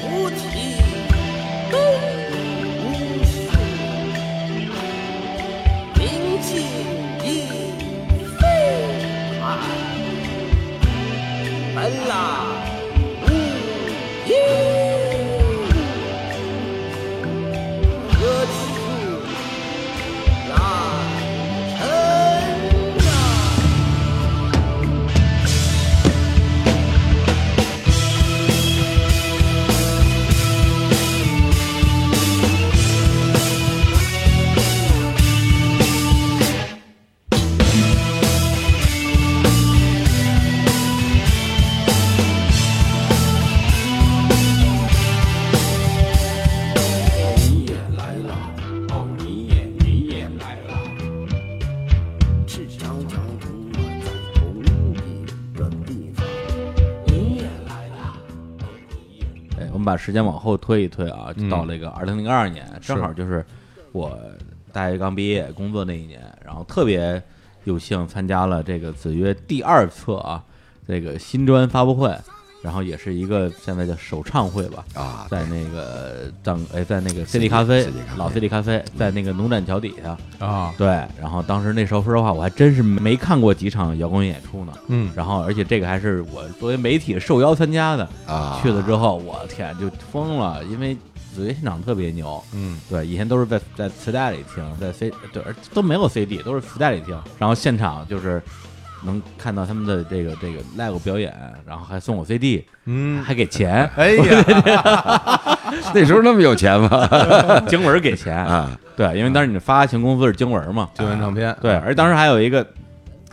菩提本无树，明镜亦非台。本来无一物，何处来尘埃？
你也来了，哦，你也你也来了，
是悄悄同我在同一个地方。
你也来了，
哎，我们把时间往后推一推啊，就
嗯
到了一个二零零二年，正好就是我大学刚毕业工作那一年，然后特别有幸参加了这个子曰第二册啊，这个新专发布会，然后也是一个现在叫首唱会吧，
啊，
在那个藏哎，在那个 CD 咖啡
CD 咖啡嗯
老 CD 咖啡，在那个农展桥底下。
啊，
对，然后当时那时候说实话，我还真是没看过几场摇滚演出呢。
嗯
然后而且这个还是我作为媒体受邀参加的
啊
去了之后，我天就疯了，因为子越现场特别牛。
嗯，
对，以前都是在在磁带里听，在 C 对而都没有 CD，都是磁带里听，然后现场就是。能看到他们的这个这个 live 表演，然后还送我 CD，
嗯，
还给钱，
哎呀，
那时候那么有钱吗？
经文给钱
嗯
啊，
对，因为当时你发行公司是经文嘛，啊
新闻唱片，
对，而当时还有一个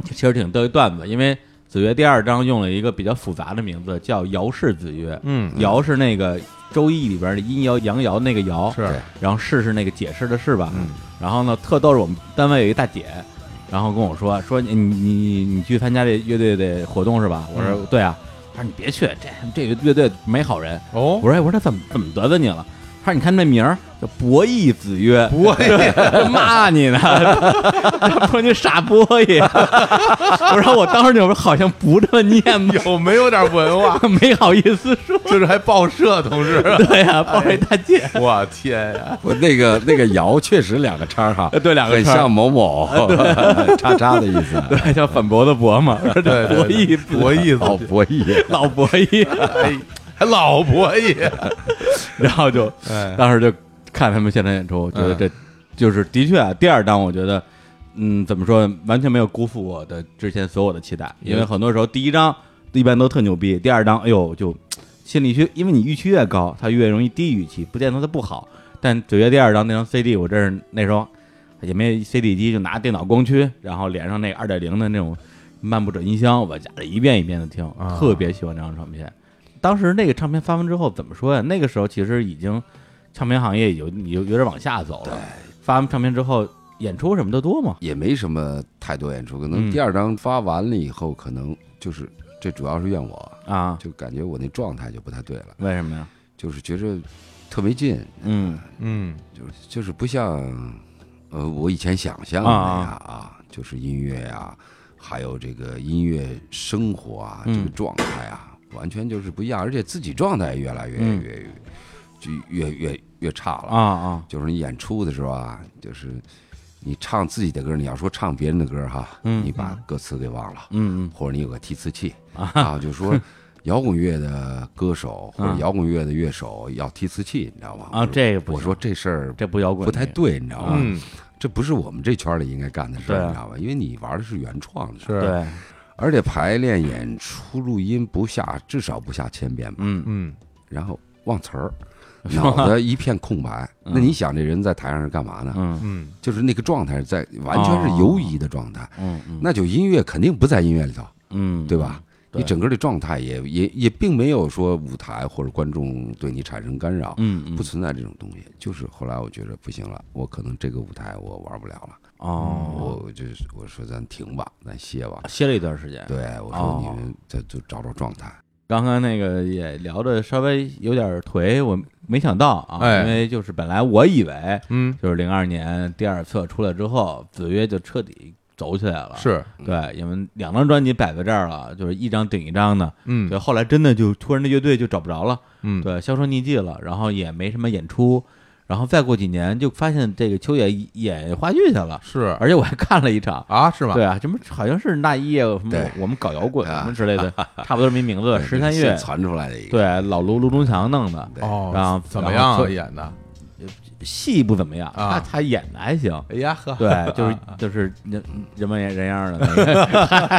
其实挺逗一段子，因为子曰第二章用了一个比较复杂的名字，叫尧氏子曰，
嗯，
尧是那个《周易》里边的阴爻阳爻那个爻，
是
然后是是那个解释的是吧？嗯，然后呢，特逗是我们单位有一大姐，然后跟我说说你你你你去参加这乐队的活动是吧？我说、对啊，她说你别去，这这个乐队没好人。
哦
我，说哎，我说他怎么怎么得罪你了？他说你看这名儿叫博弈子曰，
博
弈 骂你呢， 说你傻博弈。 我说我当时就好像不这么念吧，
有没有点文化？
没好意思说。
就是还报社同志，
对呀、抱着一大 姐。
我天呀，
我那个那个尧确实两个叉
啊
哈，
对两个
很
叉
像某某 叉叉的意思。
对，叫反驳的驳嘛，说
对
这博弈
对博弈
哦，博弈，
老博弈，
哎，还老博 弈，
然后就
哎
当时就看他们现场演出，我觉得这就是的确啊，第二档我觉得，嗯，怎么说，完全没有辜负我的之前所有的期待，因为很多时候第一张一般都特牛逼，第二张哎呦就心里去，因为你预期越高，它越容易低预期，不见得它不好，但九月第二张那张 CD，我真是那时候也没 CD 机，就拿电脑光驱，然后连上那二点零的那种漫步者音箱，我家里一遍一遍的听，特别喜欢这张唱片。当时那个唱片发完之后，怎么说呀？那个时候其实已经唱片行业有有有点往下走了。发完唱片之后，演出什么的多嘛？
也没什么太多演出，可
嗯
能第二张发完了以后，可能就是这主要是怨我，
啊，
就感觉我那状态就不太对了，
为什么呀？
就是觉着特没劲，
嗯
嗯
就是就是不像呃我以前想象的那样啊，就是音乐啊，还有这个音乐生活啊，
嗯
这个状态啊，完全就是不一样，而且自己状态也越来越
嗯
越越就越越越差了
啊啊，
就是你演出的时候啊，就是你唱自己的歌，你要说唱别人的歌哈，
嗯
你把歌词给忘了，
嗯
或者你有个提词器啊，就说摇滚乐的歌手或者
嗯
摇滚乐的乐手要提词器，你知道吗？
啊
我说
这个不
我说这事儿
嗯，这不摇滚，
不太。对，你知道吗？
嗯，
这不是我们这圈里应该干的事
对
儿，
啊
你知道吧？因为你玩的是原创的，
是，
对，
而且排练、演出、录音不下至少不下千遍吧，
嗯
嗯，
然后忘词 儿。脑子一片空白，那你想这人在台上是干嘛呢？
嗯哦
嗯，
就是那个状态在完全是游移的状态，
嗯嗯
那就音乐肯定不在音乐里头，
嗯，
对吧？
对
你整个的状态也也也并没有说舞台或者观众对你产生干扰，
嗯？嗯
不存在这种东西。就是后来我觉得不行了，我可能这个舞台我玩不了了，
哦，啊
我我就是我说咱停吧，咱歇吧。
歇了一段时间。
对，我说
哦
你们这就找找状态。
刚刚那个也聊的稍微有点颓，我没想到啊，
哎
因为就是本来我以为
嗯，
就是零二年第二册出来之后，子曰就彻底走起来了。
嗯是，
对，因为两张专辑摆在这儿了，就是一张顶一张的。
嗯
对，后来真的就突然这乐队就找不着了，
嗯，
对，销声匿迹了，然后也没什么演出，然后再过几年就发现这个秋野演话剧去了，
是
而且我还看了一场。
啊，是吗？
对啊，什么好像是那一夜什么
对
我们搞摇滚
啊
什么之类 的，差不多这么一名字。十三
现
月，
传出来的一个，
对，老卢卢中强弄的，然后
哦，怎么
然
样
后
啊
就
演的？
戏不怎么样，他
啊
他演的还 行，
哎呀呵，
对，就是就是人人模人样的那 个，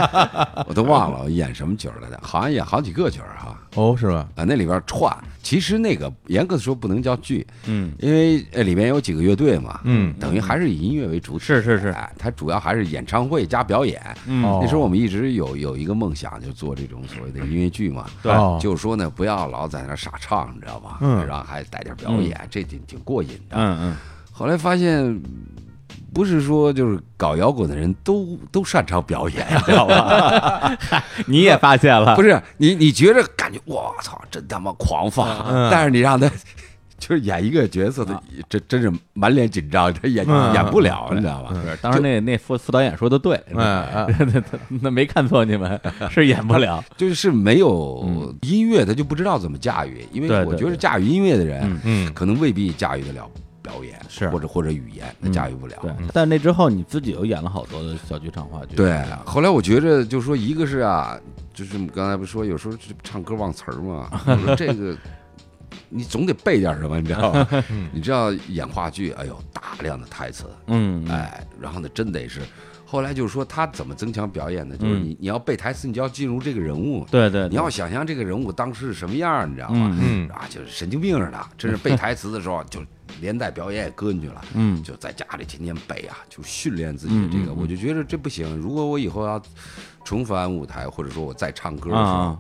我都忘了我演什么曲儿来着，好像演好几个曲儿哈。
哦，是吧？
啊，那里边串，其实那个严格的说不能叫剧，
嗯，
因为呃里面有几个乐队嘛，
嗯，
等于还是以音乐为主体，
是是是
哎，它主要还是演唱会加表演。
嗯
哦
那时候我们一直有有一个梦想，就做这种所谓的音乐剧嘛，
对
哦
就是说呢，不要老在那儿傻唱，你知道吧？
嗯
然后还带点表演，这挺挺过瘾的。
嗯嗯，
后来发现。不是说就是搞摇滚的人都都擅长 表演，你知道吧？
你也发现了，
不是你，你觉着感觉我操，真他妈狂
嗯
放，但是你让他 就是演一个角色
啊
的，这真是满脸紧张，他演
嗯
演不了，你知道吧？
是，当时那那副副导演说的对，
嗯嗯
那没看错你们，是演不了，
就是没有音乐，他就不知道怎么驾驭，因
嗯对对
为我觉
对
得驾驭音乐的人
嗯，
嗯
可能未必驾驭得了表演，
是嗯
或者或者语言，他驾驭不了。
对。但那之后你自己又演了好多的小剧场话剧，
对，后来我觉着，就说一个是啊，就是我们刚才不是说有时候这唱歌忘词儿嘛，我说这个你总得背点 什么，你知道吧？
嗯
你知道演话剧，哎呦，大量的台词，
嗯，嗯，
哎，然后呢，真得是后来就是说他怎么增强表演呢？就是你你要背台词，你就要进入这个人物，
嗯对对，对
你要想象这个人物当时是什么样儿，你知道吗？
嗯嗯
啊，就是神经病似的，真是背台词的时候就连带表演也搁进去了。
嗯
就在家里天天背啊，就训练自己的这个。我就觉得这不行，如果我以后要重返舞台，或者说我再唱歌的时候，
啊，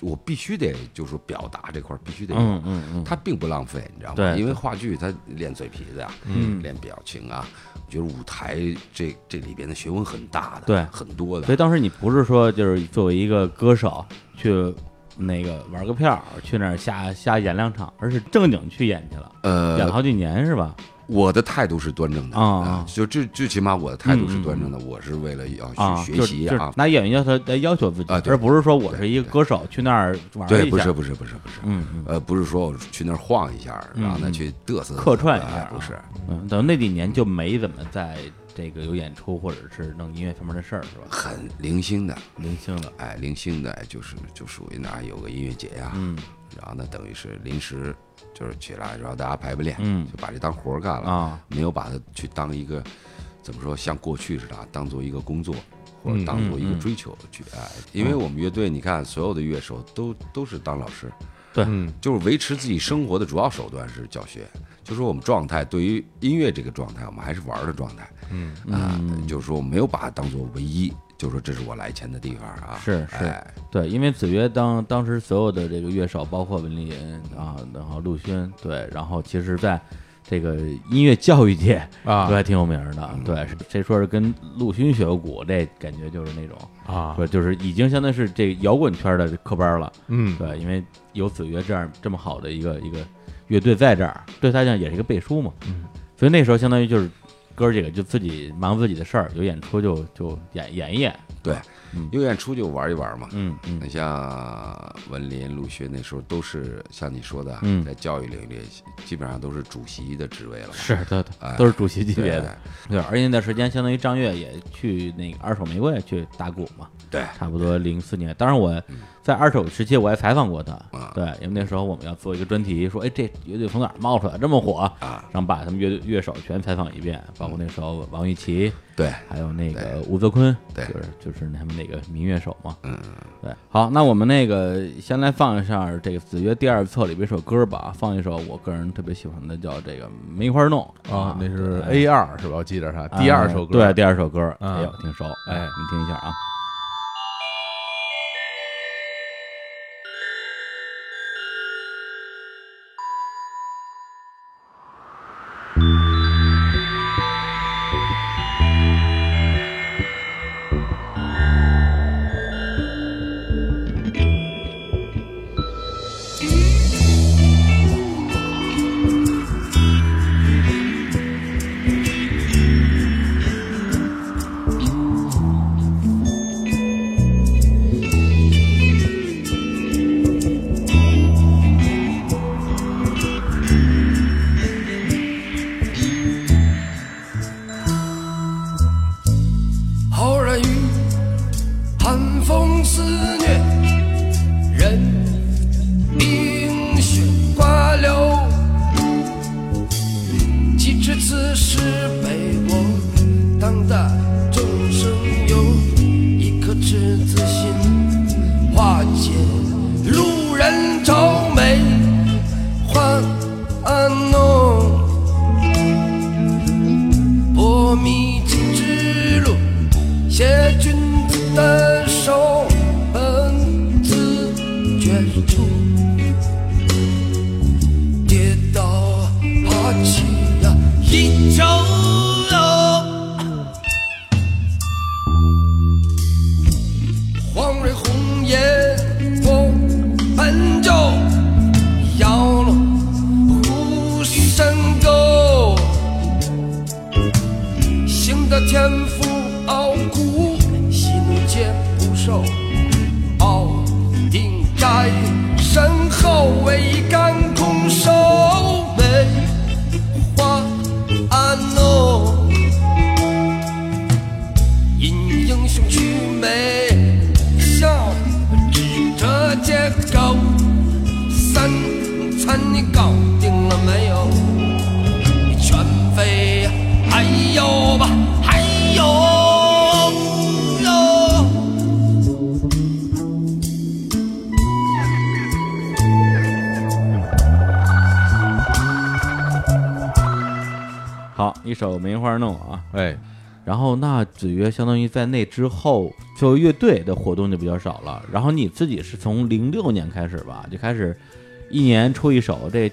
我必须得就是说表达这块儿必须得有。
嗯嗯嗯，
它并不浪费，你知道吗？
对
因为话剧它练嘴皮子呀、嗯，练表情啊，我觉得舞台这这里边的学问很大的，
对
很多的
所以。当时你不是说就是作为一个歌手去那个玩个票儿去那儿瞎瞎演两场，而是正经去演去了，
呃
演了好几年是吧？
我的态度是端正的
啊啊
就最最起码我的态度是端正的，我是为了要
啊，
去学
就是
习
就是
啊，
拿演员要求来要求自己，
啊对
而不是说我是一个歌手去那儿玩儿
对，
一
不
下
是，不是不是不是，
嗯嗯
呃，不是说我去那儿晃一下，然后呢去嘚瑟
客串一下
哎
啊
不是，
嗯，等于那几年就没怎么在这个有演出或者是弄音乐方面的事儿是吧？
很零星的，
零星的，
哎，零星的就是就属于哪有个音乐节呀、
嗯
然后呢等于是临时就是起来，然后大家排排练，
嗯
就把这当活儿干了，
啊，
没有把它去当一个怎么说，像过去似的啊，当做一个工作。或者当做一个追求去哎，因为我们乐队，你看所有的乐手都都是当老师，
对，
就是维持自己生活的主要手段是教学，就说我们状态对于音乐这个状态，我们还是玩儿的状态，嗯啊，就是说我没有把它当做唯一，就说这是我来钱的地方啊，
是是
哎
对，因为子曰当当时所有的这个乐手，包括文丽人啊，然后陆勋，对，然后其实在这个音乐教育界
啊
都还挺有名儿的。对，谁说是跟陆勋学过鼓，这感觉就是那种，
啊，
不就是已经相当于是这摇滚圈的科班了。
嗯，
对，因为有子曰这样这么好的一个一个乐队在这儿，对他来讲也是一个背书嘛。嗯，所以那时候相当于就是哥儿几个就自己忙自己的事儿，有演出就就演演一演。
对，有演出就玩一玩嘛。
嗯嗯
那像文林、陆学那时候都是像你说的，啊
嗯
在教育领域里基本上都是主席的职位了嘛，
是，对
哎
对，都是主席级
对哎
别的。对，而且那段时间，相当于张悦也去那个二手玫瑰去打鼓嘛，
对
差不多零四年。当然，我在二手时期我还采访过他
嗯啊，
对，因为那时候我们要做一个专题，说哎这乐队从哪儿冒出来这么火，
啊，
然后把他们乐队乐手全采访一遍，包括那时候王玉琦，
对，
还有那个吴泽坤，
对
就是就是他们那个民乐手嘛，
嗯，
对。好，那我们那个先来放一下这个子曰第二册里边一首歌吧，放一首我个人特别喜欢的叫这个《梅花弄》
啊，那是
对呃
A 二是吧？我记着它第二首歌，
对，第二首歌，
嗯
哎呦，挺熟，
哎
你听一下啊。
浩然雨，寒风肆虐，人冰雪瓜柳。岂知此时北国，当代众生有一颗赤子心，化解路人愁眉欢弄。波迷津之路，携君子的手，奔自绝处。跌倒爬起呀，一条路。黄蕊红颜我本就摇落无声沟。行得天赋傲骨，喜怒皆不受。傲定在身后，未敢空手梅花安弄。因英雄去美笑，指着街口，三餐你搞定了没有？全飞，还有吧，还有。
一首《梅花弄》啊，
哎，
然后那子曰相当于在那之后，就乐队的活动就比较少了。然后你自己是从零六年开始吧，就开始一年出一首，这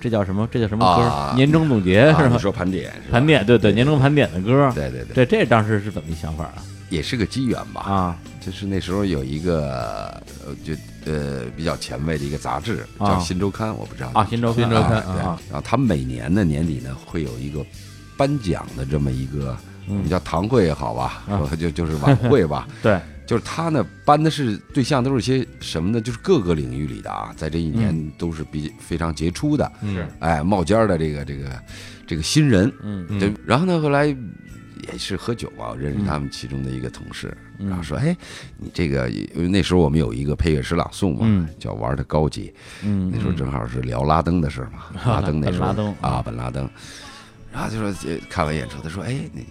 这叫什么？这叫什么歌？
啊
年终总结、
啊
是
你
吧？
说盘点是吧？
盘点对对，年终盘点的歌。
对对
这
对，
这当时是怎么一想法啊？
也是个机缘吧。
啊，
就是那时候有一个呃，就呃比较前卫的一个杂志叫
啊
《新周刊》，我不知道
啊新周刊
你知道吗
新周刊
啊对
啊
然后他每年的年底呢，会有一个颁奖的这么一个，你叫堂会也好吧，
嗯啊
说就就是晚 会吧，
对，
就是他呢颁的是对象都是些什么呢？就是各个领域里的啊，在这一年都是比非常杰出的，
嗯是
哎，冒尖儿的这个这个这个新人，
嗯
对，然后呢，后来也是喝酒嘛，我认识他们其中的一个同事，
嗯
然后说：“哎，你这个因为那时候我们有一个配乐诗朗诵嘛，
嗯
叫玩的高级，
嗯
那时候正好是聊拉登的事儿嘛， 拉登那时候
本拉登
啊，本拉登，然后就说呃看完演出，他说：‘哎，你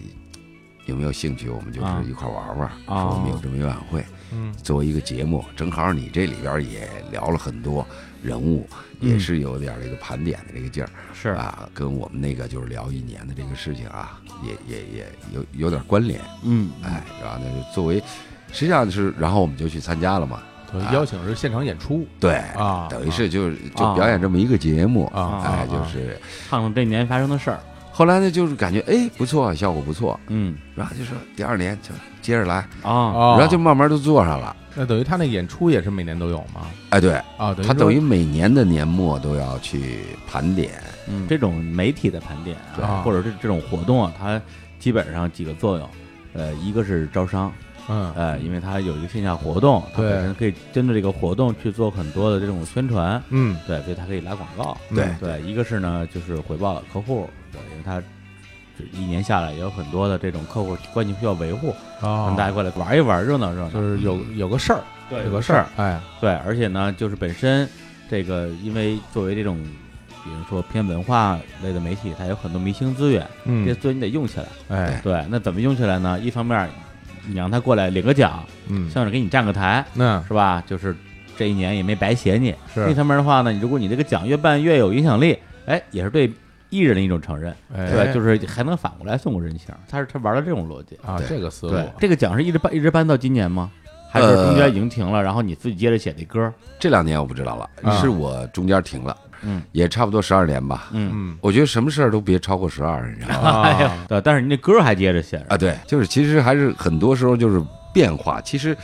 有没有兴趣？我们就是
啊
一块儿玩玩。
哦
说我们有这么一晚会，
嗯
作为一个节目，正好你这里边也聊了很多人物，也是有点儿这个盘点的这个劲儿。
嗯是
啊，跟我们那个就是聊一年的这个事情啊，也也也有有点关联，
嗯
哎，然后呢，就作为实际上是，然后我们就去参加了嘛，
对邀请是现场演出
对，
啊，
哎等于是就是
啊
就表演这么一个节目，
啊
哎
啊，
就是
唱唱这年发生的事儿。
后来呢，就是感觉哎不错，效果不错，
嗯
然后就说第二年就接着来，
啊
啊，
然后就慢慢都做上了，
那等于他那演出也是每年都有嘛
哎，对
啊，
他等于
说
每年的年末都要去盘点，
嗯，这种媒体的盘点
对
啊，或者是这种活动啊，它基本上几个作用，呃，一个是招商，
嗯
呃，因为它有一个线下活动，它
对
本身可以针对这个活动去做很多的这种宣传，
嗯
对，所以它可以拉广告。
对
嗯
对，一个是呢，就是回报客户，对，因为它这一年下来也有很多的这种客户关系需要维护，让大
啊，
家过来玩一玩，热闹热嗯
就
闹。
是有有个事儿，
对
有个事儿，哎，
对，而且呢，就是本身这个，因为作为这种，比如说偏文化类的媒体，它有很多明星资源，这些
嗯，
资源你得用起来。
哎，
对，那怎么用起来呢？一方面，你让他过来领个奖，
嗯，
像是给你站个台，
那
是吧？就是这一年也没白写你。
是
另一方面的话呢，你如果你这个奖越办越有影响力，哎，也是对艺人的一种承认，
哎
对吧？就是还能反过来送个人情，他是他玩了这种逻辑。
啊，
对
这个思路
对，这个奖是一直办一直办到今年吗？还是中
呃
间已经停了，
嗯
然后你自己接着写那歌？
这两年我不知道
啊
了，是我中间停了，
嗯，
也差不多十二年吧，
嗯，
嗯
我觉得什么事儿都别超过十二，你知道吗？
哎
啊，
呀，对，但是你那歌还接着写着
啊，对，就是其实还是很多时候就是变化。其实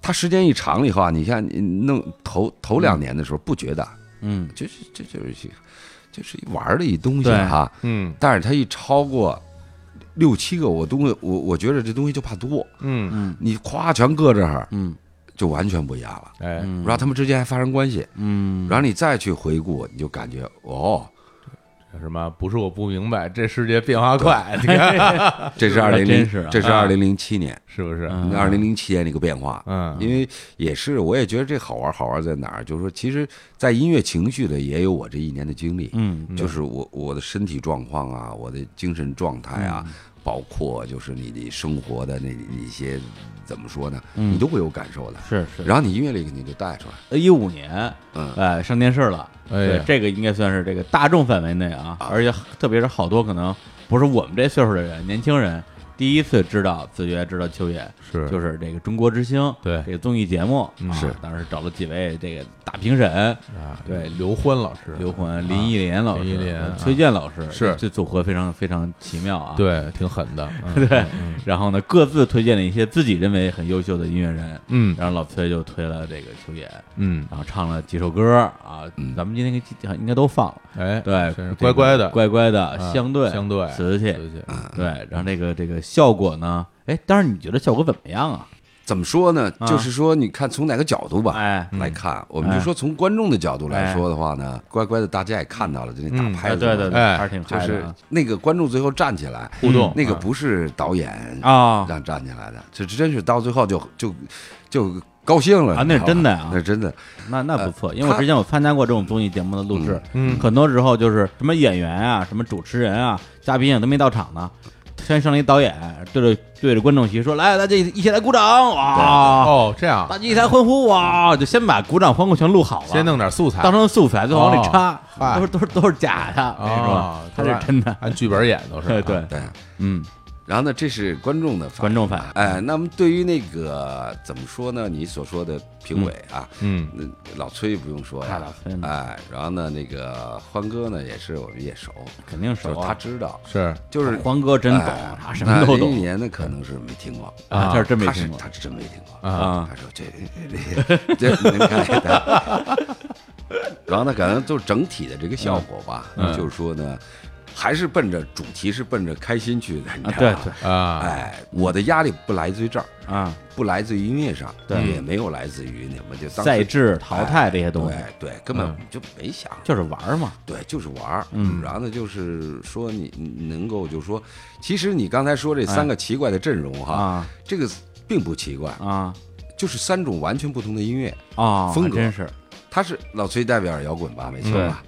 它时间一长了以后啊，你像你弄头头两年的时候不觉得，
嗯，
就是这就是一就是一玩儿的一东西哈。
嗯
但是它一超过六七个，我东西我我觉得这东西就怕多，
嗯，
你夸全搁这儿，
嗯，
就完全不一样了。
哎，
然后他们之间还发生关系，
嗯，
然后你再去回顾，你就感觉 哦，
叫什么？不是我不明白，这世界变化快，你看
这是
还
二零
真是
零
啊，
这是
啊
二零零七年，
是不是？
嗯
二零零七年这个变化，
嗯，
因为也是，我也觉得这好玩，好玩在哪儿？就是说，其实，在音乐情绪里也有我这一年的经历，
嗯，
就是我我的身体状况啊，我的精神状态啊，
嗯
包括就是你的生活的那一些怎么说呢，你都会有感受的。
嗯是是。
然后你音乐里肯定就带出来，
一五年，
嗯
哎，上电视了，
哎
对，这个应该算是这个大众范围内啊，而且特别是好多可能不是我们这岁数的人，年轻人第一次知道子曰，知道秋野，
是
就是这个中国之星，
对
这个综艺节目
嗯
啊
是
当时找了几位这个大评审，
啊，
对
刘欢老师，
刘欢、林忆莲老师、
啊林忆莲啊
崔健老师，
是
这组合非常非常奇妙啊，
对，挺狠的，嗯
对，然后呢，各自推荐了一些自己认为很优秀的音乐人，
嗯
然后老崔就推了这个秋野，
嗯，
然后唱了几首歌啊，咱们今天应该都放了。
哎，
对
真是，
这个
乖乖的，
乖嗯乖的，
啊
相对
相对
瓷器，
对
对，然后这个这个效果呢？哎，当然你觉得效果怎么样啊？
怎么说呢？
啊
就是说，你看从哪个角度吧，
哎
来看，我们
哎
就说从观众的角度来说的话呢，乖乖的大家也看到了，这那
嗯
打拍
哎，
子，
对对对，
哎
还是挺
就
嗨
是
的啊
那个观众最后站起来
互动
那个
啊
不是导演
嗯
嗯
啊
呃
让站起来的，这真是到最后就就就高兴了
啊那是
你知道吧
真的啊
那是真的。
那那不错，因为我之前我参加过这种综艺节目的录制，
嗯嗯
很多时候就是什么演员啊、什么主持人啊、嘉宾也都没到场呢，先上来一导演，对着对着观众席说：“来，大家一起来鼓掌！”哇，
哦，这样
大家一起来欢呼！哇，就先把鼓掌欢呼全录好了，
先弄点素材，
啊当成素材，再往里
哦
插，
嗨
都是都是都是假的，是吧
哦，？
他
都
是真的，
按剧本演都是啊，
对对，
对。
嗯，
然后呢，这是观众的反应
观众反应
哎，那么对于那个怎么说呢？你所说的评委啊，
嗯，
那老崔不用说
太
呀
老崔，了
哎，然后呢，那个欢哥呢也是我们也熟，
肯定
就
熟
是
啊
他知道，
是
就是
黄哥真懂
哎，
他什么都
那林忆
懂
莲呢，可能是没听过
啊，这是真没
他是
听过
他是真没听过
啊
他说这这这这，你看他， 然后呢，可能就整体的这个效果吧，
嗯
就是说呢，还是奔着主题是奔着开心去的，你
啊，
知
对
道吗？
对
啊，
哎，我的压力不来自于这儿，
啊，
不来自于音乐上，
对
也没有来自于那么就当时哎
赛制淘汰这些东西嗯
对对，根本就没想，
就是玩儿嘛，
对，就是玩儿。嗯，然后呢，就是说你你能够就是说，其实你刚才说这三个奇怪的阵容哈
哎啊，
这个并不奇怪，
啊
就是三种完全不同的音乐，
啊，
风
还
格
真是
他是老崔代表着摇滚吧，没错吧？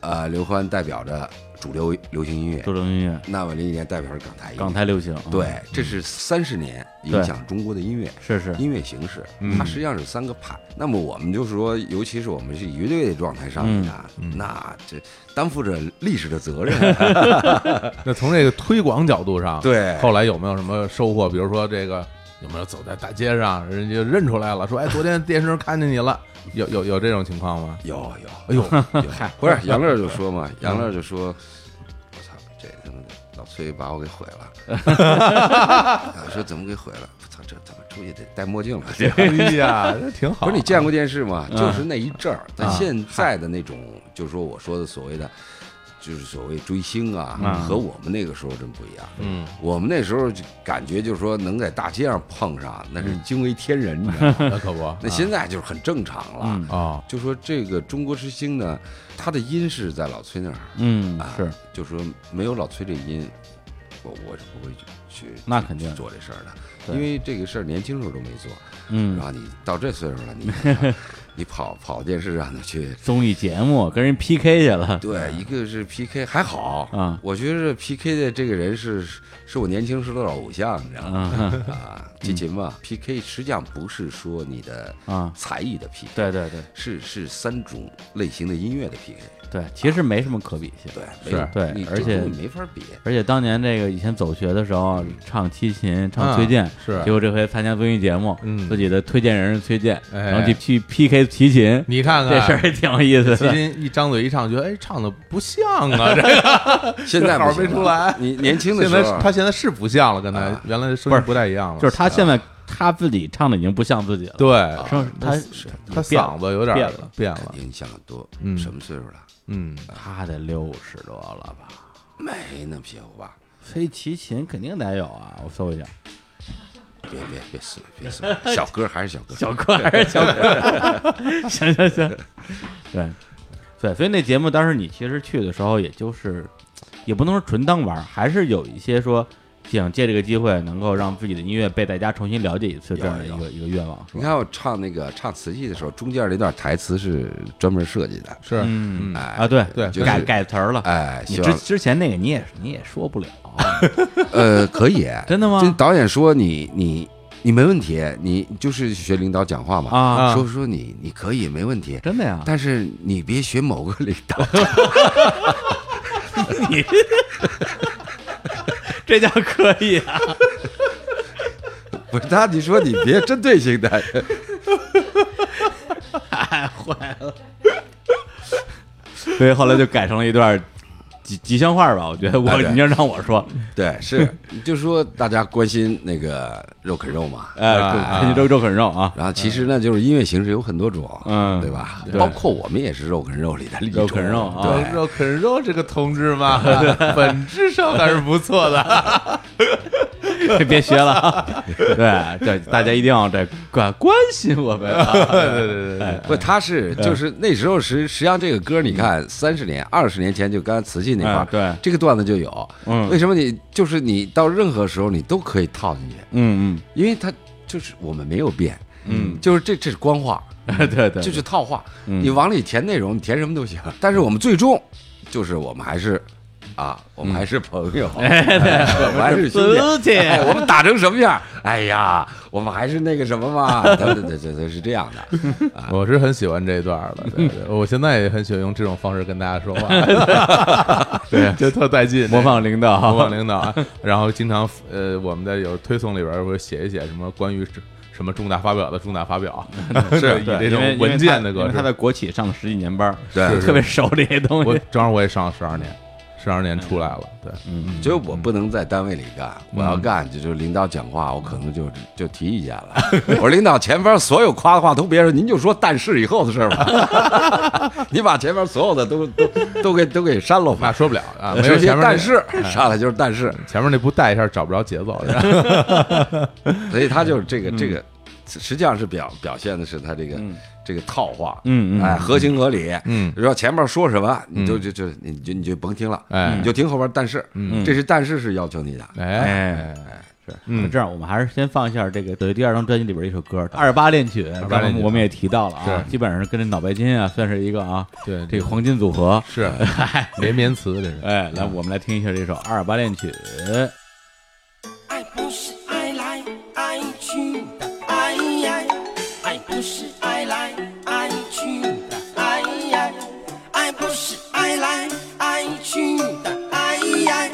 呃，刘欢代表着主流流行音乐，
多种音乐，
那么林忆莲代表着港台音乐。
港台流行，啊
对，这是三十年影响中国的音乐。
是是
音乐形式，它实际上是三个派。那么我们就是说，尤其是我们是乐队的状态上面啊，那这担负着历史的责任。啊
那从这个推广角度上，
对
后来有没有什么收获？比如说这个有没有走在大街上，人家就认出来了，说哎，昨天电视上看见你了，有有有这种情况吗？
有有，
哎呦，
有 不是杨乐就说嘛，杨乐就说，我操，这他妈的老崔把我给毁了。我说怎么给毁了？我操，这他妈出去得戴墨镜了。这
哎呀， 这挺好，
不是你见过电视吗？就是那一阵儿，但现在的那种，就是说我说的所谓的，就是所谓追星啊，和我们那个时候真不一样。嗯，我们那时候就感觉就是说能在大街上碰上，那
嗯
是惊为天人，你知 道吗？
那可不
啊
那现在就是很正常
嗯
了。
嗯 哦，
就说这个中国之星呢，它的音是在老崔那儿，
嗯
啊
是，
就说没有老崔这音，我我是不会去去
那肯定
去做这事儿的，
对
因为这个事儿年轻时候都没做。
嗯
然后你到这岁数了，你 你跑跑电视上的去，
综艺节目跟人 PK 去了，
对，一个是 PK 还好
啊
我觉得 PK 的这个人是是我年轻时候的偶像，你知道吗？啊，齐秦嘛，PK 实际上不是说你的
啊
才艺的 PK，
对对对
是是三种类型的音乐的 PK，
对，其实没什么可比性，
对，没有
是
对
你这
而且
东西没法比，
而且当年这个以前走学的时候，啊唱七琴、唱崔健，
是
结果这回参加综艺节目，
嗯
自己的推荐人是崔健，
哎
然后就去 PK 齐秦，
你看看
这事儿也挺有意思
齐
的。
秦一张嘴一唱，觉得哎，唱的不像 啊，这个
现在
好
不
没
行
出
了
来。
你年轻的
现
时
在
候，
他现在是不像了，跟他
啊
原来的声音不太一样了，
就是他现在他自己唱的已经不像自己了，
对，
声他
是
他嗓子有点
变了
变了，
影响很多，
嗯
什么岁数了？
嗯，
他得六十多了吧？
没那么些吧？
吹齐秦肯定得有啊，我搜一下，
别别别死别死，小哥还是小哥，
小哥还是小哥， 行行行，对对，所以那节目当时你其实去的时候，也就是也不能说纯当玩儿，还是有一些说想借这个机会能够让自己的音乐被大家重新了解一次这样的一
有
个一个愿望，是
你
吧？
看我唱那个唱瓷器的时候，中间那段台词是专门设计的，
是，
嗯
哎
啊，对
对
就是
改改词儿了，
哎，
你
希
之
望
之前那个你也你也说不了，
呃可以，
哎真的吗
这导演说你你你没问题，你就是学领导讲话嘛，
啊
说说你你可以没问题，
真的呀？
但是你别学某个领导，
这叫可以啊，
不是他，你说你别针对性的，
所以后来就改成了一段吉吉祥话吧，我觉得我
啊对
你要让我说，
对，是，你就说大家关心那个肉啃肉嘛，
哎，对肉肉啃肉啊，
然后其实呢，就是音乐形式有很多种，
嗯
对吧？
对
包括我们也是肉啃肉里的一种
肉啃肉啊
对，
肉啃肉这个同志 嘛，本质上还是不错的。
别学了 啊，对对，大家一定要这关关心我们啊，
对对对对对，
不，他是
嗯
就是那时候实实际上这个歌，你看三十年、二十年前就刚才瓷器那块儿
嗯，对
这个段子就有。
嗯
为什么你就是你到任何时候你都可以套进去？
嗯
因为它就是我们没有变，
嗯，
就是这这是官话，
嗯， 对对，
这是套话，
嗯
你往里填内容，你填什么都行。但是我们最终就是我们还是啊，我们还是朋友，
哎对 嗯
我们还是兄
兄弟
弟，哎我们打成什么样？哎呀，我们还是那个什么嘛，对对对对对，是这样的。
我是很喜欢这一段儿的，对对我现在也很喜欢用这种方式跟大 家说话，对，就特带劲，
模仿领导，
模仿领导啊， 然后经常呃，我们在有推送里边儿会写一写什么关于什么重大发表的重大 发表，是以
对
这
因为
种文件的
因为他因
格
为他在
式。
国企上了十几年班儿，
对
就特别熟这些东
我
西。
正好我也上了十二年，十二年出来了，对，
嗯
所以我不能在单位里干，
嗯
我要干就就是领导讲话，我可能就就提意见了。 我说领导，前边所有夸的话都别说，您就说但是以后的事儿吧。 你把前边所有的都都都给都给删了
那
吧。
说不了 啊，没有
直接
前面那
但是 上来就是但是，
前面那不带一下找不着节奏，是吧 嗯
所以他就是这个这个，实际上是表表现的是他这个这个套话，
嗯嗯
哎，合情合理，
嗯
你说前面说什么，你就就就你就你就甭听了，
哎嗯
你就听后边但是，这是但是是要求你的，
哎，
是，
嗯
这样我们还是先放一下这个德云第二张专辑里边一首歌《二十八恋曲》，刚才我们也提到了啊，基本上是跟这脑白金啊算是一个啊，
对
这个黄金组合。
是连绵词这是。
哎，来，我们来听一下这首《二十八恋曲》。
爱不是爱来爱去的，爱呀；爱不是爱来爱去的，爱呀；爱不是爱来爱去的，爱呀；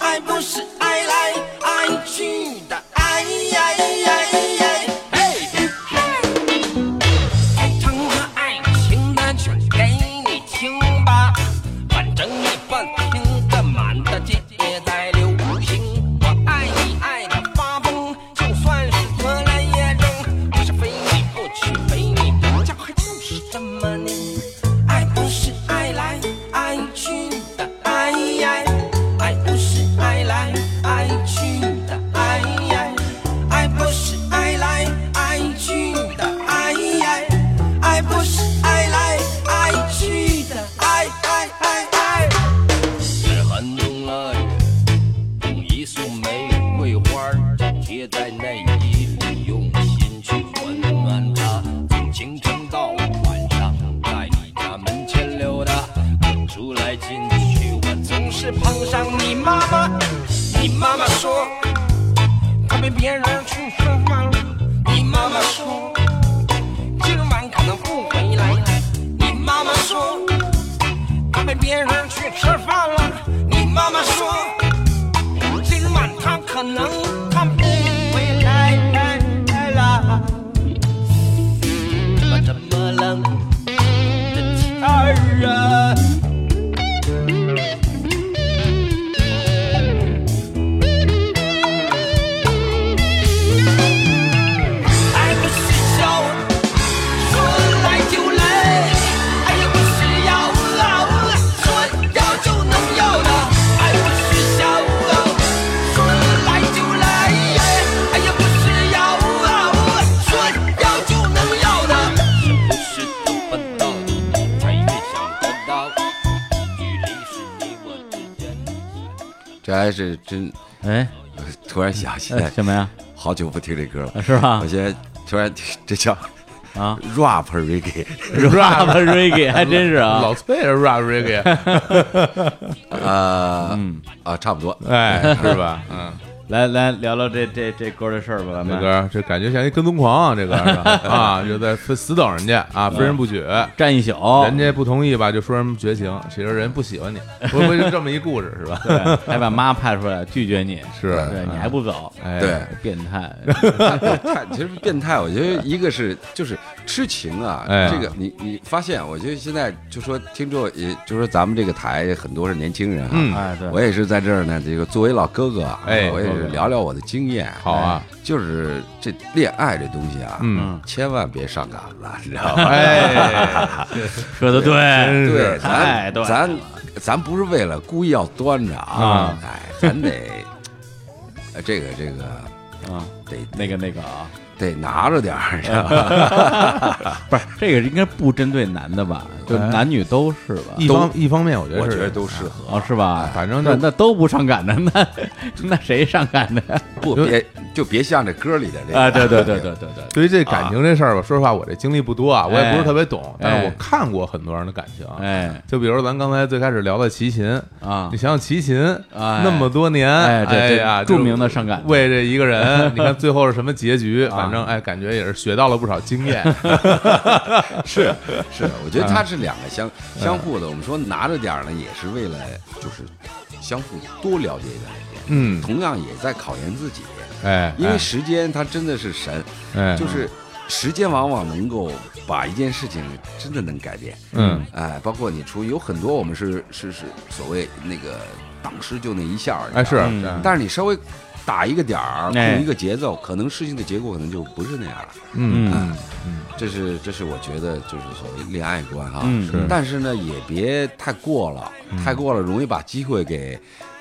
爱不是爱来爱去的，爱呀呀呀！嘿，唱个爱情的曲儿给你听吧，反正你半听的满大街在流行。我爱你爱的发疯，就算是得来也扔，我是非你不娶，非你不嫁，还就是这么拧。爱不是爱来爱去的爱呀，爱不是爱来爱去的爱呀，爱不是爱来爱去的爱呀，爱不是爱来爱去的爱爱爱爱。是寒冬腊月，种一束玫瑰花儿，贴在内衣里，用心去温暖它。从清晨到晚上，在你家门前溜达，出来进去，我总是碰上你妈妈。你妈妈说，可别别人去吃饭了。你妈妈说，今晚可能不回来了。你妈妈说。他跟别人去吃饭了。你妈妈说，今晚他可能他不回来了。怎么这么冷？这天儿啊！爱不是笑，说来就来。爱也不是要，说要就能要的。爱不是笑，说来就来。爱也不是要，说要就能要的。是不是都笨到你才越想得到？距离是你我之间。
这还是真。
哎，
突然想起
哎
来，
什么
啊
呀？
好久不听这歌了，
呃是吧
我现在突然 这叫
啊
rap reggae，
，rap reggae 还真是啊
老。崔也是 rap reggae，
呃
嗯
啊，差不多，
哎，是吧？嗯，
来来聊聊这这这歌的事儿吧，咱
这
们
歌这感觉像一跟踪狂啊，这歌是吧？ 啊，就在非死等人家啊，
嗯
非人不娶，
站一宿，
人家不同意吧，就说什么绝情，其实人不喜欢你， 不不是这么一故事是吧？
对，还把妈派出来拒绝你，
是
对你还不走，
哎，
对
变 态，
态，其实变态，我觉得一个是就是痴情啊，
哎
这个你你发现，我觉得现在就说听众，也就说咱们这个台很多是年轻人啊，
嗯
哎对
我也是在这儿呢，这个作为老哥哥啊，
哎
我也是聊聊我的经验，
好啊
哎，就是这恋爱这东西啊，
嗯，
千万别上杆子，你知道吗？
哎，
说的对，
真
对，
是
太
咱
对了
咱咱不是为了故意要端着啊
啊，
哎，咱得，呃这个这个
啊，
得
那个那个啊，
得拿着点儿，知道吧
不是这个应该不针对男的吧？就
啊哎
男女都是吧？
一方一方面，我觉得是
我
啊
觉得都适合，
哦，是吧？
反正就
那那都不上赶的，那那谁上赶 的呀？
不别就别像这歌里的这个
啊，对对对对对对，
对于这感情这事儿吧，说实话，我这经历不多啊，我也
哎
不是特别懂，但
哎
是我看过很多人的感情。啊
哎
就比如咱刚才最开始聊的齐秦
啊
你想想齐秦
哎
那么多年，
哎
哎
这这
呀，
著名的啊
就是
伤感
为这一个 人，你看最后是什么结局？反正哎，感觉也是学到了不少经 验。
是是，啊我觉得它是两个相相互的。我们说拿着点儿呢，也是为了就是相互多了解一点点，
嗯，
同样也在考验自己，
哎，
因为
哎
时间它真的是神，
哎
就是时间往往能够把一件事情真的能改变。
嗯
哎，包括你出有很多我们是是是所谓那个当时就那一下儿，
哎是，
嗯
是
但是你稍微打一个点儿，
哎
控一个节奏，可能事情的结果可能就不是那样了。
嗯
嗯
这是这是我觉得就是所谓恋爱观哈，
嗯是
但是呢也别太过了，太过了容易把机会给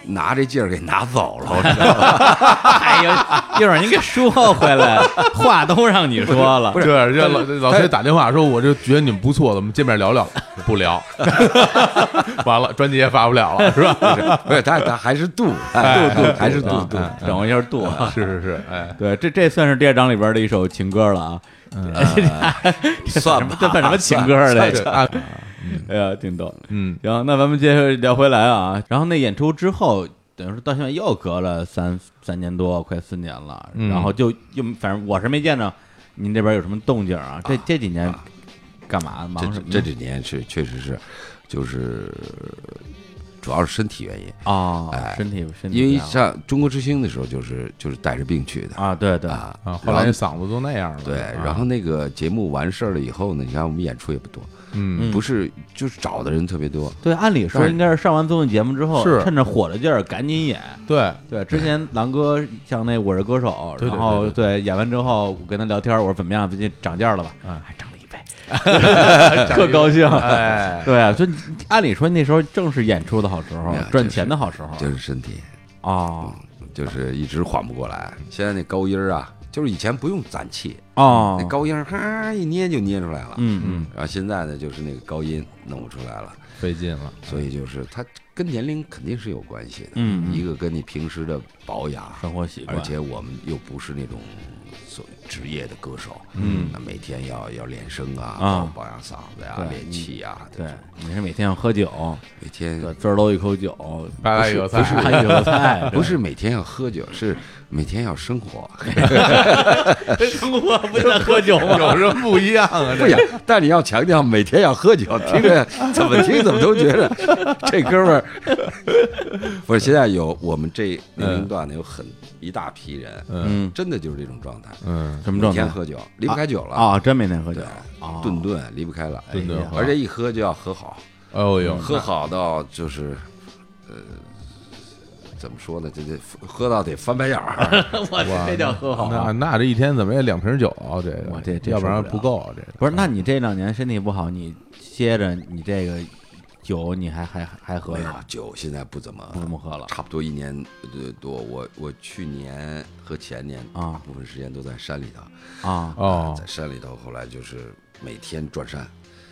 拿这劲儿给拿走了，知 道吧？
哎呀，一会儿您给说回 来，话都让你说了，
对，这老老崔打电话说，我就觉得你们不错，咱们见面聊聊，不聊， 完了专辑也发不了了，是吧？
不是，他他还是度，
哎
哎度度还是度
哎
度，
哎
整一下度
嗯
啊。
是是是，哎，
对，这这算是第二章里边的一首情歌了啊，
嗯算
什么
吧，
这算什么情歌 儿来
对
着？
啊，
哎呀，挺逗。
嗯，
行，那咱们接着聊回来啊。然后那演出之后，等于说到现在又隔了三三年多，快四年了。
嗯
然后就又反正我是没见着您这边有什么动静啊。这这几年干嘛忙什
这
么呢？
这几年是确实是，就是主要是身体原因，
哦
哎，
身体身体
因为
不太好
上中国之星的时候就是就是带着病去的
啊，对对，
啊
啊，后
然
来这嗓子都那样了，
对，
啊
然后那个节目完事儿了以后呢，你看我们演出也不多，
嗯
嗯
不是就是找的人特别多，
对，按理说
对
应该是上完综艺节目之后，
是
趁着火的劲儿赶紧演。
对，
对，之前狼哥像那《我是歌手》，
对对
然后
对
对演完之后，我跟他聊天，我说怎么样，最近涨价了吧？
嗯
还涨了一倍， 特高兴。
哎，
对啊，就你按理说那时候正是演出的好时候
哎呀，
赚钱的好时候啊
就是身体，
哦
就是一直缓不过来。现在那高音儿啊，就是以前不用攒气，
哦
那，高音儿哈一捏就捏出来了。
嗯嗯，
然后现在呢，就是那个高音弄不出来了，
费劲了，
所以就是它跟年龄肯定是有关系的。
嗯嗯
一个跟你平时的保养，
生活习惯
而且我们又不是那种所谓职业的歌手，嗯，那每天要要练声啊，
啊
保养嗓子呀、
对嗯
练气啊，
对，你是每天要喝酒，
每天
对，滋儿搂一口酒，
八大有菜，
还有菜，
不是每天要喝酒，是每天要生 活。
生活不就喝酒吗？
有什么不一样啊？
不
这
呀，但你要强调每天要喝酒，听着怎么听怎么都觉得这哥们儿 不是。现在有我们这年龄段的有很一大批人，
嗯，
真的就是这种状态，
嗯，
什么
每
状
天
态？
喝酒离不开酒了，
啊，真每天喝酒
对，
啊，
顿顿离不开了，
顿顿
哎呀
喝
而且一喝就要喝好，
哦 呦，
喝好到就是，呃，怎么说呢？这这喝到得翻白眼儿。
我这叫喝好
那
啊。
那这一天怎么也两瓶酒啊？这
我
个，
这这
要不然
受不了
不够啊这个。
不是，那你这两年身体不好，你歇着，你这个酒你还还还喝
哎
着
呀，，酒现在不怎么
不怎么喝了
差不多一年呃多。我我去年和前年
啊
大部分时间都在山里头，
啊
哦
在山里头。后来就是每天转山，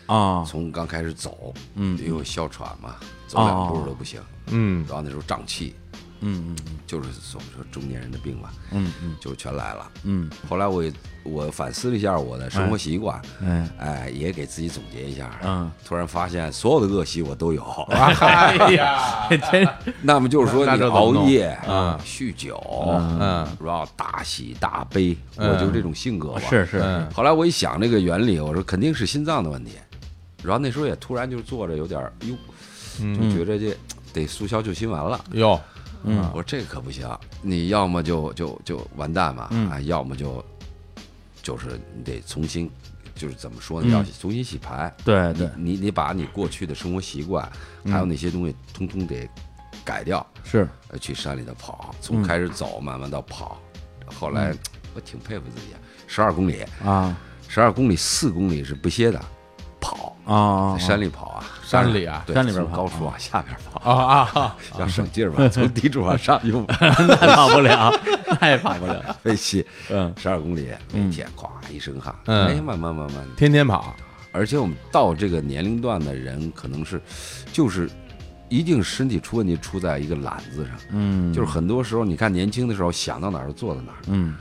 啊，
从刚开始走，
嗯哦
因为哮喘嘛，走两步都不行。
嗯，
然后那时候胀气，
嗯嗯
就是所谓说中年人的病吧，
嗯嗯
就全来了。
嗯，
后来我也我反思了一下我的生活习惯，
哎，
哎，也给自己总结一下，
嗯，
突然发现所有的恶习我都有。
哎呀，
真
那么就是说，
那
你
这怎么
熬
弄
夜、
嗯
酗酒，
嗯
然后大喜大悲，
嗯
我就这种性格吧。
是。是，
嗯
后来我一想这个原理，我说肯定是心脏的问题。然后那时候也突然就坐着有点儿，哟，
嗯
就觉着这得速效救心丸了。
哟，
嗯
我说这可不行，你要么就就就完蛋吧，啊，要么就就是你得重新，就是怎么说呢，要重新洗牌。
对对
你你你把你过去的生活习惯，还有那些东西，通通得改掉。
是，
呃，去山里头跑，从开始走，慢慢到跑，后来我挺佩服自己，十二公里，
啊
十二公里四公里是不歇的，跑，
啊，
在山里跑啊，
山里啊
对
山里边
从
跑
高处往下边跑，
啊啊，
要省劲儿吧，从低处 往上用，
那跑不了，那也跑不了。
废气，
嗯
十二公里，每天咵一身汗，
嗯
哎，慢慢慢慢，
天天跑，
而且我们到这个年龄段的人，可能是就是一定身体出问题出在一个懒字上，
嗯，
就是很多时候，你看年轻的时候想到哪儿就做到哪儿，
嗯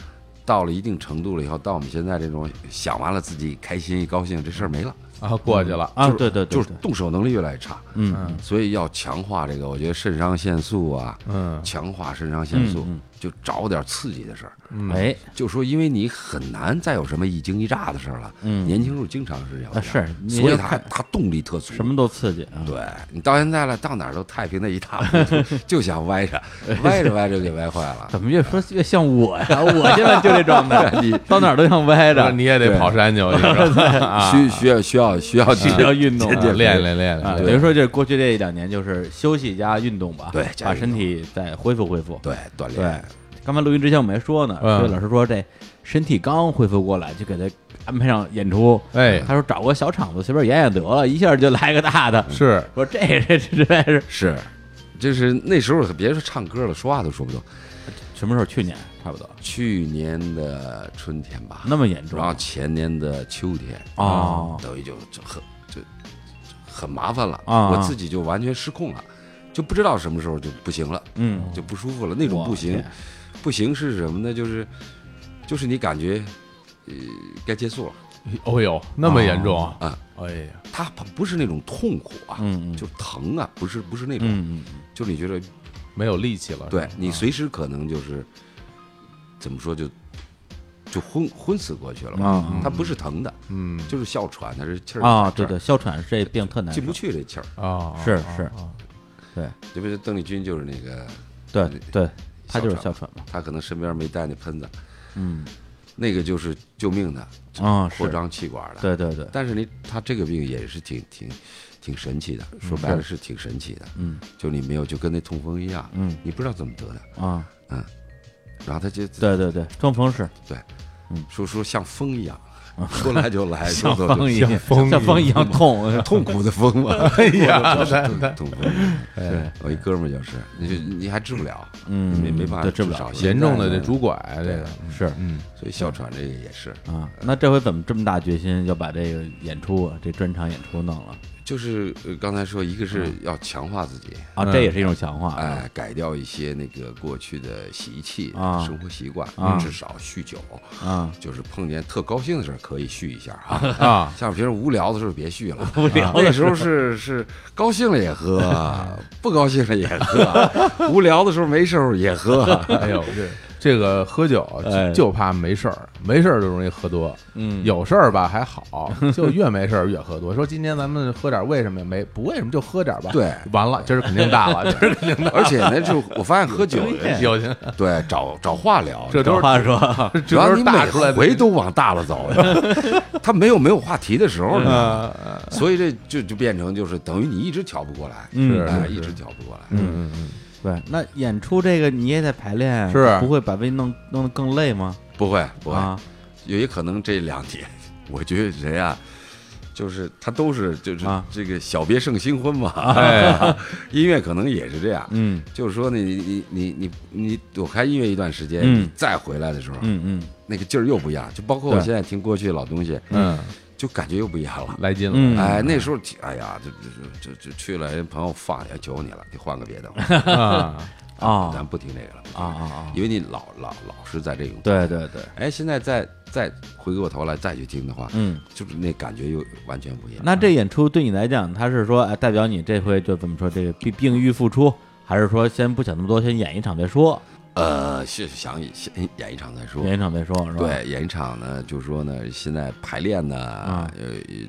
到了一定程度了以后，到我们现在这种想完了自己开心一高兴，这事儿没了，
啊，过去了，
啊，
就是
对对对，
就是
对
动手能力越来越差，
嗯
嗯
所以要强化这个，我觉得肾上腺素啊，
嗯
强化肾上腺素
嗯嗯，
就找点刺激的事儿。
嗯，
哎
就说，因为你很难再有什么一惊一乍的事儿了。
嗯
年轻时候经常是这样
啊是你
所以
要
他
看
他动力特足，
什么都刺激啊，
对你到现在了，到哪儿都太平的一塌糊涂，就想 歪着，歪着歪着给歪坏了。
怎么越说越像我呀？ 我现在就这状态，
你
到哪儿都想歪着
你。也得跑山去，我 跟你说啊
需需要需要需要
需要运动
这
啊
这
练练练
啊，
练，
等于说就是过去这一两年就是休息加运动吧，
对加
把
运
身
动
体再恢复恢复。
对锻
对
炼，，
刚才录音之前我没说呢，
嗯
所以老师说这身体刚恢复过来，就给他安排上演出。
哎
他说找个小场子随便演演得了，一下就来个大的。
是
说这这这这是
是，就是那时候别说唱歌了，说话都说不动。
什么时候？去年差不多，
去年的春天吧，
那么严重
然后前年的秋天啊
哦
等于就就很就就很麻烦了
啊
我自己就完全失控了，就不知道什么时候就不行了，
嗯，
就不舒服了。那种
我
不行
天，
不行是什么呢？就是就是你感觉呃该结束了，
哦呦，那么严重啊
啊！
哎呀，
它不是那种痛苦啊，
嗯嗯
就疼啊，不是不是那种，
嗯嗯
就是你觉得
没有力气了，
对
啊
你随时可能就是怎么说就就昏昏死过去了吧。
啊
它不是疼的，
嗯
就是哮喘，它是气儿
啊，对
这儿
对，哮喘这病特难受
进不，去这气儿。
啊，
是
啊
是
啊
对
这不是邓丽君就是那个，
对对，他就是哮
哮
喘嘛，
她可能身边没带那喷子，
嗯
那个就是救命的，
啊
扩
是，
张气管的。
对对对，
但是你他这个病也是挺挺挺神奇的，说白了是挺神奇的。
嗯
就你没有，就跟那痛风一样，
嗯
你不知道怎么得的。
啊，
然后他就
对对对，装疯 是
说说像风一样，说来就来，说
嗯 像
走就
风一
走
样，像风一样 痛，
痛苦的风嘛。 哎 呀，痛风。
对，
我一哥们儿就是，你就你还治不了，
哎嗯
没没办法
对治不了
少
严重的这拄拐啊这个，
是
所以哮喘这个也是，
啊。那这回怎么这么大决心要把这个演出啊，这专场演出弄了
就是呃刚才说，一个是要强化自己，
嗯啊？这也是一种强化，
哎，改掉一些那个过去的习气、
啊
生活习惯，
啊
至少酗酒，
啊，
就是碰见特高兴的事儿可以酗一下啊。
啊，
像平时无聊的时候别酗 了，啊
无聊的
那时候是是高兴了也喝， 不高兴了也喝，无聊的时候没事儿也喝。
哎呦，这这个喝酒就
哎
就怕没事儿，没事儿就容易喝多。
嗯
有事儿吧还好，就越没事儿越喝多。说今天咱们喝点儿，为什么呀？没不为什么就喝点儿吧。
对，
完了今儿肯定大了，今儿肯定
而且呢，就我发现喝酒
大。有钱，
对找找话聊，
这都
这
是
话 说，
这
主要
都
你
是
每
大出来的
回都往大了走呀， 他没有没有话题的时候呢，
啊，啊
所以这就就变成就是等于你一直调不过来，
嗯
是
哎，
是
一直调不过来，
嗯嗯嗯。对，那演出这个你也得排练，啊
是
不会把胃弄弄得更累吗？
不会不会，
啊，
有一可能这两年，我觉得人啊，就是他都是就是
啊
这个小别胜新婚嘛，
哎
音乐可能也是这样，
嗯
就是说你你你你你躲开音乐一段时间，
嗯
你再回来的时候，
嗯嗯
那个劲儿又不一样，就包括
对
我现在听过去的老东西，
嗯，
就感觉又不一样了。
来劲
嗯
了，
哎，那时候挺，哎呀，这这这这这去了，人朋友放下，求你了，你换个别的吧，
啊，
啊
咱不听这个了，
啊啊啊！
因为你老老老是在这种，
对对对，
哎，现在再再回过头来再去听的话，
嗯。
就是那感觉又完全不一样。
那这演出对你来讲，他是说，哎，代表你这回就怎么说，这个病病愈复出，还是说先不想那么多，先演一场再说，
呃，是想先演一场再说。
演一场再说，是吧？
对，演一场呢，就是说呢，现在排练呢，呃，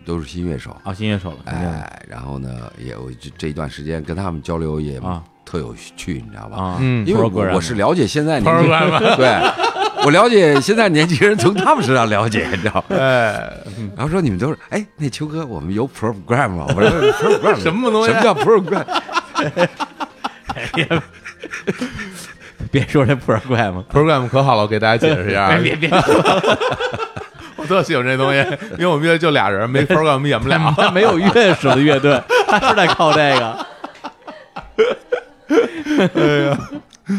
都是新乐手，
啊，新乐手了，肯定
哎，然后呢，也我这这一段时间跟他们交流也
啊
特有趣，你知道吧？
啊，
嗯
因为
头儿果然
我我是了解现在年
头儿
轻
果然
人，对，我了解现在年轻人从他们身上了解，你知道吗？
哎，
然后说你们都是，哎，那秋哥，我们有 program 吗？我说 program
什么东西啊
什么叫 program？
别说这破怪嘛，
program 可好了，我给大家解释一下 啊，
别别，
我特喜欢这东西，因为我们乐队就俩人，没 program 演不了。
他没有乐手的乐队，他是在靠这个。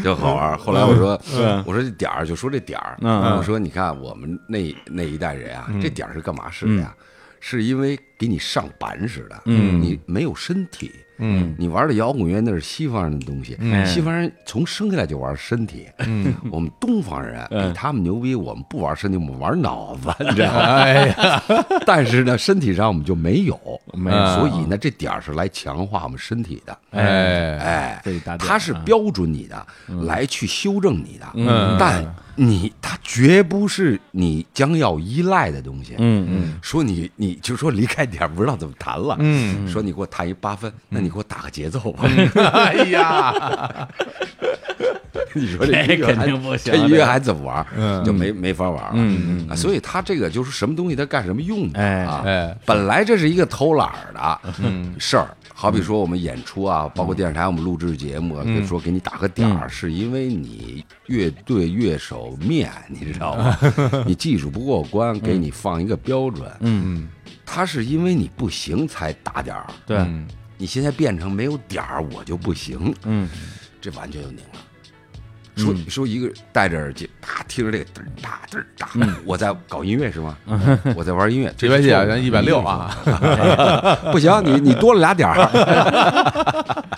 就好玩儿。后来我说
嗯，
我说这点儿就说这点儿，
嗯
我说你看我们那那一代人啊，这点儿是干嘛使的呀？是因为给你上板似的，
嗯
你没有身体，
嗯，
你玩的摇滚乐那是西方人的东西，
嗯
西方人从生下来就玩身体，嗯，我们东方人啊
嗯
比他们牛逼，我们不玩身体，我们玩脑子，你知道吗？
哎呀，
但是呢，身体上我们就没有，
没
有
所以呢，这点儿是来强化我们身体的，
哎，
哎
自己打，点
它是
啊嗯
标准你的，来去修正你的，
嗯
但你它绝不是你将要依赖的东西，
嗯嗯
说你你就说离开点儿不知道怎么弹了，
嗯，
说你给我弹一八分，
嗯
那你给我打个节奏吧，
哎呀，
你说这音乐
这
还
肯定不行啊
这音
这
乐
个
还怎么玩？
嗯
就没没法玩了。嗯嗯，所以他这个就是什么东西它干什么用的
哎
啊？
哎，
本来这是一个偷懒儿的事儿，好比说我们演出啊，包括电视台我们录制节目啊，就说给你打个点儿，是因为你乐队乐手面，你知道吗？你技术不过关，给你放一个标准。
嗯，
他是因为你不行才打点儿，嗯
对，
你现在变成没有点儿我就不行，
嗯
这完全就拧了。说
嗯
说一个戴着耳机，啪听着这个嘚儿哒嘚儿哒，我在搞音乐是吗？我在玩音乐，
嗯这边
是错
好
误的
像一百六，啊，
不行，你你多了俩点儿。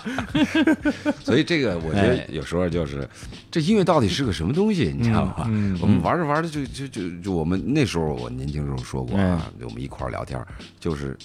所以这个我觉
哎
得有时候就是，这音乐到底是个什么东西，你知道吗？
嗯
嗯我们玩着玩着就就就就我们那时候我年轻时候说过
哎
啊，我们一块儿聊天儿，就是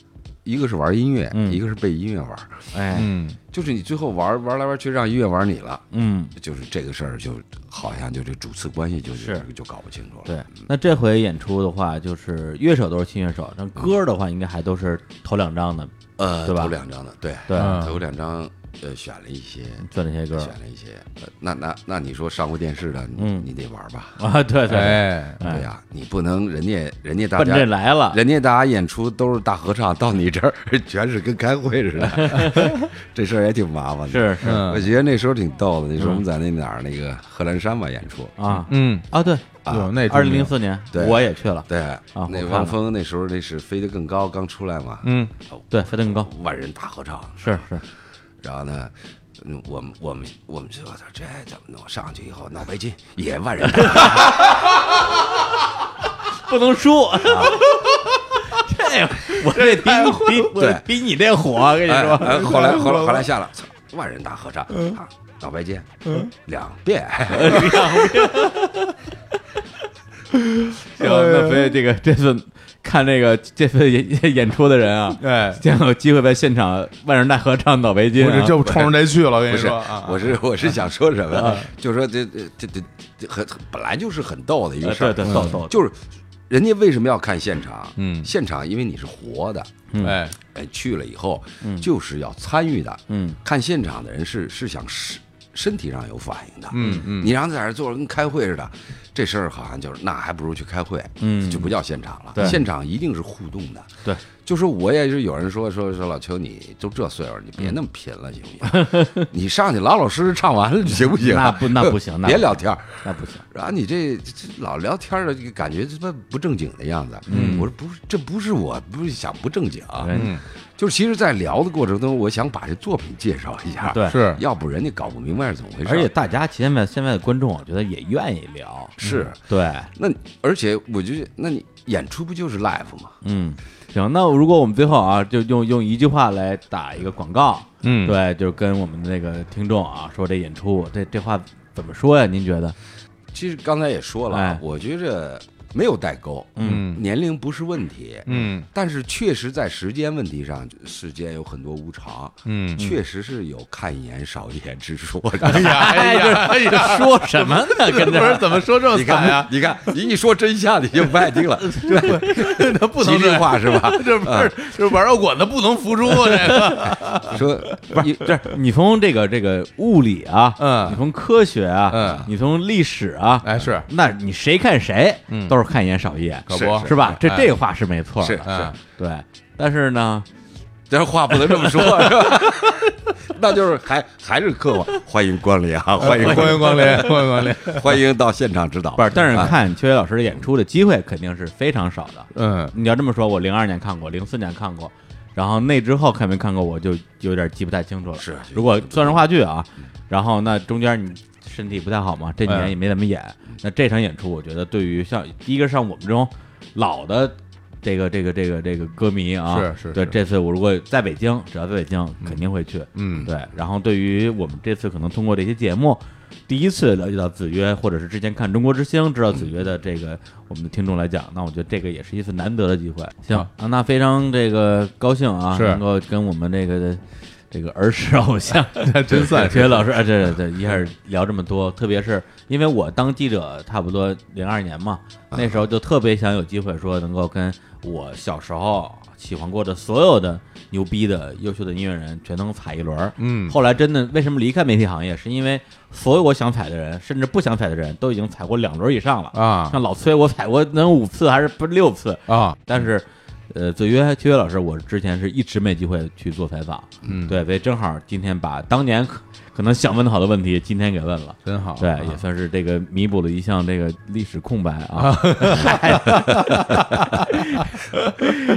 一个是玩音乐，一个是被音乐玩儿，
哎
嗯，
就是你最后玩玩来玩去让音乐玩你了。
嗯
就是这个事儿，就好像就这主次关系就就是就搞不清楚了。
对。那这回演出的话，就是乐手都是新乐手，那歌儿的话应该还都是头两张的，
呃，
对吧
头两张的，对
对
嗯
头两张呃选了一些，
做那些歌
选
儿
了一些。呃那那那你说上过电视的，你
嗯
你得玩吧？
啊，对对，
哎，
哎
对呀，你不能人家人家大
奔这
家。
来了，
人家大家演出都是大合唱，到你这儿 全是跟开会 似的，这事儿也挺麻烦的。
是是
我
嗯
觉得那时候挺逗的。那时候我们在那哪儿，那个贺兰山吧演出，
啊
嗯，
啊对，
有那
二零零四年
对
我也去了，
对，
啊我
那
看
汪
了
峰那时候那是飞得更高刚出来嘛，哦
嗯，
对，飞得更高，
万人大合唱，
是是，
然后呢，嗯我们我们我们就说这怎么弄？上去以后脑白金也万 人大，
不能输。啊这我这比你比
对
我比你这火，我跟你
哎
说，
哎后来 后来后来下了，操万人大合唱
嗯
啊，脑白金两遍，
哎 行，那所以这个这次看这个这次演演出的人啊，
哎，
将有机会在现场万人大合唱脑白金
我
啊，
这就冲着这去了，我跟
不
你
是
说啊，，
我是我是想说什么
嗯
呀？就说这这这这这很本来就是很逗的一个
呃
事儿，嗯
对对逗逗，
就是人家为什么要看现场？
嗯
现场因为你是活的，
嗯
哎，
哎，去了以后，就是要参与的。
嗯，
看现场的人是是想身身体上有反应的。
嗯嗯
你让他在这坐着跟开会似的，这事儿好像就是那还不如去开会，
嗯
就不叫现场了。
对
现场一定是互动的。
对，
就说我也是有人说说说老邱，你都这岁数，你
嗯
别那么贫了，行不行？ 你上去老老实实唱完 了行不行？啊
那不那不行那
别
不
聊天儿。
那不行，
然后你这这这老聊天儿的，就感觉他妈不正经的样子。嗯，我说不是，这不是我，不是想不正经啊。
嗯，
就是其实，在聊的过程中，我想把这作品介绍一下。
对
是
要不人家搞不明白是怎么回事。嗯
而且大家现在现在的观众，我觉得也愿意聊，
是
对，
那，而且我觉得，那你演出不就是 live 吗？
嗯，行，那如果我们最后啊，就用用一句话来打一个广告，
嗯
对，就是跟我们的那个听众啊说这演出，这这话怎么说呀？您觉得？
其实刚才也说了，
哎
我觉着没有代沟，
嗯
年龄不是问题，
嗯
但是确实在时间问题上，世间有很多无常，
嗯，
确实是有看一眼少一眼之说。
哎呀哎 呀哎呀，
说什么呢？跟
不是
这
怎么说这啊么
你
惨
看
呀，？
你看，你一说真相，你就不爱听了，
那不
极
能这
致
样，
化是吧？
这不是
嗯
这玩摇滚的不能服输啊，这个，
说不 是这
你从这个这个物理啊，
嗯
你从科学啊，
嗯
你从历史啊，
哎是嗯
那你谁看谁，都是看一眼少一眼，
可不
是吧？这
哎
这话是没错的，
是
哎
对。但是呢，
但是话不能这么说，是吧？ 那就是还还是客观，欢迎光临啊，欢迎
欢迎 光临，欢迎光临，
欢迎到现场指导。
不是，但是
啊
看秋野老师的演出的机会肯定是非常少的，
嗯
你要这么说，我零二年看过，零四年看过，然后那之后看没看过，我就有点记不太清楚了。
是
如果算是话剧啊，
嗯
然后那中间你身体不太好嘛，这几
哎
年也没怎么演。那这场演出，我觉得对于像第一个像我们这种老的这个这个这个这个歌迷啊，
是是
对
是
这次我如果在北京，只要在北京肯定会去。
嗯
对。然后对于我们这次可能通过这些节目。第一次了解到子曰，或者是之前看《中国之星》知道子曰的这个我们的听众来讲，那我觉得这个也是一次难得的机会。行
啊
啊，那非常这个高兴啊，
是
能够跟我们这个这个儿时偶 像
还真算
学
是
老师，啊，对对对，一下聊这么多，特别是因为我当记者差不多零二年嘛，
啊
那时候就特别想有机会说能够跟我小时候喜欢过的所有的牛逼的优秀的音乐人全能踩一轮儿。
嗯
后来真的为什么离开媒体行业，是因为所有我想踩的人，甚至不想踩的人都已经踩过两轮以上了。
啊
像老崔，我踩过能有五次还是不六次，
啊，
但是，呃，子曰秋月老师，我之前是一直没机会去做采访，
嗯
对，所以正好今天把当年可可能想问好的问题，今天给问了。
真好，
对
啊，
也算是这个弥补了一项这个历史空白啊。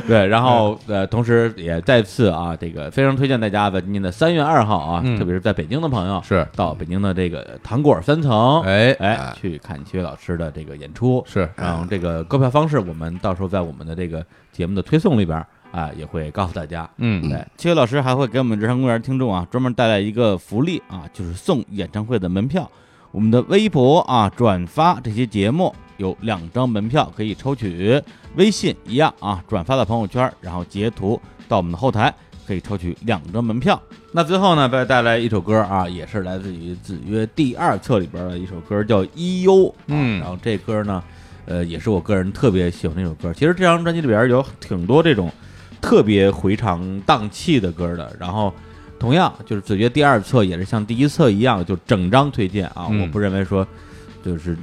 对，然后呃，同时也再次啊，这个非常推荐大家在今年的三月二号啊，
嗯
特别是在北京的朋友
是
到北京的这个糖果三层，
哦
哎
哎，去看七月老师的这个演出
是啊
然后这个购票方式，我们到时候在我们的这个节目的推送里边儿啊，也会告诉大家。
嗯
对，七月老师还会给我们日常公园听众啊，专门带来一个福利啊，就是送演唱会的门票。我们的微博啊转发这些节目有两张门票可以抽取，微信一样啊转发到朋友圈，然后截图到我们的后台可以抽取两张门票。那最后呢，再带来一首歌啊，也是来自于子曰第二册里边的一首歌，叫《一优》。
嗯
然后这歌呢，呃，也是我个人特别喜欢的一首歌。其实这张专辑里边有挺多这种特别回肠荡气的歌的。然后同样就是子曰第二册也是像第一册一样，就整张推荐啊，
嗯
我不认为说就是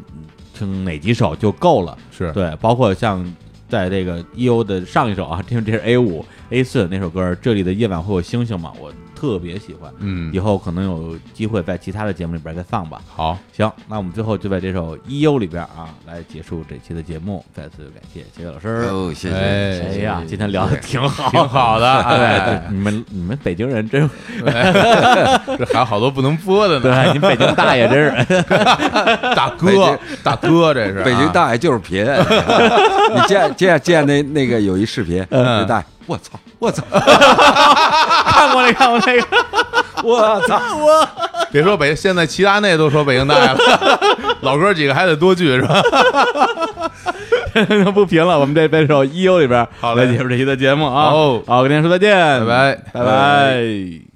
听哪几首就够了。
是
对，包括像在这个 E O 的上一首啊， 这这是 A 五 A 四那首歌，这里的夜晚会有星星嘛，我特别喜欢。
嗯
以后可能有机会在其他的节目里边再放吧。
好，
行，那我们最后就在这首《E U》里边啊，来结束这期的节目。再次感谢杰伟老师。
哦，谢谢。
哎
哎呀，今天聊的挺好，
挺好
哦
的，
对
哎，
你们你们北京人 真
这还有好多不能播的呢，
对，哎你们北京大爷真 是
大哥，大哥，这是啊
北京大爷就是贫， 你见见见那那个有一视频，那大爷，我操，我操，
看过那看过那个，
我操，
别说北，现在齐达内都说北京大爷了， 老哥几个还得多聚是吧？
不评了。我们这这首《E U》里边
好嘞
来结束这期的节目啊。
好
好，跟大家说再见，
拜拜
拜拜。
哎